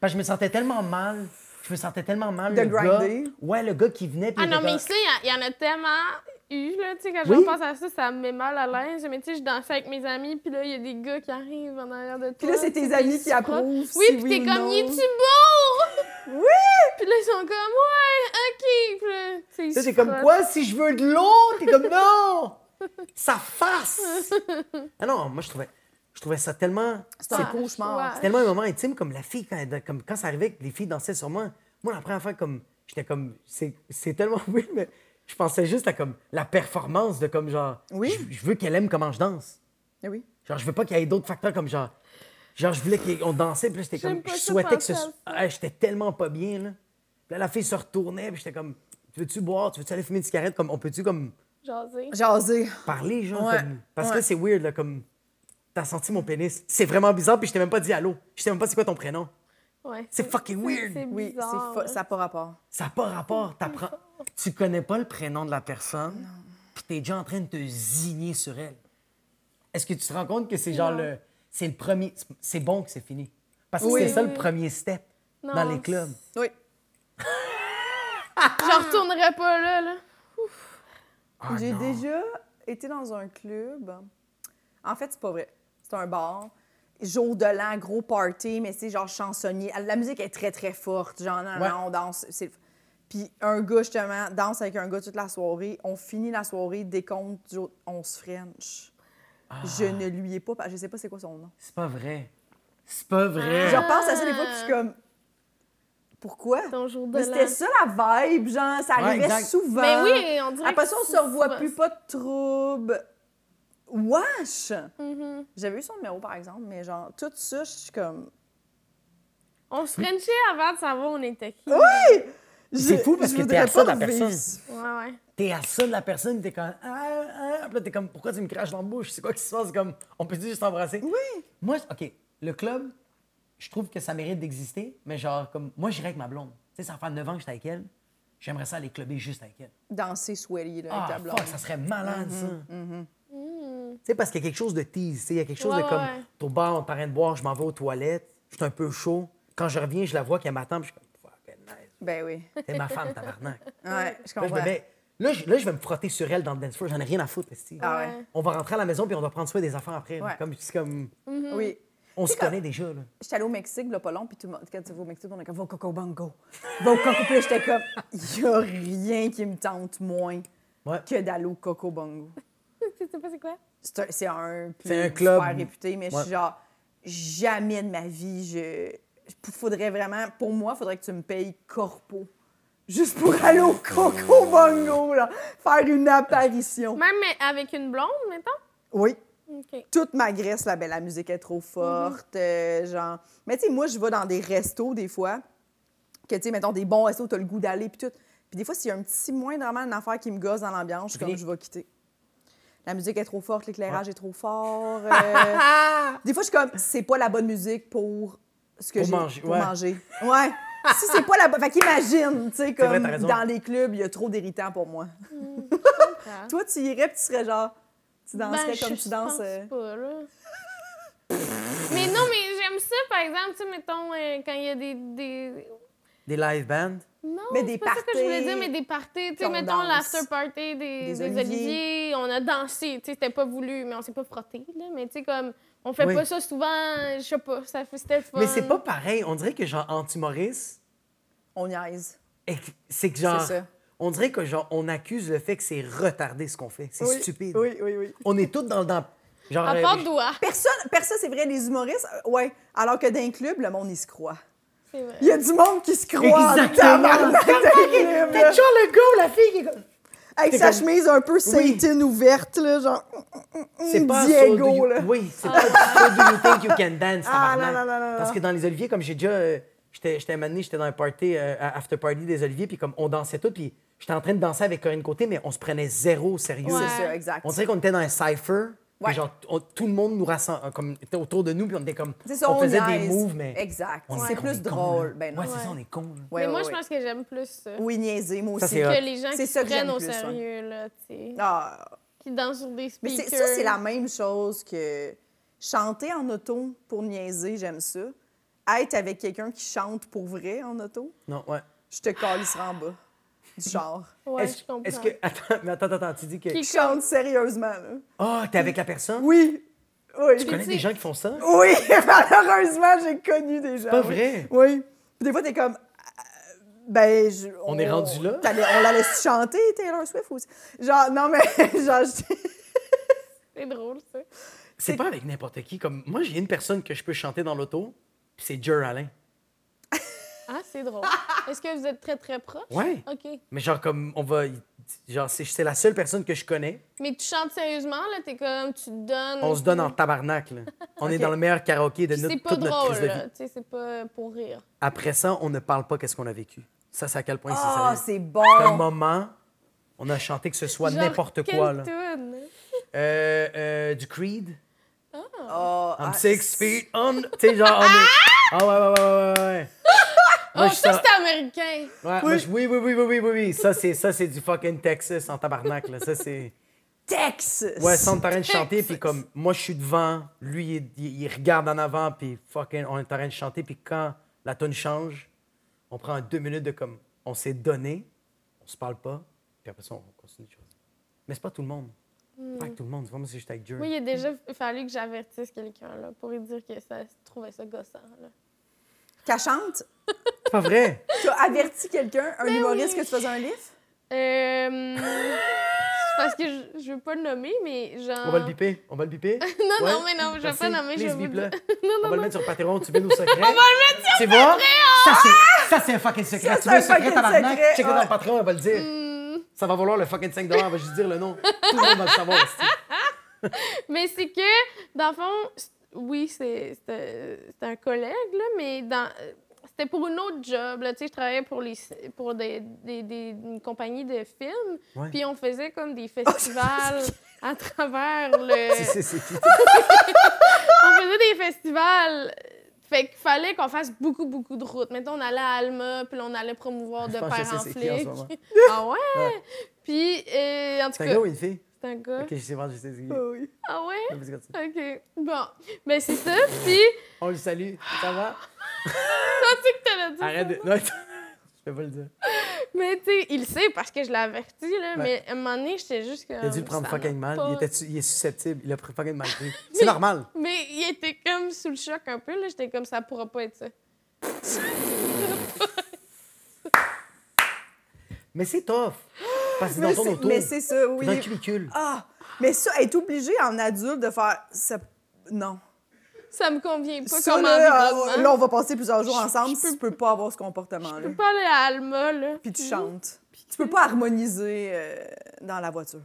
S4: Parce que je me sentais tellement mal, je me sentais tellement mal.
S2: De
S4: le gars-
S2: grinder.
S4: ouais, le gars qui venait. puis
S3: Ah
S4: il
S3: non,
S4: était
S3: mais
S4: comme-
S3: ici, il y, en a tellement eu, là, tu sais, quand
S4: Oui.
S3: je repense à ça, ça me met mal à l'aise. Mais tu sais, je dansais avec mes amis, puis là, il y a des gars qui arrivent en arrière de toi.
S2: Puis là, c'est tes amis qui approuvent.
S3: Oui,
S2: si
S3: puis t'es
S2: ou
S3: comme,
S2: non.
S3: il est-tu beau?
S2: Oui!
S3: Puis là, ils sont comme, ouais, OK. Puis là, tu sais, ils
S4: Ça,
S3: se
S4: c'est comme
S3: frottent.
S4: quoi, si je veux de l'eau, t'es comme non! Sa face! Ah non, moi je trouvais, je trouvais ça tellement.
S2: C'est un
S3: Ah,
S2: cauchemar.
S3: ouais.
S4: C'est tellement un moment intime, comme la fille, quand, elle- comme, quand ça arrivait que les filles dansaient sur moi, moi, la première fois, comme, j'étais comme, c'est c'est tellement oui, mais je pensais juste à comme la performance de comme genre,
S2: Oui.
S4: je, je veux qu'elle aime comment je danse.
S2: Eh Oui.
S4: Genre, je veux pas qu'il y ait d'autres facteurs comme genre, genre, je voulais qu'on dansait, puis là, j'étais
S3: J'aime
S4: comme,
S3: pas
S4: je
S3: ça
S4: souhaitais que ce.
S3: penser à ça.
S4: Ah, j'étais tellement pas bien, là. Puis là, la fille se retournait, puis j'étais comme, tu veux-tu boire, tu veux-tu aller fumer une cigarette, comme, on peut-tu comme
S3: Jaser.
S2: Jaser.
S4: parler, genre,
S2: Ouais,
S4: comme- parce que
S2: ouais.
S4: là, c'est weird, là, comme, t'as senti mon pénis. C'est vraiment bizarre, puis je t'ai même pas dit allô. Je sais même pas c'est quoi ton prénom.
S3: Ouais.
S4: C'est fucking weird.
S3: C'est
S2: Oui, c'est
S3: bizarre.
S2: fa- ça n'a pas rapport.
S4: Ça n'a pas rapport. T'apprends... Tu connais pas le prénom de la personne, puis t'es déjà en train de te zigner sur elle. Est-ce que tu te rends compte que c'est genre
S3: Non.
S4: le. C'est le premier. C'est bon que c'est fini. Parce que
S2: Oui.
S4: c'est ça le
S3: Oui.
S4: premier step
S3: Non,
S4: dans les clubs.
S2: Oui.
S3: Je retournerai pas là, là.
S4: Ah
S2: J'ai
S4: non.
S2: déjà été dans un club. En fait, c'est pas vrai. C'est un bar. Jour de l'an, gros party, mais c'est genre chansonnier. La musique est très, très forte. Genre, non,
S4: Ouais.
S2: non, on danse. c'est- Puis un gars, justement, danse avec un gars toute la soirée. On finit la soirée, décompte, du jour- on se French. Je
S4: Ah.
S2: ne lui ai pas... Je sais pas c'est quoi son nom.
S4: C'est pas vrai. C'est pas vrai.
S3: Ah,
S2: Je repense à ça des fois, puis je suis comme... Pourquoi?
S3: Ton jour de
S2: Mais C'était
S3: l'an.
S2: ça la vibe, genre, ça
S4: Ouais,
S2: arrivait
S4: exact.
S2: souvent.
S3: Mais oui, on dirait
S2: Après
S3: que
S2: ça, on se
S3: c'est
S2: revoit
S3: souvent
S2: plus, pas de trouble. Wesh! J'avais eu son numéro, par exemple, mais genre, tout ça, je suis comme...
S3: On se frenchait avant de savoir on était qui.
S2: Oh!
S3: Ouais,
S2: je-
S4: fou parce
S2: je
S4: que t'es
S2: voudrais
S4: à ça de
S2: pas
S4: la
S2: vivre
S4: personne.
S2: ça.
S3: ouais.
S4: T'es à ça de la personne, t'es comme. Ah, ah. Puis là, t'es comme, pourquoi tu me craches dans la bouche? C'est quoi qui se passe? Comme, on peut juste s'embrasser?
S2: Oui!
S4: Moi, je- OK, le club, je trouve que ça mérite d'exister, mais genre, comme, moi, j'irais avec ma blonde. Tu sais, ça fait 9 ans que j'étais avec elle. J'aimerais ça aller clubber juste avec elle.
S2: Danser sweaty, là,
S4: Ah,
S2: avec la blonde.
S4: fuck, ça serait malade, ça. Mm-hmm, Tu sais, parce qu'il y a quelque chose de tease, tu sais, il y a quelque chose
S3: Mm. Ouais,
S4: de comme,
S3: ouais, ouais.
S4: t'es au bar, on t'arrête de boire, je m'en vais aux toilettes, je suis un peu chaud. Quand je reviens, je la vois qu'elle m'attend, puis je suis comme, fuck, elle est nice.
S2: Ben oui.
S4: T'es ma femme, tabarnak.
S2: Ouais, je
S4: Là, je
S2: comprends.
S4: me mets- Là, je, là, je vais me frotter sur elle dans le dance floor, j'en ai rien à foutre, esti.
S2: Ah ouais.
S4: On va rentrer à la maison, puis on va prendre soin des affaires après. là.
S2: Ouais.
S4: Comme, c'est comme,
S2: Oui.
S4: on se
S2: comme-
S4: connaît déjà, là.
S2: J'étais allée au Mexique, là, pas long, puis tout le monde, quand tu vas au Mexique, on est comme, va au Coco Bongo. Va au Coco. Puis là, j'étais comme, y a rien qui me tente moins
S4: Ouais.
S2: que d'aller au Coco Bongo.
S3: Tu sais pas c'est quoi?
S2: C'est un, c'est un,
S4: C'est un
S2: super
S4: club.
S2: réputé, mais je
S4: Ouais.
S2: suis genre, jamais de ma vie, je. je- Faudrait vraiment, pour moi, faudrait que tu me payes corpo. Juste pour aller au Coco Bongo, là. Faire une apparition.
S3: Même avec une blonde, mettons?
S2: Oui.
S3: OK.
S2: Toute ma graisse, là, ben, la musique est
S4: Mhm.
S2: trop forte. euh, genre. Mais tu sais, moi, je vais dans des restos, des fois, que tu sais, mettons, des bons restos, t'as le goût d'aller, puis tout. Puis des fois, s'il y a un petit moindrement une affaire qui me gosse dans l'ambiance, je suis comme,
S4: Viens.
S2: je vais quitter. La musique est trop forte, l'éclairage est trop fort. euh, Des fois, je suis comme, c'est pas la bonne musique pour ce que
S4: Pour
S2: j'ai
S4: manger,
S2: pour
S4: ouais.
S2: manger. Ouais. si c'est pas la bonne. Fait qu'imagine, tu sais,
S4: C'est vrai,
S2: comme
S4: t'as raison. Mm,
S2: dans les clubs, il y a trop d'héritants pour moi. Toi, tu irais puis tu serais genre. Tu danserais
S3: Ben,
S2: comme
S3: je
S2: tu danses.
S3: pense
S2: euh,
S3: pas, là. mais non, mais j'aime ça, par exemple, tu sais, mettons, euh, quand il y a des. des...
S4: Des live bands.
S3: Non,
S2: Mais
S3: c'est
S2: des
S3: pas ça que je voulais
S2: parties
S3: dire, mais des parties, tu sais,
S2: qu'on
S3: mettons
S2: danse.
S3: l'after party des,
S2: Des
S3: des
S2: oliviers.
S3: oliviers, on a dansé, tu sais, c'était pas voulu, mais on s'est pas frotté, là, mais tu sais, comme, on fait
S4: Oui.
S3: pas ça souvent, je sais pas, ça fait- c'était le fun.
S4: Mais c'est pas pareil. On dirait que genre anti-Maurice,
S2: On niaise.
S4: et que- c'est que genre.
S2: C'est ça.
S4: On dirait que genre on accuse le fait que c'est retardé ce qu'on fait. C'est
S2: Oui,
S4: stupide.
S2: Oui, oui, oui.
S4: On est tous dans dans genre
S3: À
S4: euh,
S3: part doigt,
S2: Personne, personne c'est vrai, les humoristes, euh, ouais. Alors que dans un club, le monde, il se croit.
S3: c'est vrai.
S2: Il y a du monde qui se croit. en
S4: Exactement.
S2: tabarnak dans un club,
S4: T'as
S2: là.
S4: toujours le gars ou la fille qui est comme-
S2: Avec
S4: T'es
S2: sa
S4: comme-
S2: chemise un peu saintine ouverte, là, genre. mm,
S4: C'est pas
S2: Diego,
S4: so do you-
S2: là.
S4: Oui, c'est pas So do you think you can dance,
S2: Ah, non,
S4: tabarnak.
S2: non, non, non,
S4: Parce
S2: non.
S4: que dans les oliviers, comme j'ai déjà... euh, j'étais j'étais un moment donné, j'étais dans un party, euh, à- after party des oliviers, puis comme on dansait tout, puis j'étais en train de danser avec Corinne Côté, mais on se prenait zéro au sérieux.
S3: Ouais.
S2: C'est ça, exact.
S4: On dirait qu'on était dans un cypher, puis
S2: Ouais.
S4: genre on- tout le monde nous rassemble, euh, comme était autour de nous, puis on était comme...
S2: C'est ça,
S4: on faisait des
S2: niaise.
S4: moves, mais...
S2: Exact.
S4: on
S2: C'est
S4: était- on
S2: plus
S4: est cons,
S2: drôle.
S4: là.
S2: Ben non.
S4: Ouais, c'est
S3: Ouais.
S4: ça, on est con. là.
S2: Ouais,
S3: mais moi,
S2: ouais,
S3: je
S2: ouais.
S3: pense que j'aime plus ça.
S2: Oui, niaiser, moi
S4: Ça,
S2: aussi.
S4: c'est hot.
S3: Que les gens
S2: C'est
S3: qui
S2: ça
S3: se
S2: que j'aime
S3: prennent au
S2: plus, ouais.
S3: sérieux, là, tu sais,
S2: Ah,
S3: qui dansent sur des
S2: mais
S3: speakers.
S2: c'est- ça, c'est la même chose que chanter en auto pour niaiser, j'aime ça. Être avec quelqu'un qui chante pour vrai en auto,
S4: Non, ouais.
S2: je te calisserai en bas du char.
S3: Ouais,
S4: Est-ce-
S3: je comprends.
S4: Est-ce que... Attends, mais attends, attends, tu dis que...
S3: Qui-
S2: Je chante sérieusement, là.
S4: Ah, t'es avec la personne?
S2: Oui, oui.
S4: Tu connais des gens qui font ça?
S2: Oui, malheureusement, j'ai connu des gens.
S4: pas
S2: oui.
S4: vrai?
S2: Oui. Puis des fois, t'es comme. ah, Ben, je-
S4: On est rendu là?
S2: t'allais- On la laisse chanter, Taylor Swift aussi. Genre, non, mais. Genre, je-
S3: C'est drôle, ça.
S4: C'est pas avec n'importe qui. Comme moi, j'ai une personne que je peux chanter dans l'auto, puis c'est Jer Alain.
S3: Ah, c'est drôle. Est-ce que vous êtes très, très proches?
S4: Ouais.
S3: OK.
S4: Mais genre comme on va, genre c'est- c'est la seule personne que je connais.
S3: Mais tu chantes sérieusement, là, t'es comme, tu te donnes.
S4: On se donne en tabarnak. là. On est
S2: Ok.
S4: dans le meilleur karaoké
S3: Mhm.
S4: de
S3: Puis
S4: notre,
S3: C'est
S4: toute
S3: pas
S4: notre
S3: drôle,
S4: crise de
S3: là.
S4: vie.
S3: Tu sais, c'est pas pour rire.
S4: Après ça, on ne parle pas qu'est-ce qu'on a vécu. Ça, c'est à quel point
S3: Oh,
S2: Ah,
S4: c'est
S2: c'est bon!
S4: sérieux. Un moment, on a chanté que ce soit
S3: Genre,
S4: n'importe
S3: quelle
S4: quoi là.
S3: toune?
S4: Euh, euh, du Creed.
S2: Ah,
S4: I'm
S2: ah,
S4: six feet on. Tu sais genre on est. Ah ouais ouais ouais ouais ouais. Moi,
S3: Oh,
S4: je
S3: ça,
S4: sors-
S3: c'est américain.
S4: Ouais, moi, je- oui. oui, oui, oui, oui, oui, oui. Ça, c'est, ça, c'est du fucking Texas en tabarnak, là. Ça, c'est...
S2: Texas!
S4: Ouais, ça, on est en train de chanter,
S3: Texas.
S4: puis comme, moi, je suis devant, lui, il, il- il regarde en avant, puis fucking, on est en train de chanter, puis quand la tonne change, on prend deux minutes de comme, on s'est donné, on se parle pas, puis après ça, on continue de chanter. Mais c'est pas tout le monde. C'est Pas avec tout le monde. Tu vois, moi, c'est juste avec Dieu.
S3: Moi, il a
S4: Mm.
S3: déjà fallu que j'avertisse quelqu'un, là, pour lui dire que ça se trouvait ça gossant, là.
S2: Qu'elle chante?
S4: C'est pas vrai.
S2: T'as averti quelqu'un, un
S3: Ben
S2: humoriste,
S3: oui.
S2: que tu faisais un livre?
S3: Euh. c'est parce que je, je veux pas le nommer, mais genre.
S4: On va le biper. On va le biper.
S3: Non, non, mais non, je vais
S4: Merci.
S3: pas nommer, je
S4: Please,
S3: vais vous
S4: bip-le.
S3: dire.
S4: On va le mettre sur Patreon, tu veux nos secrets. On va le mettre sur tu vois? Ça, c'est, ça, c'est un fucking secret.
S2: Ça,
S4: tu
S2: c'est
S4: veux
S2: un
S4: le secret,
S2: fucking
S4: tabarnak?
S2: secret,
S4: Check-le
S2: ouais.
S4: dans le Patreon, on va le dire.
S3: Mm. hmm.
S4: Ça va valoir le fucking 5 on va juste dire le nom. Tout le monde va le savoir aussi.
S3: Mais c'est que, dans le fond, c- oui, c'est c'est, euh, c'est un collègue, là, mais dans. euh, C'était pour une autre job. Là. Tu sais, Je travaillais pour, les, pour des, des, des- une compagnie de films.
S4: Ouais. Oh,
S3: Puis on faisait comme des festivals à travers le.
S4: C'est- c'est- c'est-
S3: on faisait des festivals. Fait qu'il fallait qu'on fasse beaucoup, beaucoup de routes. Mettons, on allait à Alma, puis là, on allait promouvoir de
S4: Je pense que je
S3: père
S4: sais
S3: en
S4: c'est qui en ce
S3: flic.
S4: moment.
S3: ah ouais?
S4: Ouais.
S3: Puis, euh, en tout
S4: C'est un
S3: cas, Hein?
S4: gars ou une fille?
S3: c'est un gars.
S4: Ok, je sais pas, je sais. c'est qui.
S2: Oui.
S3: Ah ouais?
S4: Vas-y, continue.
S3: OK. Bon. Ben, c'est ça. Puis,
S4: On le salue. Ça va?
S3: tu sais que t'as dit.
S4: Arrête de. Non, attends. je peux pas le dire.
S3: Mais, tu sais, il le sait parce que je l'ai averti, là.
S4: Ouais.
S3: Mais à un moment donné, j'étais juste comme.
S4: Il a dû le prendre
S3: Ah, ça
S4: fucking
S3: n'a
S4: mal.
S3: pas-
S4: Il, était, il est susceptible. Il a pris fucking mal pris. C'est normal.
S3: Mais il était comme sous le choc un peu, là. J'étais comme, ça pourra pas être ça.
S4: Mais c'est tough. Parce que dans
S2: Mais
S4: son
S2: c'est-
S4: auto,
S2: mais c'est ça, oui.
S4: dans le cubicule.
S2: Ah! Mais ça, être obligé en adulte de faire. Ça... Non.
S3: Ça me convient pas
S2: Ça,
S3: comme
S2: là,
S3: environnement.
S2: euh, là, on va passer plusieurs jours
S3: Je-
S2: ensemble.
S3: je
S2: tu peux pas avoir ce comportement-là.
S3: Je peux pas aller à Alma, là.
S2: Puis tu chantes. Tu peux pas harmoniser euh, dans la voiture.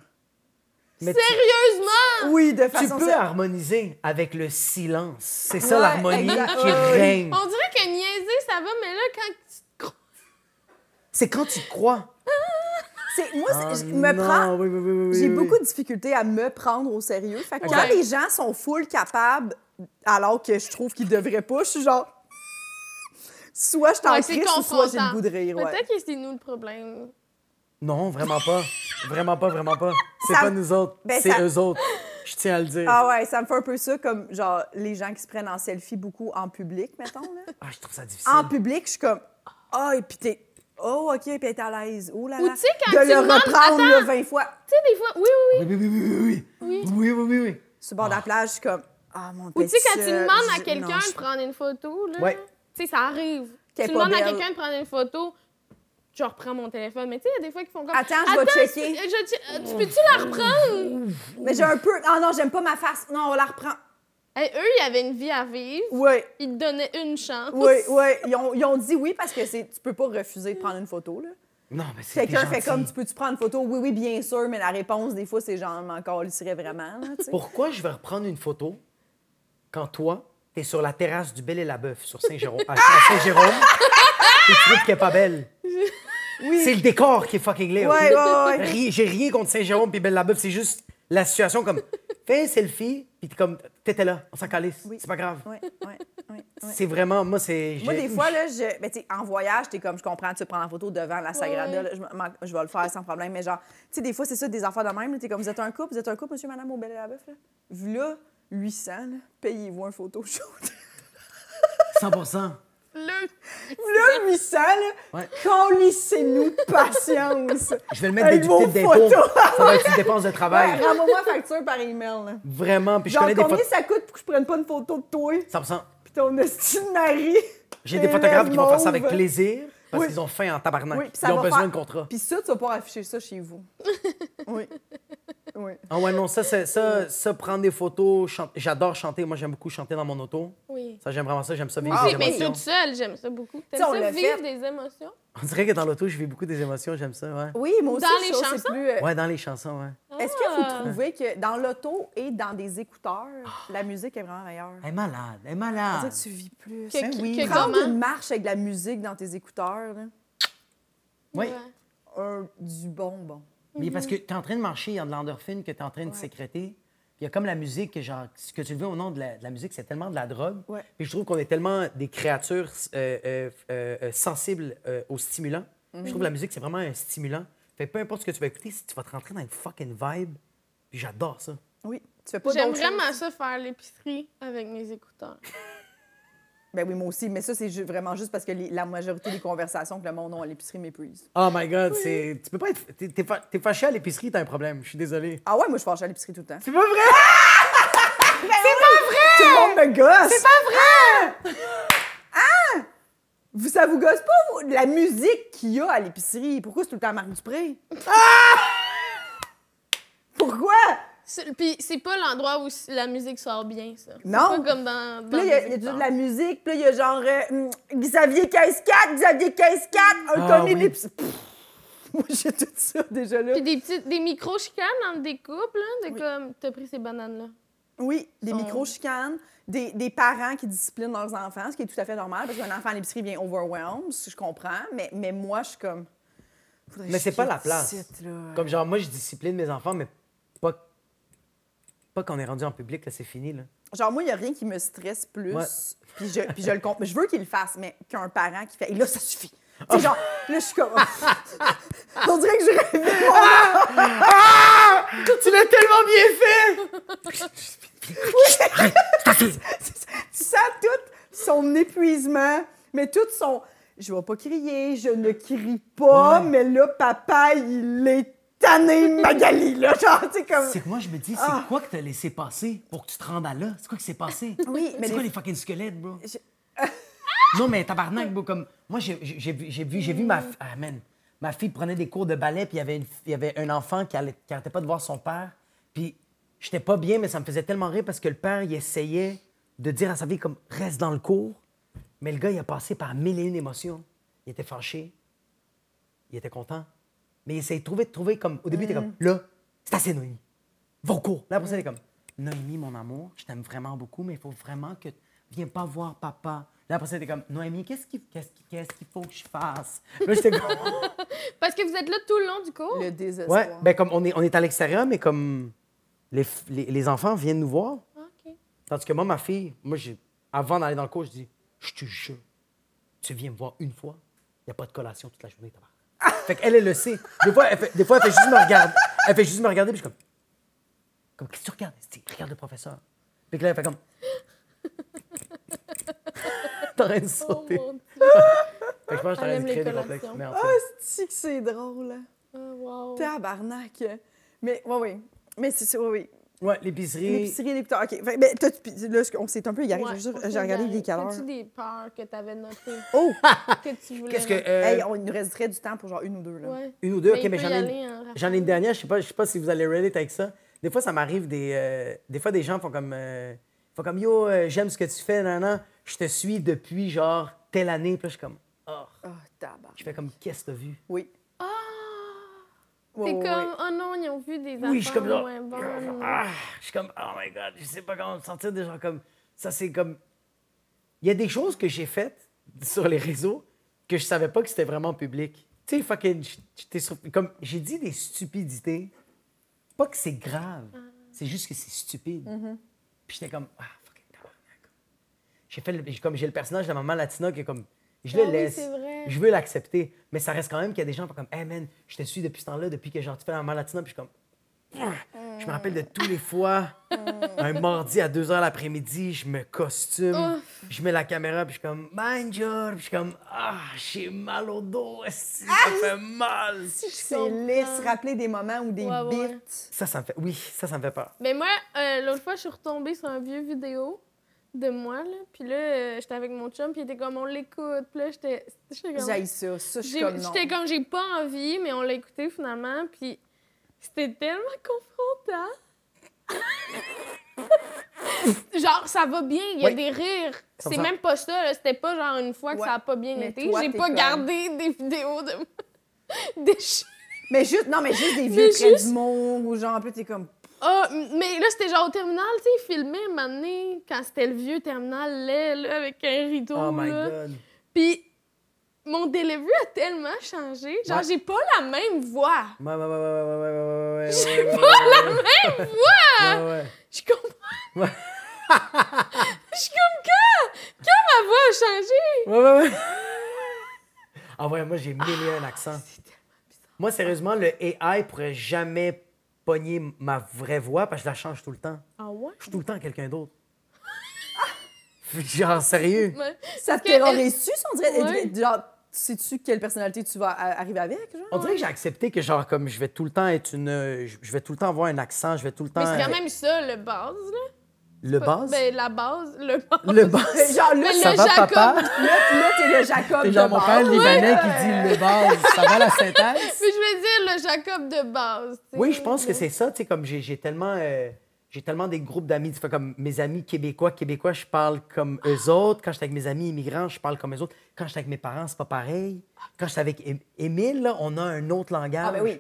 S4: Mais tu-
S3: Sérieusement!
S2: Oui, de
S4: Tu
S2: façon.
S4: peux harmoniser avec le silence. C'est ça
S2: Ouais,
S4: l'harmonie
S2: exact.
S4: qui
S2: Ouais, ouais, ouais.
S4: règne.
S3: On dirait que niaiser, ça va, mais là, quand tu te crois.
S4: C'est quand tu te crois.
S2: C'est- Moi, c'est-
S4: Ah,
S2: je me
S4: non,
S2: prends.
S4: oui, oui, oui, oui,
S2: J'ai
S4: oui, oui.
S2: beaucoup de difficultés à me prendre au sérieux. Fait que
S4: Exact.
S2: quand les gens sont full capables, alors que je trouve qu'ils devraient pas, je suis genre. Soit je t'en
S3: Ouais, c'est
S2: crisse, ou soit j'ai
S3: confrontant.
S2: le goût de rire. ouais.
S3: Peut-être que c'est nous le problème.
S4: Non, vraiment pas. Vraiment pas, vraiment pas. C'est
S2: Ça-
S4: pas nous autres.
S2: Ben,
S4: c'est
S2: ça-
S4: eux autres. Je tiens à le dire.
S2: Ah ouais, ça me fait un peu ça comme genre les gens qui se prennent en selfie beaucoup en public, mettons. Là.
S4: Ah, je trouve ça difficile.
S2: en public, je suis comme Ah, et puis t'es Oh, OK, puis t'es à l'aise. Oh là
S3: Ou
S2: là.
S3: tu sais, quand
S2: de
S3: tu
S2: le
S3: demandes-
S2: reprendre là, 20 fois.
S3: Tu sais, des fois, oui, oui,
S4: Oui, oui, oui, oui, oui. Oui, oui, oui, oui.
S2: Sur le bord de la plage, je suis comme Ah, mon
S3: oui. Ou
S2: petit.
S3: tu sais, quand tu
S2: euh,
S3: demandes à
S2: je-
S3: quelqu'un
S2: non, je-
S3: de prendre une photo, là,
S4: Ouais.
S3: tu sais, ça arrive.
S2: Qu'elle
S3: Tu
S2: est pas
S3: demandes à
S2: belle.
S3: quelqu'un de prendre une photo, je reprends mon téléphone. Mais tu sais, il y a des fois qui font comme...
S2: Attends, je vais checker.
S3: je- je- euh, tu peux-tu la reprendre?
S2: Mais j'ai un peu. Ah non, j'aime pas ma face. Non, on la reprend.
S3: Hey, eux, ils avaient une vie à vivre.
S2: Oui,
S3: Ils te donnaient une chance.
S2: oui, oui. Ils ont, ils ont dit oui parce que c'est tu peux pas refuser de prendre une photo. là.
S4: Non, mais c'est
S2: Quelqu'un
S4: gentil.
S2: fait comme tu peux-tu prendre une photo? Oui, oui, bien sûr, mais la réponse, des fois, c'est genre encore, il serait vraiment. là, tu sais.
S4: Pourquoi je vais reprendre une photo quand toi, t'es sur la terrasse du Bel et la Bœuf sur Saint-Jérôme, à Saint-Jérôme, et tu trouves qu'elle est pas belle?
S2: Oui.
S4: C'est le décor qui est fucking laid. ok?
S2: Ouais, ouais, ouais.
S4: Ri- J'ai rien contre Saint-Jérôme puis Belle la Bœuf, c'est juste la situation comme fais un selfie puis t'es comme t'étais là, on s'en calisse,
S2: Oui.
S4: c'est pas grave.
S2: Oui, oui, oui, oui.
S4: C'est vraiment moi c'est
S2: Moi,
S4: j'ai-
S2: des fois, là, je, ben, tu sais, en voyage, t'es comme, je comprends, tu te prends en photo devant la Sagrada,
S3: Ouais.
S2: là, je, m'en- je vais le faire sans problème, mais genre, tu sais, des fois, c'est ça, des affaires de même, là, t'es comme, vous êtes un couple, vous êtes un couple, monsieur, madame, au bel et la bœuf, là. Vu là, 800, là, payez-vous un photo shoot.
S4: 100
S3: Le...
S2: Vu là, 800, là,
S4: Ouais.
S2: colissez-nous patience.
S4: Je vais le mettre
S2: Avec vos
S4: déductible d'impôts.
S2: photos.
S4: Ça va être une dépense de travail.
S2: Ouais, Renvoie-moi la facture par email, là.
S4: Vraiment, puis je
S2: Genre,
S4: connais des
S2: combien
S4: photos
S2: ça coûte pour que je prenne pas une photo de toi,
S4: 100
S2: pis ton esti de mari?
S4: J'ai
S2: tes
S4: des photographes qui vont faire ça
S2: lèvres
S4: avec
S2: mauves.
S4: plaisir parce
S2: Oui.
S4: qu'ils ont faim en tabarnak.
S2: Oui, puis ça
S4: Ils ont
S2: va
S4: besoin
S2: faire-
S4: de contrat.
S2: Puis ça, tu vas pas afficher ça chez vous. Oui. Oui.
S4: Ah ouais, non, ça, c'est- ça, ça, prendre des photos, chan- j'adore chanter. Moi, j'aime beaucoup chanter dans mon auto.
S3: Oui.
S4: Ça, j'aime vraiment ça, j'aime ça vivre
S2: Ah,
S4: des
S3: Si, mais
S4: émotions.
S3: toute seule, j'aime ça beaucoup. T'aimes
S2: on
S3: ça
S2: l'a
S3: vivre
S2: fait.
S3: des émotions?
S4: On dirait que dans l'auto, je vis beaucoup des émotions, j'aime ça, ouais.
S2: Oui, moi aussi,
S3: Dans
S2: je
S3: les
S2: trouve que c'est
S3: chansons?
S2: plus. euh,
S4: Ouais, dans les chansons, ouais.
S2: Est-ce que vous
S3: Ah.
S2: trouvez que dans l'auto et dans des écouteurs,
S4: Ah.
S2: la musique est vraiment meilleure?
S4: Elle est malade, elle
S2: Ça veut
S4: est malade.
S2: dire que tu vis plus.
S3: Que-
S2: Hein?
S3: que-
S4: Ah. Ben oui.
S3: que
S2: Prendre
S3: comment?
S2: une marche avec de la musique dans tes écouteurs, là,
S4: Oui,
S3: Ouais.
S2: un, du bonbon.
S4: mais
S2: Mhm.
S4: parce que tu es en train de marcher, il y a de l'endorphine que tu es en train de sécréter. Puis il y a comme la musique, que genre, ce que tu veux au nom de la, de la musique, c'est tellement de la drogue.
S2: Ouais.
S4: Puis je trouve qu'on est tellement des créatures euh, euh, euh, euh, sensibles euh, aux stimulants. Je
S2: Mhm.
S4: trouve que la musique, c'est vraiment un stimulant. Fait que peu importe ce que tu vas écouter, si tu vas te rentrer dans une fucking vibe, puis j'adore ça.
S2: Oui. Tu fais pas
S3: J'aime
S2: d'autres choses.
S3: vraiment ça faire l'épicerie avec mes écouteurs.
S2: Ben oui, moi aussi. Mais ça, c'est ju- vraiment juste parce que les- la majorité des conversations que le monde a à l'épicerie m'épuise.
S4: Oh my God, c'est. Tu peux pas être. T'es, t'es fa- t'es fâché à l'épicerie, t'as un problème. Je suis désolé.
S2: Ah ouais, moi, je fâche à l'épicerie tout le temps. Ben
S4: C'est pas vrai!
S2: Tout le monde me gosse! C'est pas vrai! Ah! Vous, ça vous gosse pas, vous? La musique qu'il y a à l'épicerie, pourquoi c'est tout le temps Marc Dupré? Ah! Pourquoi?
S3: C'est- Puis c'est pas l'endroit où s- la musique sort bien, ça. C'est
S2: Non.
S3: Pas comme dans.
S2: Puis
S3: dans
S2: là, il y a-
S3: des
S2: il y, a du- de
S3: écouteurs.
S2: la musique, puis là, il y a genre euh, hum, Xavier 15-4, Xavier 15-4, un
S4: Ah,
S2: Tommy
S4: oui.
S2: d'épicerie. Pff, Moi, j'ai tout ça déjà là.
S3: Puis des petites, des micro chicanes entre des couples, là, de comme t'as pris ces bananes là.
S2: Oui, des
S3: Sont-
S2: micro-chicanes, des, des parents qui disciplinent leurs enfants, ce qui est tout à fait normal, parce qu'un enfant à l'épicerie vient overwhelmed, je comprends, mais, mais moi, je suis comme... Faudrait
S4: Mais c'est
S2: que
S4: pas
S2: je
S4: la place.
S2: quitte, là.
S4: Comme genre, moi, je discipline mes enfants, mais pas. Pas qu'on est rendu en public, là, c'est fini, là.
S2: Genre, moi, il n'y a rien qui me stresse plus.
S4: Ouais.
S2: Puis, je, puis je le comprends. Je veux qu'il le fasse, mais qu'un parent qui fait. Et là, ça suffit.
S4: Ah.
S2: Tu sais, genre, là, je suis comme. On dirait que je rêve.
S4: Ah! Tu l'as tellement bien fait!
S2: Tu sens tout son épuisement, mais tout son. Je vais pas crier, je ne crie pas, mais là, papa, il est tanné, Magali. Là, genre, tu sais, comme.
S4: C'est que moi, je me dis, c'est
S2: Ah.
S4: quoi que t'as laissé passer pour que tu te rendes à là? C'est quoi qui s'est passé?
S2: Oui, mais
S4: C'est quoi
S2: des-
S4: les fucking squelettes, bro?
S2: Je-
S4: non, mais tabarnak, bro, comme. Moi, j'ai j'ai- j'ai vu, j'ai vu, j'ai vu ma. f- Ah, man. Ma fille prenait des cours de ballet, puis il y avait, une f- il y avait un enfant qui allait- qui arrêtait pas de voir son père. Puis j'étais pas bien, mais ça me faisait tellement rire parce que le père, il essayait de dire à sa fille, comme, reste dans le cours. Mais le gars, il a passé par mille et une émotions. Il était fâché. Il était content. Mais il essayait de trouver, de trouver comme. Au début, il était
S2: Mm.
S4: comme, là, c'est assez, Noémie. Va au cours. Là, après ça, elle est comme, Noémie, mon amour, je t'aime vraiment beaucoup, mais il faut vraiment que. Viens pas voir papa. Là, après ça, elle était comme, Noémie, qu'est-ce qu'il qu'est-ce qu'il- qu'est-ce qu'il faut que je fasse? Là, j'étais comme,
S3: Parce que vous êtes là tout le long du cours.
S2: Le désespoir.
S4: ouais, ben, comme on est, on est à l'extérieur, mais comme les, f- les, les enfants viennent nous voir.
S3: Ah, Ok. Oh,
S4: Tandis que moi, ma fille, moi, j'ai, avant d'aller dans le cours, je dis, je te jure, tu Tu viens me voir une fois, il n'y a pas de collation toute la journée, tabarnak. Fait qu'elle, elle le sait. Des fois, elle fait, des fois, elle fait juste me regarder. Elle fait juste me regarder, puis je suis comme. Comme, qu'est-ce que tu regardes? esti? Regarde le professeur. Puis que là, elle fait comme. T'as rien de
S3: Oh
S4: sauter.
S3: mon dieu.
S4: Fait que
S3: Elle
S4: je pense que je t'arrête
S3: aime
S4: de
S3: les
S4: créer des
S3: collations.
S4: complexes. Mais en
S2: Ah,
S4: fait,
S2: c'est que c'est drôle. hein.
S3: Ah, wow.
S2: Tabarnak. Mais oui, oui. Mais c'est ça, oui, oui.
S3: Ah!
S4: ouais, l'épicerie.
S2: L'épicerie, les écouteurs, OK. Fait- ben, t'as- puis là, on s'est un peu égaré.
S3: Ouais,
S2: j'ai
S3: on
S2: juste-
S3: s'est
S2: J'ai regardé
S3: égaré.
S2: les caleurs.
S3: As-tu des peurs que t'avais notées,
S2: Oh!
S3: que tu voulais
S4: Qu'est-ce que.
S3: noter?
S4: euh,
S2: Hey, on, il nous resterait du temps pour genre une ou deux. Là.
S3: Ouais.
S4: Une ou deux,
S3: Mais
S4: ok,
S3: Ben, il
S4: mais
S3: peut
S4: j'en
S3: y
S4: ai,
S3: aller hein, en
S4: j'en ai une dernière, je sais pas, je sais pas si vous allez relate avec ça. Des fois, ça m'arrive des. euh, des fois, des gens font comme. euh, font comme Yo, euh, j'aime ce que tu fais, nan, nan. je te suis depuis genre telle année. Puis là, je suis comme. Oh.
S2: Ah, tabarnak.
S4: Je fais comme, qu'est-ce que t'as vu?
S2: Oui.
S3: Ah!
S2: Ouais,
S3: T'es
S2: ouais,
S3: comme,
S2: ouais.
S3: oh non, ils ont vu des affaires
S4: Oui, je suis comme là.
S3: moins bonnes.
S4: Ah, je suis comme, oh my god, je sais pas comment me sentir de genre comme. Ça, c'est comme. Il y a des choses que j'ai faites sur les réseaux que je savais pas que c'était vraiment public. Tu sais, fucking. j- j'étais sur- Comme, j'ai dit des stupidités. Pas que c'est grave,
S3: Ah.
S4: c'est juste que c'est stupide.
S3: Mm-hmm.
S4: Puis j'étais comme, ah, fucking. tabarnak. J'ai fait le- j'ai- comme j'ai le personnage de la maman latina qui est comme je le
S3: Ah oui,
S4: laisse.
S3: c'est vrai.
S4: Je veux l'accepter, mais ça reste quand même qu'il y a des gens qui font comme hey man, je te suis depuis ce temps-là depuis que genre tu fais la maman latina puis je suis comme ah. je me rappelle de
S3: Euh.
S4: tous les fois,
S3: Ah.
S4: un mardi à 2h l'après-midi, je me costume, je mets la caméra, puis je suis comme, Bonjour! Puis je suis comme, Ah, j'ai mal au dos, esti,
S3: Ah,
S4: ça fait mal!
S2: C'est laid se rappeler des moments ou des
S3: Ouais, ouais.
S2: bits.
S4: Ça, ça me fait, oui, ça, ça me fait peur.
S3: Mais moi, euh, l'autre fois, je suis retombée sur un vieux vidéo de moi, là. Puis là, euh, j'étais avec mon chum, puis il était comme, on l'écoute. Puis là, j'étais j'étais comme...
S2: J'aille ça. Ça, je suis
S3: j'ai-
S2: comme non.
S3: J'étais comme, j'ai pas envie, mais on l'a écouté finalement, puis c'était tellement confrontant. genre, ça va bien, il y a
S4: Oui.
S3: des rires.
S4: Comme
S3: C'est
S4: ça.
S3: même pas ça, là. C'était pas genre une fois que
S2: Ouais.
S3: ça a pas bien
S2: Mais
S3: été.
S2: toi,
S3: J'ai
S2: t'es
S3: pas
S2: comme-
S3: gardé des vidéos de moi déchirée.
S2: Mais juste, non, mais juste des vieux traits
S3: juste-
S2: d'humour ou genre, plus t'es comme.
S3: Ah, m- mais là, c'était genre au terminal, tu sais, ils filmaient un moment donné, quand c'était le vieux terminal laid, là, avec un rideau,
S4: Oh my
S3: là.
S4: god.
S3: Puis mon delivery a tellement changé. Genre,
S4: Ouais.
S3: j'ai pas la même voix.
S4: Ouais, ouais, ouais, ouais, ouais, ouais, ouais, ouais, ouais,
S3: J'ai
S4: ouais,
S3: pas la
S4: ouais,
S3: même voix!
S4: ouais, ouais.
S3: Je comprends.
S4: Ouais.
S3: Je suis comme quand? Quand ma voix a changé?
S4: Ouais, ouais, ouais. Ah ouais, moi, j'ai mille et un accents. Moi, sérieusement, le AI pourrait jamais pogner ma vraie voix parce que je la change tout le temps.
S3: Ah ouais?
S4: Je suis tout le temps quelqu'un d'autre. Genre, sérieux?
S3: Ouais.
S2: Ça te
S3: que- euh,
S2: terrorise-tu, ça, on dirait?
S3: Ouais.
S2: Genre, sais-tu quelle personnalité tu vas a- arriver avec? Genre?
S4: On dirait que j'ai accepté que, genre, comme je vais tout le temps être une. euh, Je je vais tout le temps avoir un accent, je vais tout le temps.
S3: Mais c'est quand même ça, le base, là.
S4: Le base?
S3: Ben, la base, le base.
S4: Le base?
S2: Genre, là,
S3: Mais
S4: ça
S3: le
S4: va,
S3: Jacob-
S4: papa?
S2: là, là, t'es le Jacob.
S4: C'est
S2: de
S4: genre mon
S2: base.
S4: père libanais qui
S2: Ouais.
S4: dit le base. Ça va la syntaxe?
S3: Mais je veux dire, le Jacob de base. tu sais.
S4: Oui, je pense que c'est ça. Tu sais, comme j'ai j'ai tellement, euh, j'ai tellement des groupes d'amis. Tu fais comme mes amis québécois, québécois, je parle comme
S2: Ah.
S4: eux autres. Quand j'étais avec mes amis immigrants, je parle comme eux autres. Quand j'étais avec mes parents, c'est pas pareil. Quand j'étais avec Em- Émile, là, on a un autre langage.
S2: Ah, ben oui.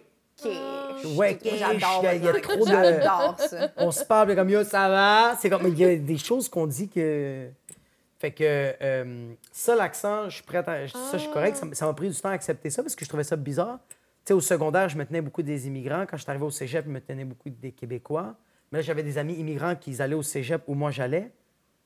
S4: Ouais,
S2: Moi,
S4: il y a- il y a
S2: maintenant.
S4: trop de-
S2: J'adore ça.
S4: On se parle comme yo, ça va. C'est comme il y a des choses qu'on dit que. Fait que euh, ça, l'accent, je suis prête à- Ça, je suis correct. Ça m- Ça m'a pris du temps à accepter ça parce que je trouvais ça bizarre. Tu sais, au secondaire, je me tenais beaucoup des immigrants. Quand je suis arrivé au cégep, je me tenais beaucoup des Québécois. Mais là, j'avais des amis immigrants qui allaient au cégep où moi j'allais.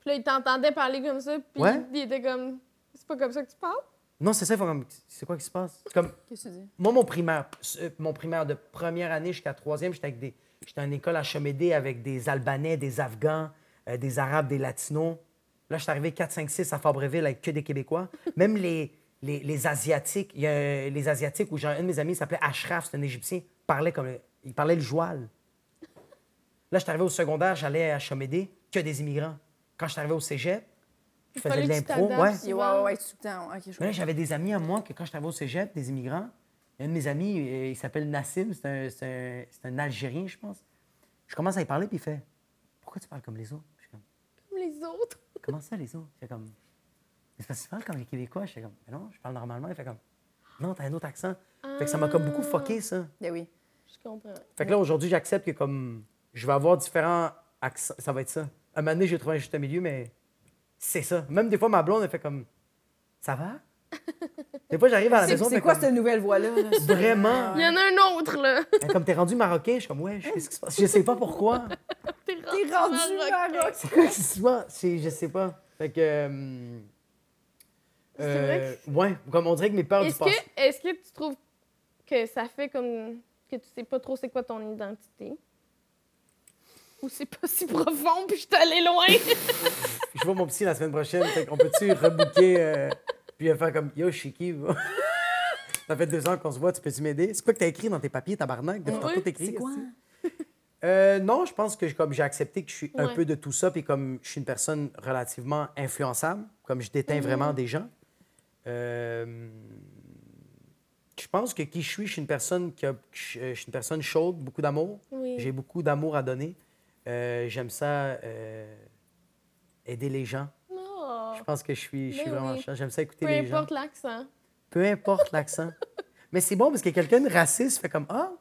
S3: Puis là, il t'entendait parler comme ça, puis
S4: Ouais.
S3: il était comme. C'est pas comme ça que tu parles?
S4: Non, c'est ça, ils font comme. C'est quoi qui se passe? Comme,
S2: Qu'est-ce que tu dis?
S4: Moi, mon primaire, euh, mon primaire de première année jusqu'à troisième, j'étais avec des, j'étais en école à Chomédé avec des Albanais, des Afghans, euh, des Arabes, des Latinos. Là, je suis arrivé 4, 5, 6 à Fabreville avec que des Québécois. Même les, les, les Asiatiques, il y a euh, les Asiatiques où j'ai un de mes amis il s'appelait Ashraf, c'est un Égyptien, parlait comme, il parlait le joual. Là, je suis arrivé au secondaire, j'allais à Chomédé, que des immigrants. Quand je suis arrivé au cégep, je
S3: fallait
S4: faisais de
S3: que tu
S4: l'impro.
S3: t'adaptes.
S4: Ouais.
S2: Ouais, ouais, ouais, tout le temps. Ok, je
S4: Ouais, j'avais des amis à moi que quand je travaillais au cégep, des immigrants, un de mes amis, euh, il s'appelle Nassim, c'est un, c'est un- c'est un Algérien, je pense. Je commence à y parler, puis il fait Pourquoi tu parles comme les autres Je suis comme
S3: Comme les autres.
S4: Comment ça, les autres Il fait comme C'est parce que tu parles comme les Québécois. Je fais comme Mais non, je parle normalement. Il fait comme Non, t'as un autre accent. Fait que ça m'a comme beaucoup fucké, ça.
S2: Ben oui.
S3: Je comprends.
S4: Fait que là, aujourd'hui, j'accepte que comme je vais avoir différents accents, ça va être ça. À un moment donné, j'ai trouvé un juste milieu, mais c'est ça. Même des fois, ma blonde, elle fait comme Ça va Des fois, j'arrive à la
S2: C'est
S4: maison.
S2: c'est
S4: elle fait
S2: quoi
S4: comme,
S2: cette nouvelle voix-là? là?
S4: Vraiment?
S3: Il y en a un autre, là.
S4: Elle est Ah, Comme t'es rendu marocain, je suis comme ouais, je sais ce qui se passe. Je sais pas pourquoi.
S3: T'es
S2: T'es rendu
S3: marocain.
S2: marocain.
S4: C'est quoi qui se passe? C'est- Je sais pas. Fait que. euh,
S3: C'est vrai
S4: ouais, comme on dirait que mes peurs du
S3: Est-ce
S4: passé.
S3: que, est-ce que tu trouves que ça fait comme que tu sais pas trop c'est quoi ton identité? Ou c'est pas si profond, puis je suis allée loin?
S4: Je vois mon psy la semaine prochaine, fait qu'on peut-tu rebooker, euh, puis euh, faire comme Yo, je suis qui, va? Ça fait deux ans qu'on se voit, tu peux-tu m'aider? C'est quoi que t'as écrit dans tes papiers, tabarnak? Depuis
S3: Ouais.
S4: tantôt, t'écris,
S2: C'est quoi?
S4: est-ce que- Euh, non, je pense que j'ai- comme j'ai accepté que je suis un
S3: Ouais.
S4: peu de tout ça, puis comme je suis une personne relativement influençable, comme je déteins
S3: Mm-hmm.
S4: vraiment des gens, euh, je pense que qui je suis, je suis une personne qui a- je euh, je suis une personne chaude, beaucoup d'amour.
S3: Oui.
S4: J'ai beaucoup d'amour à donner. Euh, J'aime ça euh, aider les gens.
S3: Non.
S4: Je pense que je suis, je suis
S3: Ben
S4: vraiment
S3: oui.
S4: chaude. J'aime ça écouter
S3: Peu
S4: les gens.
S3: importe l'accent.
S4: Peu importe l'accent. Mais c'est bon parce que quelqu'un de raciste fait comme Ah,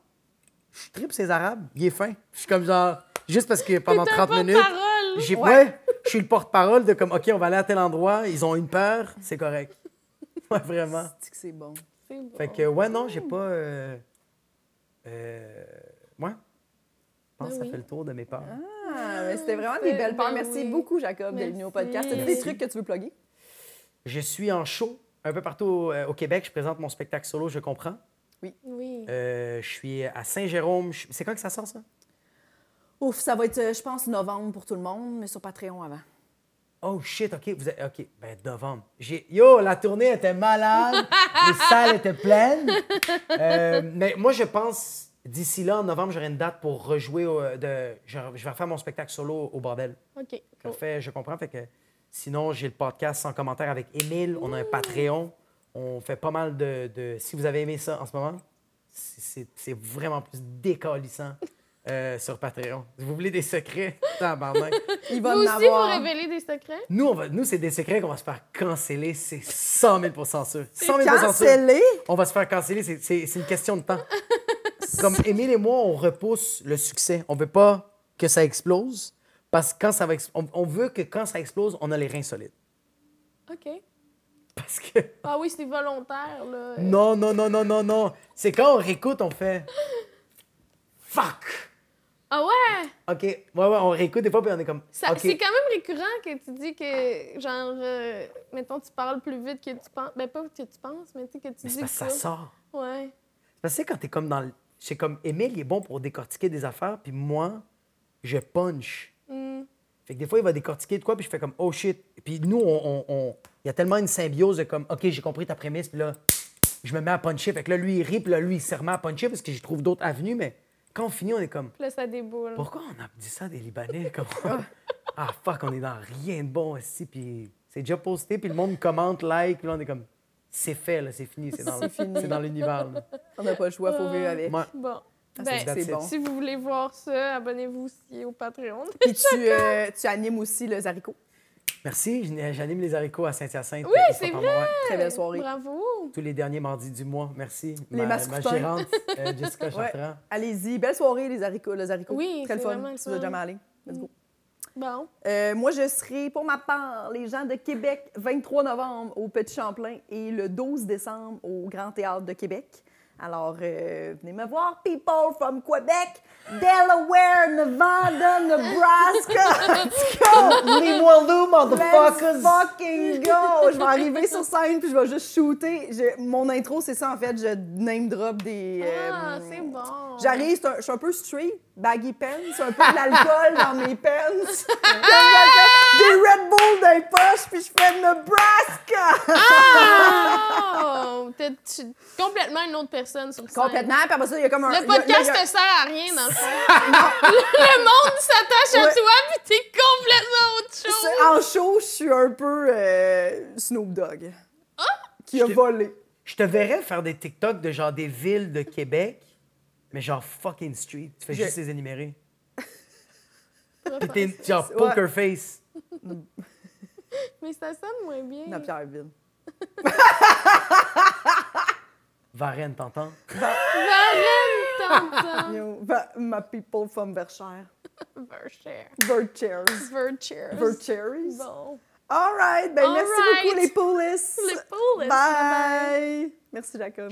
S4: je tripe ces Arabes, il est fin. Je suis comme genre, juste parce que pendant
S3: Putain,
S4: 30
S3: pas de
S4: minutes,
S3: parole.
S4: j'ai,
S2: Ouais.
S4: ouais, je suis le porte-parole de comme OK, on va aller à tel endroit, ils ont une peur, c'est correct. Ouais, vraiment.
S2: C'est que c'est bon.
S3: C'est bon.
S4: Fait que, ouais, non, j'ai pas. Euh, euh, ouais. Je
S3: Ben
S4: pense que ça
S3: oui.
S4: fait le tour de mes peurs.
S2: Ah, mais c'était vraiment des
S3: C'est-
S2: belles peurs.
S3: ben
S2: Merci
S3: oui.
S2: beaucoup, Jacob, d'être venu au podcast.
S3: Merci.
S2: T'as des trucs que tu veux plugger?
S4: Je suis en show un peu partout euh, au Québec. Je présente mon spectacle solo, je comprends.
S3: Oui.
S4: Euh, je suis à Saint-Jérôme. Je- C'est quand que ça sort, ça?
S2: Ouf, ça va être, euh, je pense, novembre pour tout le monde, mais sur Patreon avant.
S4: Oh shit, OK, vous êtes- OK, ben novembre. J'ai yo, la tournée était malade, les salles étaient pleines. Euh, mais moi je pense d'ici là en novembre, j'aurai une date pour rejouer au- euh, de je, je vais faire mon spectacle solo au bordel.
S3: OK.
S4: Je le fais, je comprends fait que sinon j'ai le podcast sans commentaire avec Émile, on a un Patreon, on fait pas mal de, de- si vous avez aimé ça en ce moment, c'est- c'est c'est vraiment plus décalissant. euh, sur Patreon. Vous voulez des secrets? Tabarnak.
S2: Il
S3: Vous
S2: va en
S3: aussi,
S2: avoir.
S3: vous révélez des secrets?
S4: Nous, on va- nous c'est des secrets qu'on va se faire canceller, c'est 100 000 sûr. 100 000 sûr.
S2: Cancellé?
S4: On va se faire canceller, c'est- c'est c'est une question de temps. Comme Émile et moi, on repousse le succès. On veut pas que ça explose, parce que quand ça va ex- on, on veut que quand ça explose, on a les reins solides.
S3: OK.
S4: Parce que
S3: Ah oui, c'est volontaire, là.
S4: non, non, non, non, non, non. C'est quand on réécoute, on fait fuck.
S3: Ah ouais!
S4: OK, ouais, ouais, on réécoute des fois, puis on est comme.
S3: Ça-
S4: OK.
S3: C'est quand même récurrent que tu dis que, genre, euh, mettons, tu parles plus vite que tu penses. Ben, pas que tu penses, mais tu sais que tu
S4: Mais
S3: dis
S4: c'est
S3: que
S4: parce que ça sort.
S3: Ouais.
S4: Parce que tu sais, quand t'es comme dans le. C'est comme Émile, il est bon pour décortiquer des affaires, puis moi, je punch.
S3: Mm.
S4: Fait que des fois, il va décortiquer de quoi, puis je fais comme oh shit. Puis nous, on. on- on- Il y a tellement une symbiose de comme OK, j'ai compris ta prémisse, puis là, je me mets à puncher. Fait que là, lui, il rit, puis là, lui, il se remet à puncher parce que je trouve d'autres avenues, mais quand on finit, on est comme
S3: Puis là, ça déboule.
S4: pourquoi on a dit ça des Libanais? Comme... ah, fuck, on est dans rien de bon ici. Puis c'est déjà posté, puis le monde commente, like, puis là, on est comme, c'est fait, là, c'est fini, c'est dans, le-
S2: C'est fini.
S4: c'est dans l'univers. là.
S2: On n'a pas le choix, faut vivre avec.
S4: Ouais.
S3: Bon.
S2: Ah,
S3: Ben,
S4: that's
S2: c'est
S4: it.
S2: bon.
S3: si vous voulez voir ça, abonnez-vous aussi au Patreon.
S2: Puis tu, euh, tu animes aussi le Zarico.
S4: Merci, j'an- j'anime les haricots à Saint-Hyacinthe.
S3: Oui,
S4: euh,
S3: c'est
S4: Saint-Amand,
S3: vrai!
S4: ouais.
S2: Très belle soirée.
S3: Bravo!
S4: Tous les derniers mardis du mois. Merci.
S2: Les
S4: ma, ma
S2: mascoutins.
S4: gérante, euh, Jessica Chartrand.
S2: Allez-y, belle soirée, les haricots, le Zarico.
S3: Oui,
S2: Très le
S3: c'est
S2: fun.
S3: vraiment le
S2: Tu vas
S3: fun.
S2: jamais aller. Let's go.
S3: Bon.
S2: Euh, moi, je serai, pour ma part, les gens de Québec, 23 novembre au Petit Champlain et le 12 décembre au Grand Théâtre de Québec. Alors, euh, venez me voir, people from Quebec, Delaware, Nevada, Nebraska.
S4: Leave-moi loose,
S2: Let's
S4: motherfuckers!
S2: fucking go! Je vais arriver sur scène puis je vais juste shooter. Je- mon intro, c'est ça en fait. Je name drop des. euh,
S3: Ah, c'est bon!
S2: J'arrive, c'est un- je suis un peu street, baggy pants, c'est un peu de l'alcool dans mes pants. des Red Bull dans les poches, puis je fais Nebraska!
S3: Oh! T'es tu- complètement une autre personne sur scène.
S2: Complètement, puis après ça, il y a comme un.
S3: Le
S2: il y a- il y
S3: podcast
S2: a- Ah,
S3: ne sert à rien, dans le fond. le monde s'attache à
S2: Ouais.
S3: toi, puis t'es complètement autre chose.
S2: c'est- En show, je suis un peu euh, Snoop Dogg.
S3: Ah!
S2: Qui a volé.
S4: Je te verrais faire des TikTok de genre des villes de Québec, mais genre fucking street. Tu fais
S2: Je-
S4: juste les énumérer.
S3: Pourquoi
S4: Puis
S3: pas?
S4: t'es genre
S2: Ouais.
S4: poker face.
S3: Mais ça sonne moins bien.
S2: Dans Pierreville.
S4: Varenne, t'entends?
S3: Varenne, t'entends.
S2: Yo, va- my people from Verchères.
S3: Verchères.
S2: Verchères.
S3: Verchères.
S2: Verchères.
S3: Bon.
S2: All right, ben
S3: All
S2: merci
S3: right.
S2: beaucoup les polices.
S3: Les poules.
S2: Bye. Merci Jacob.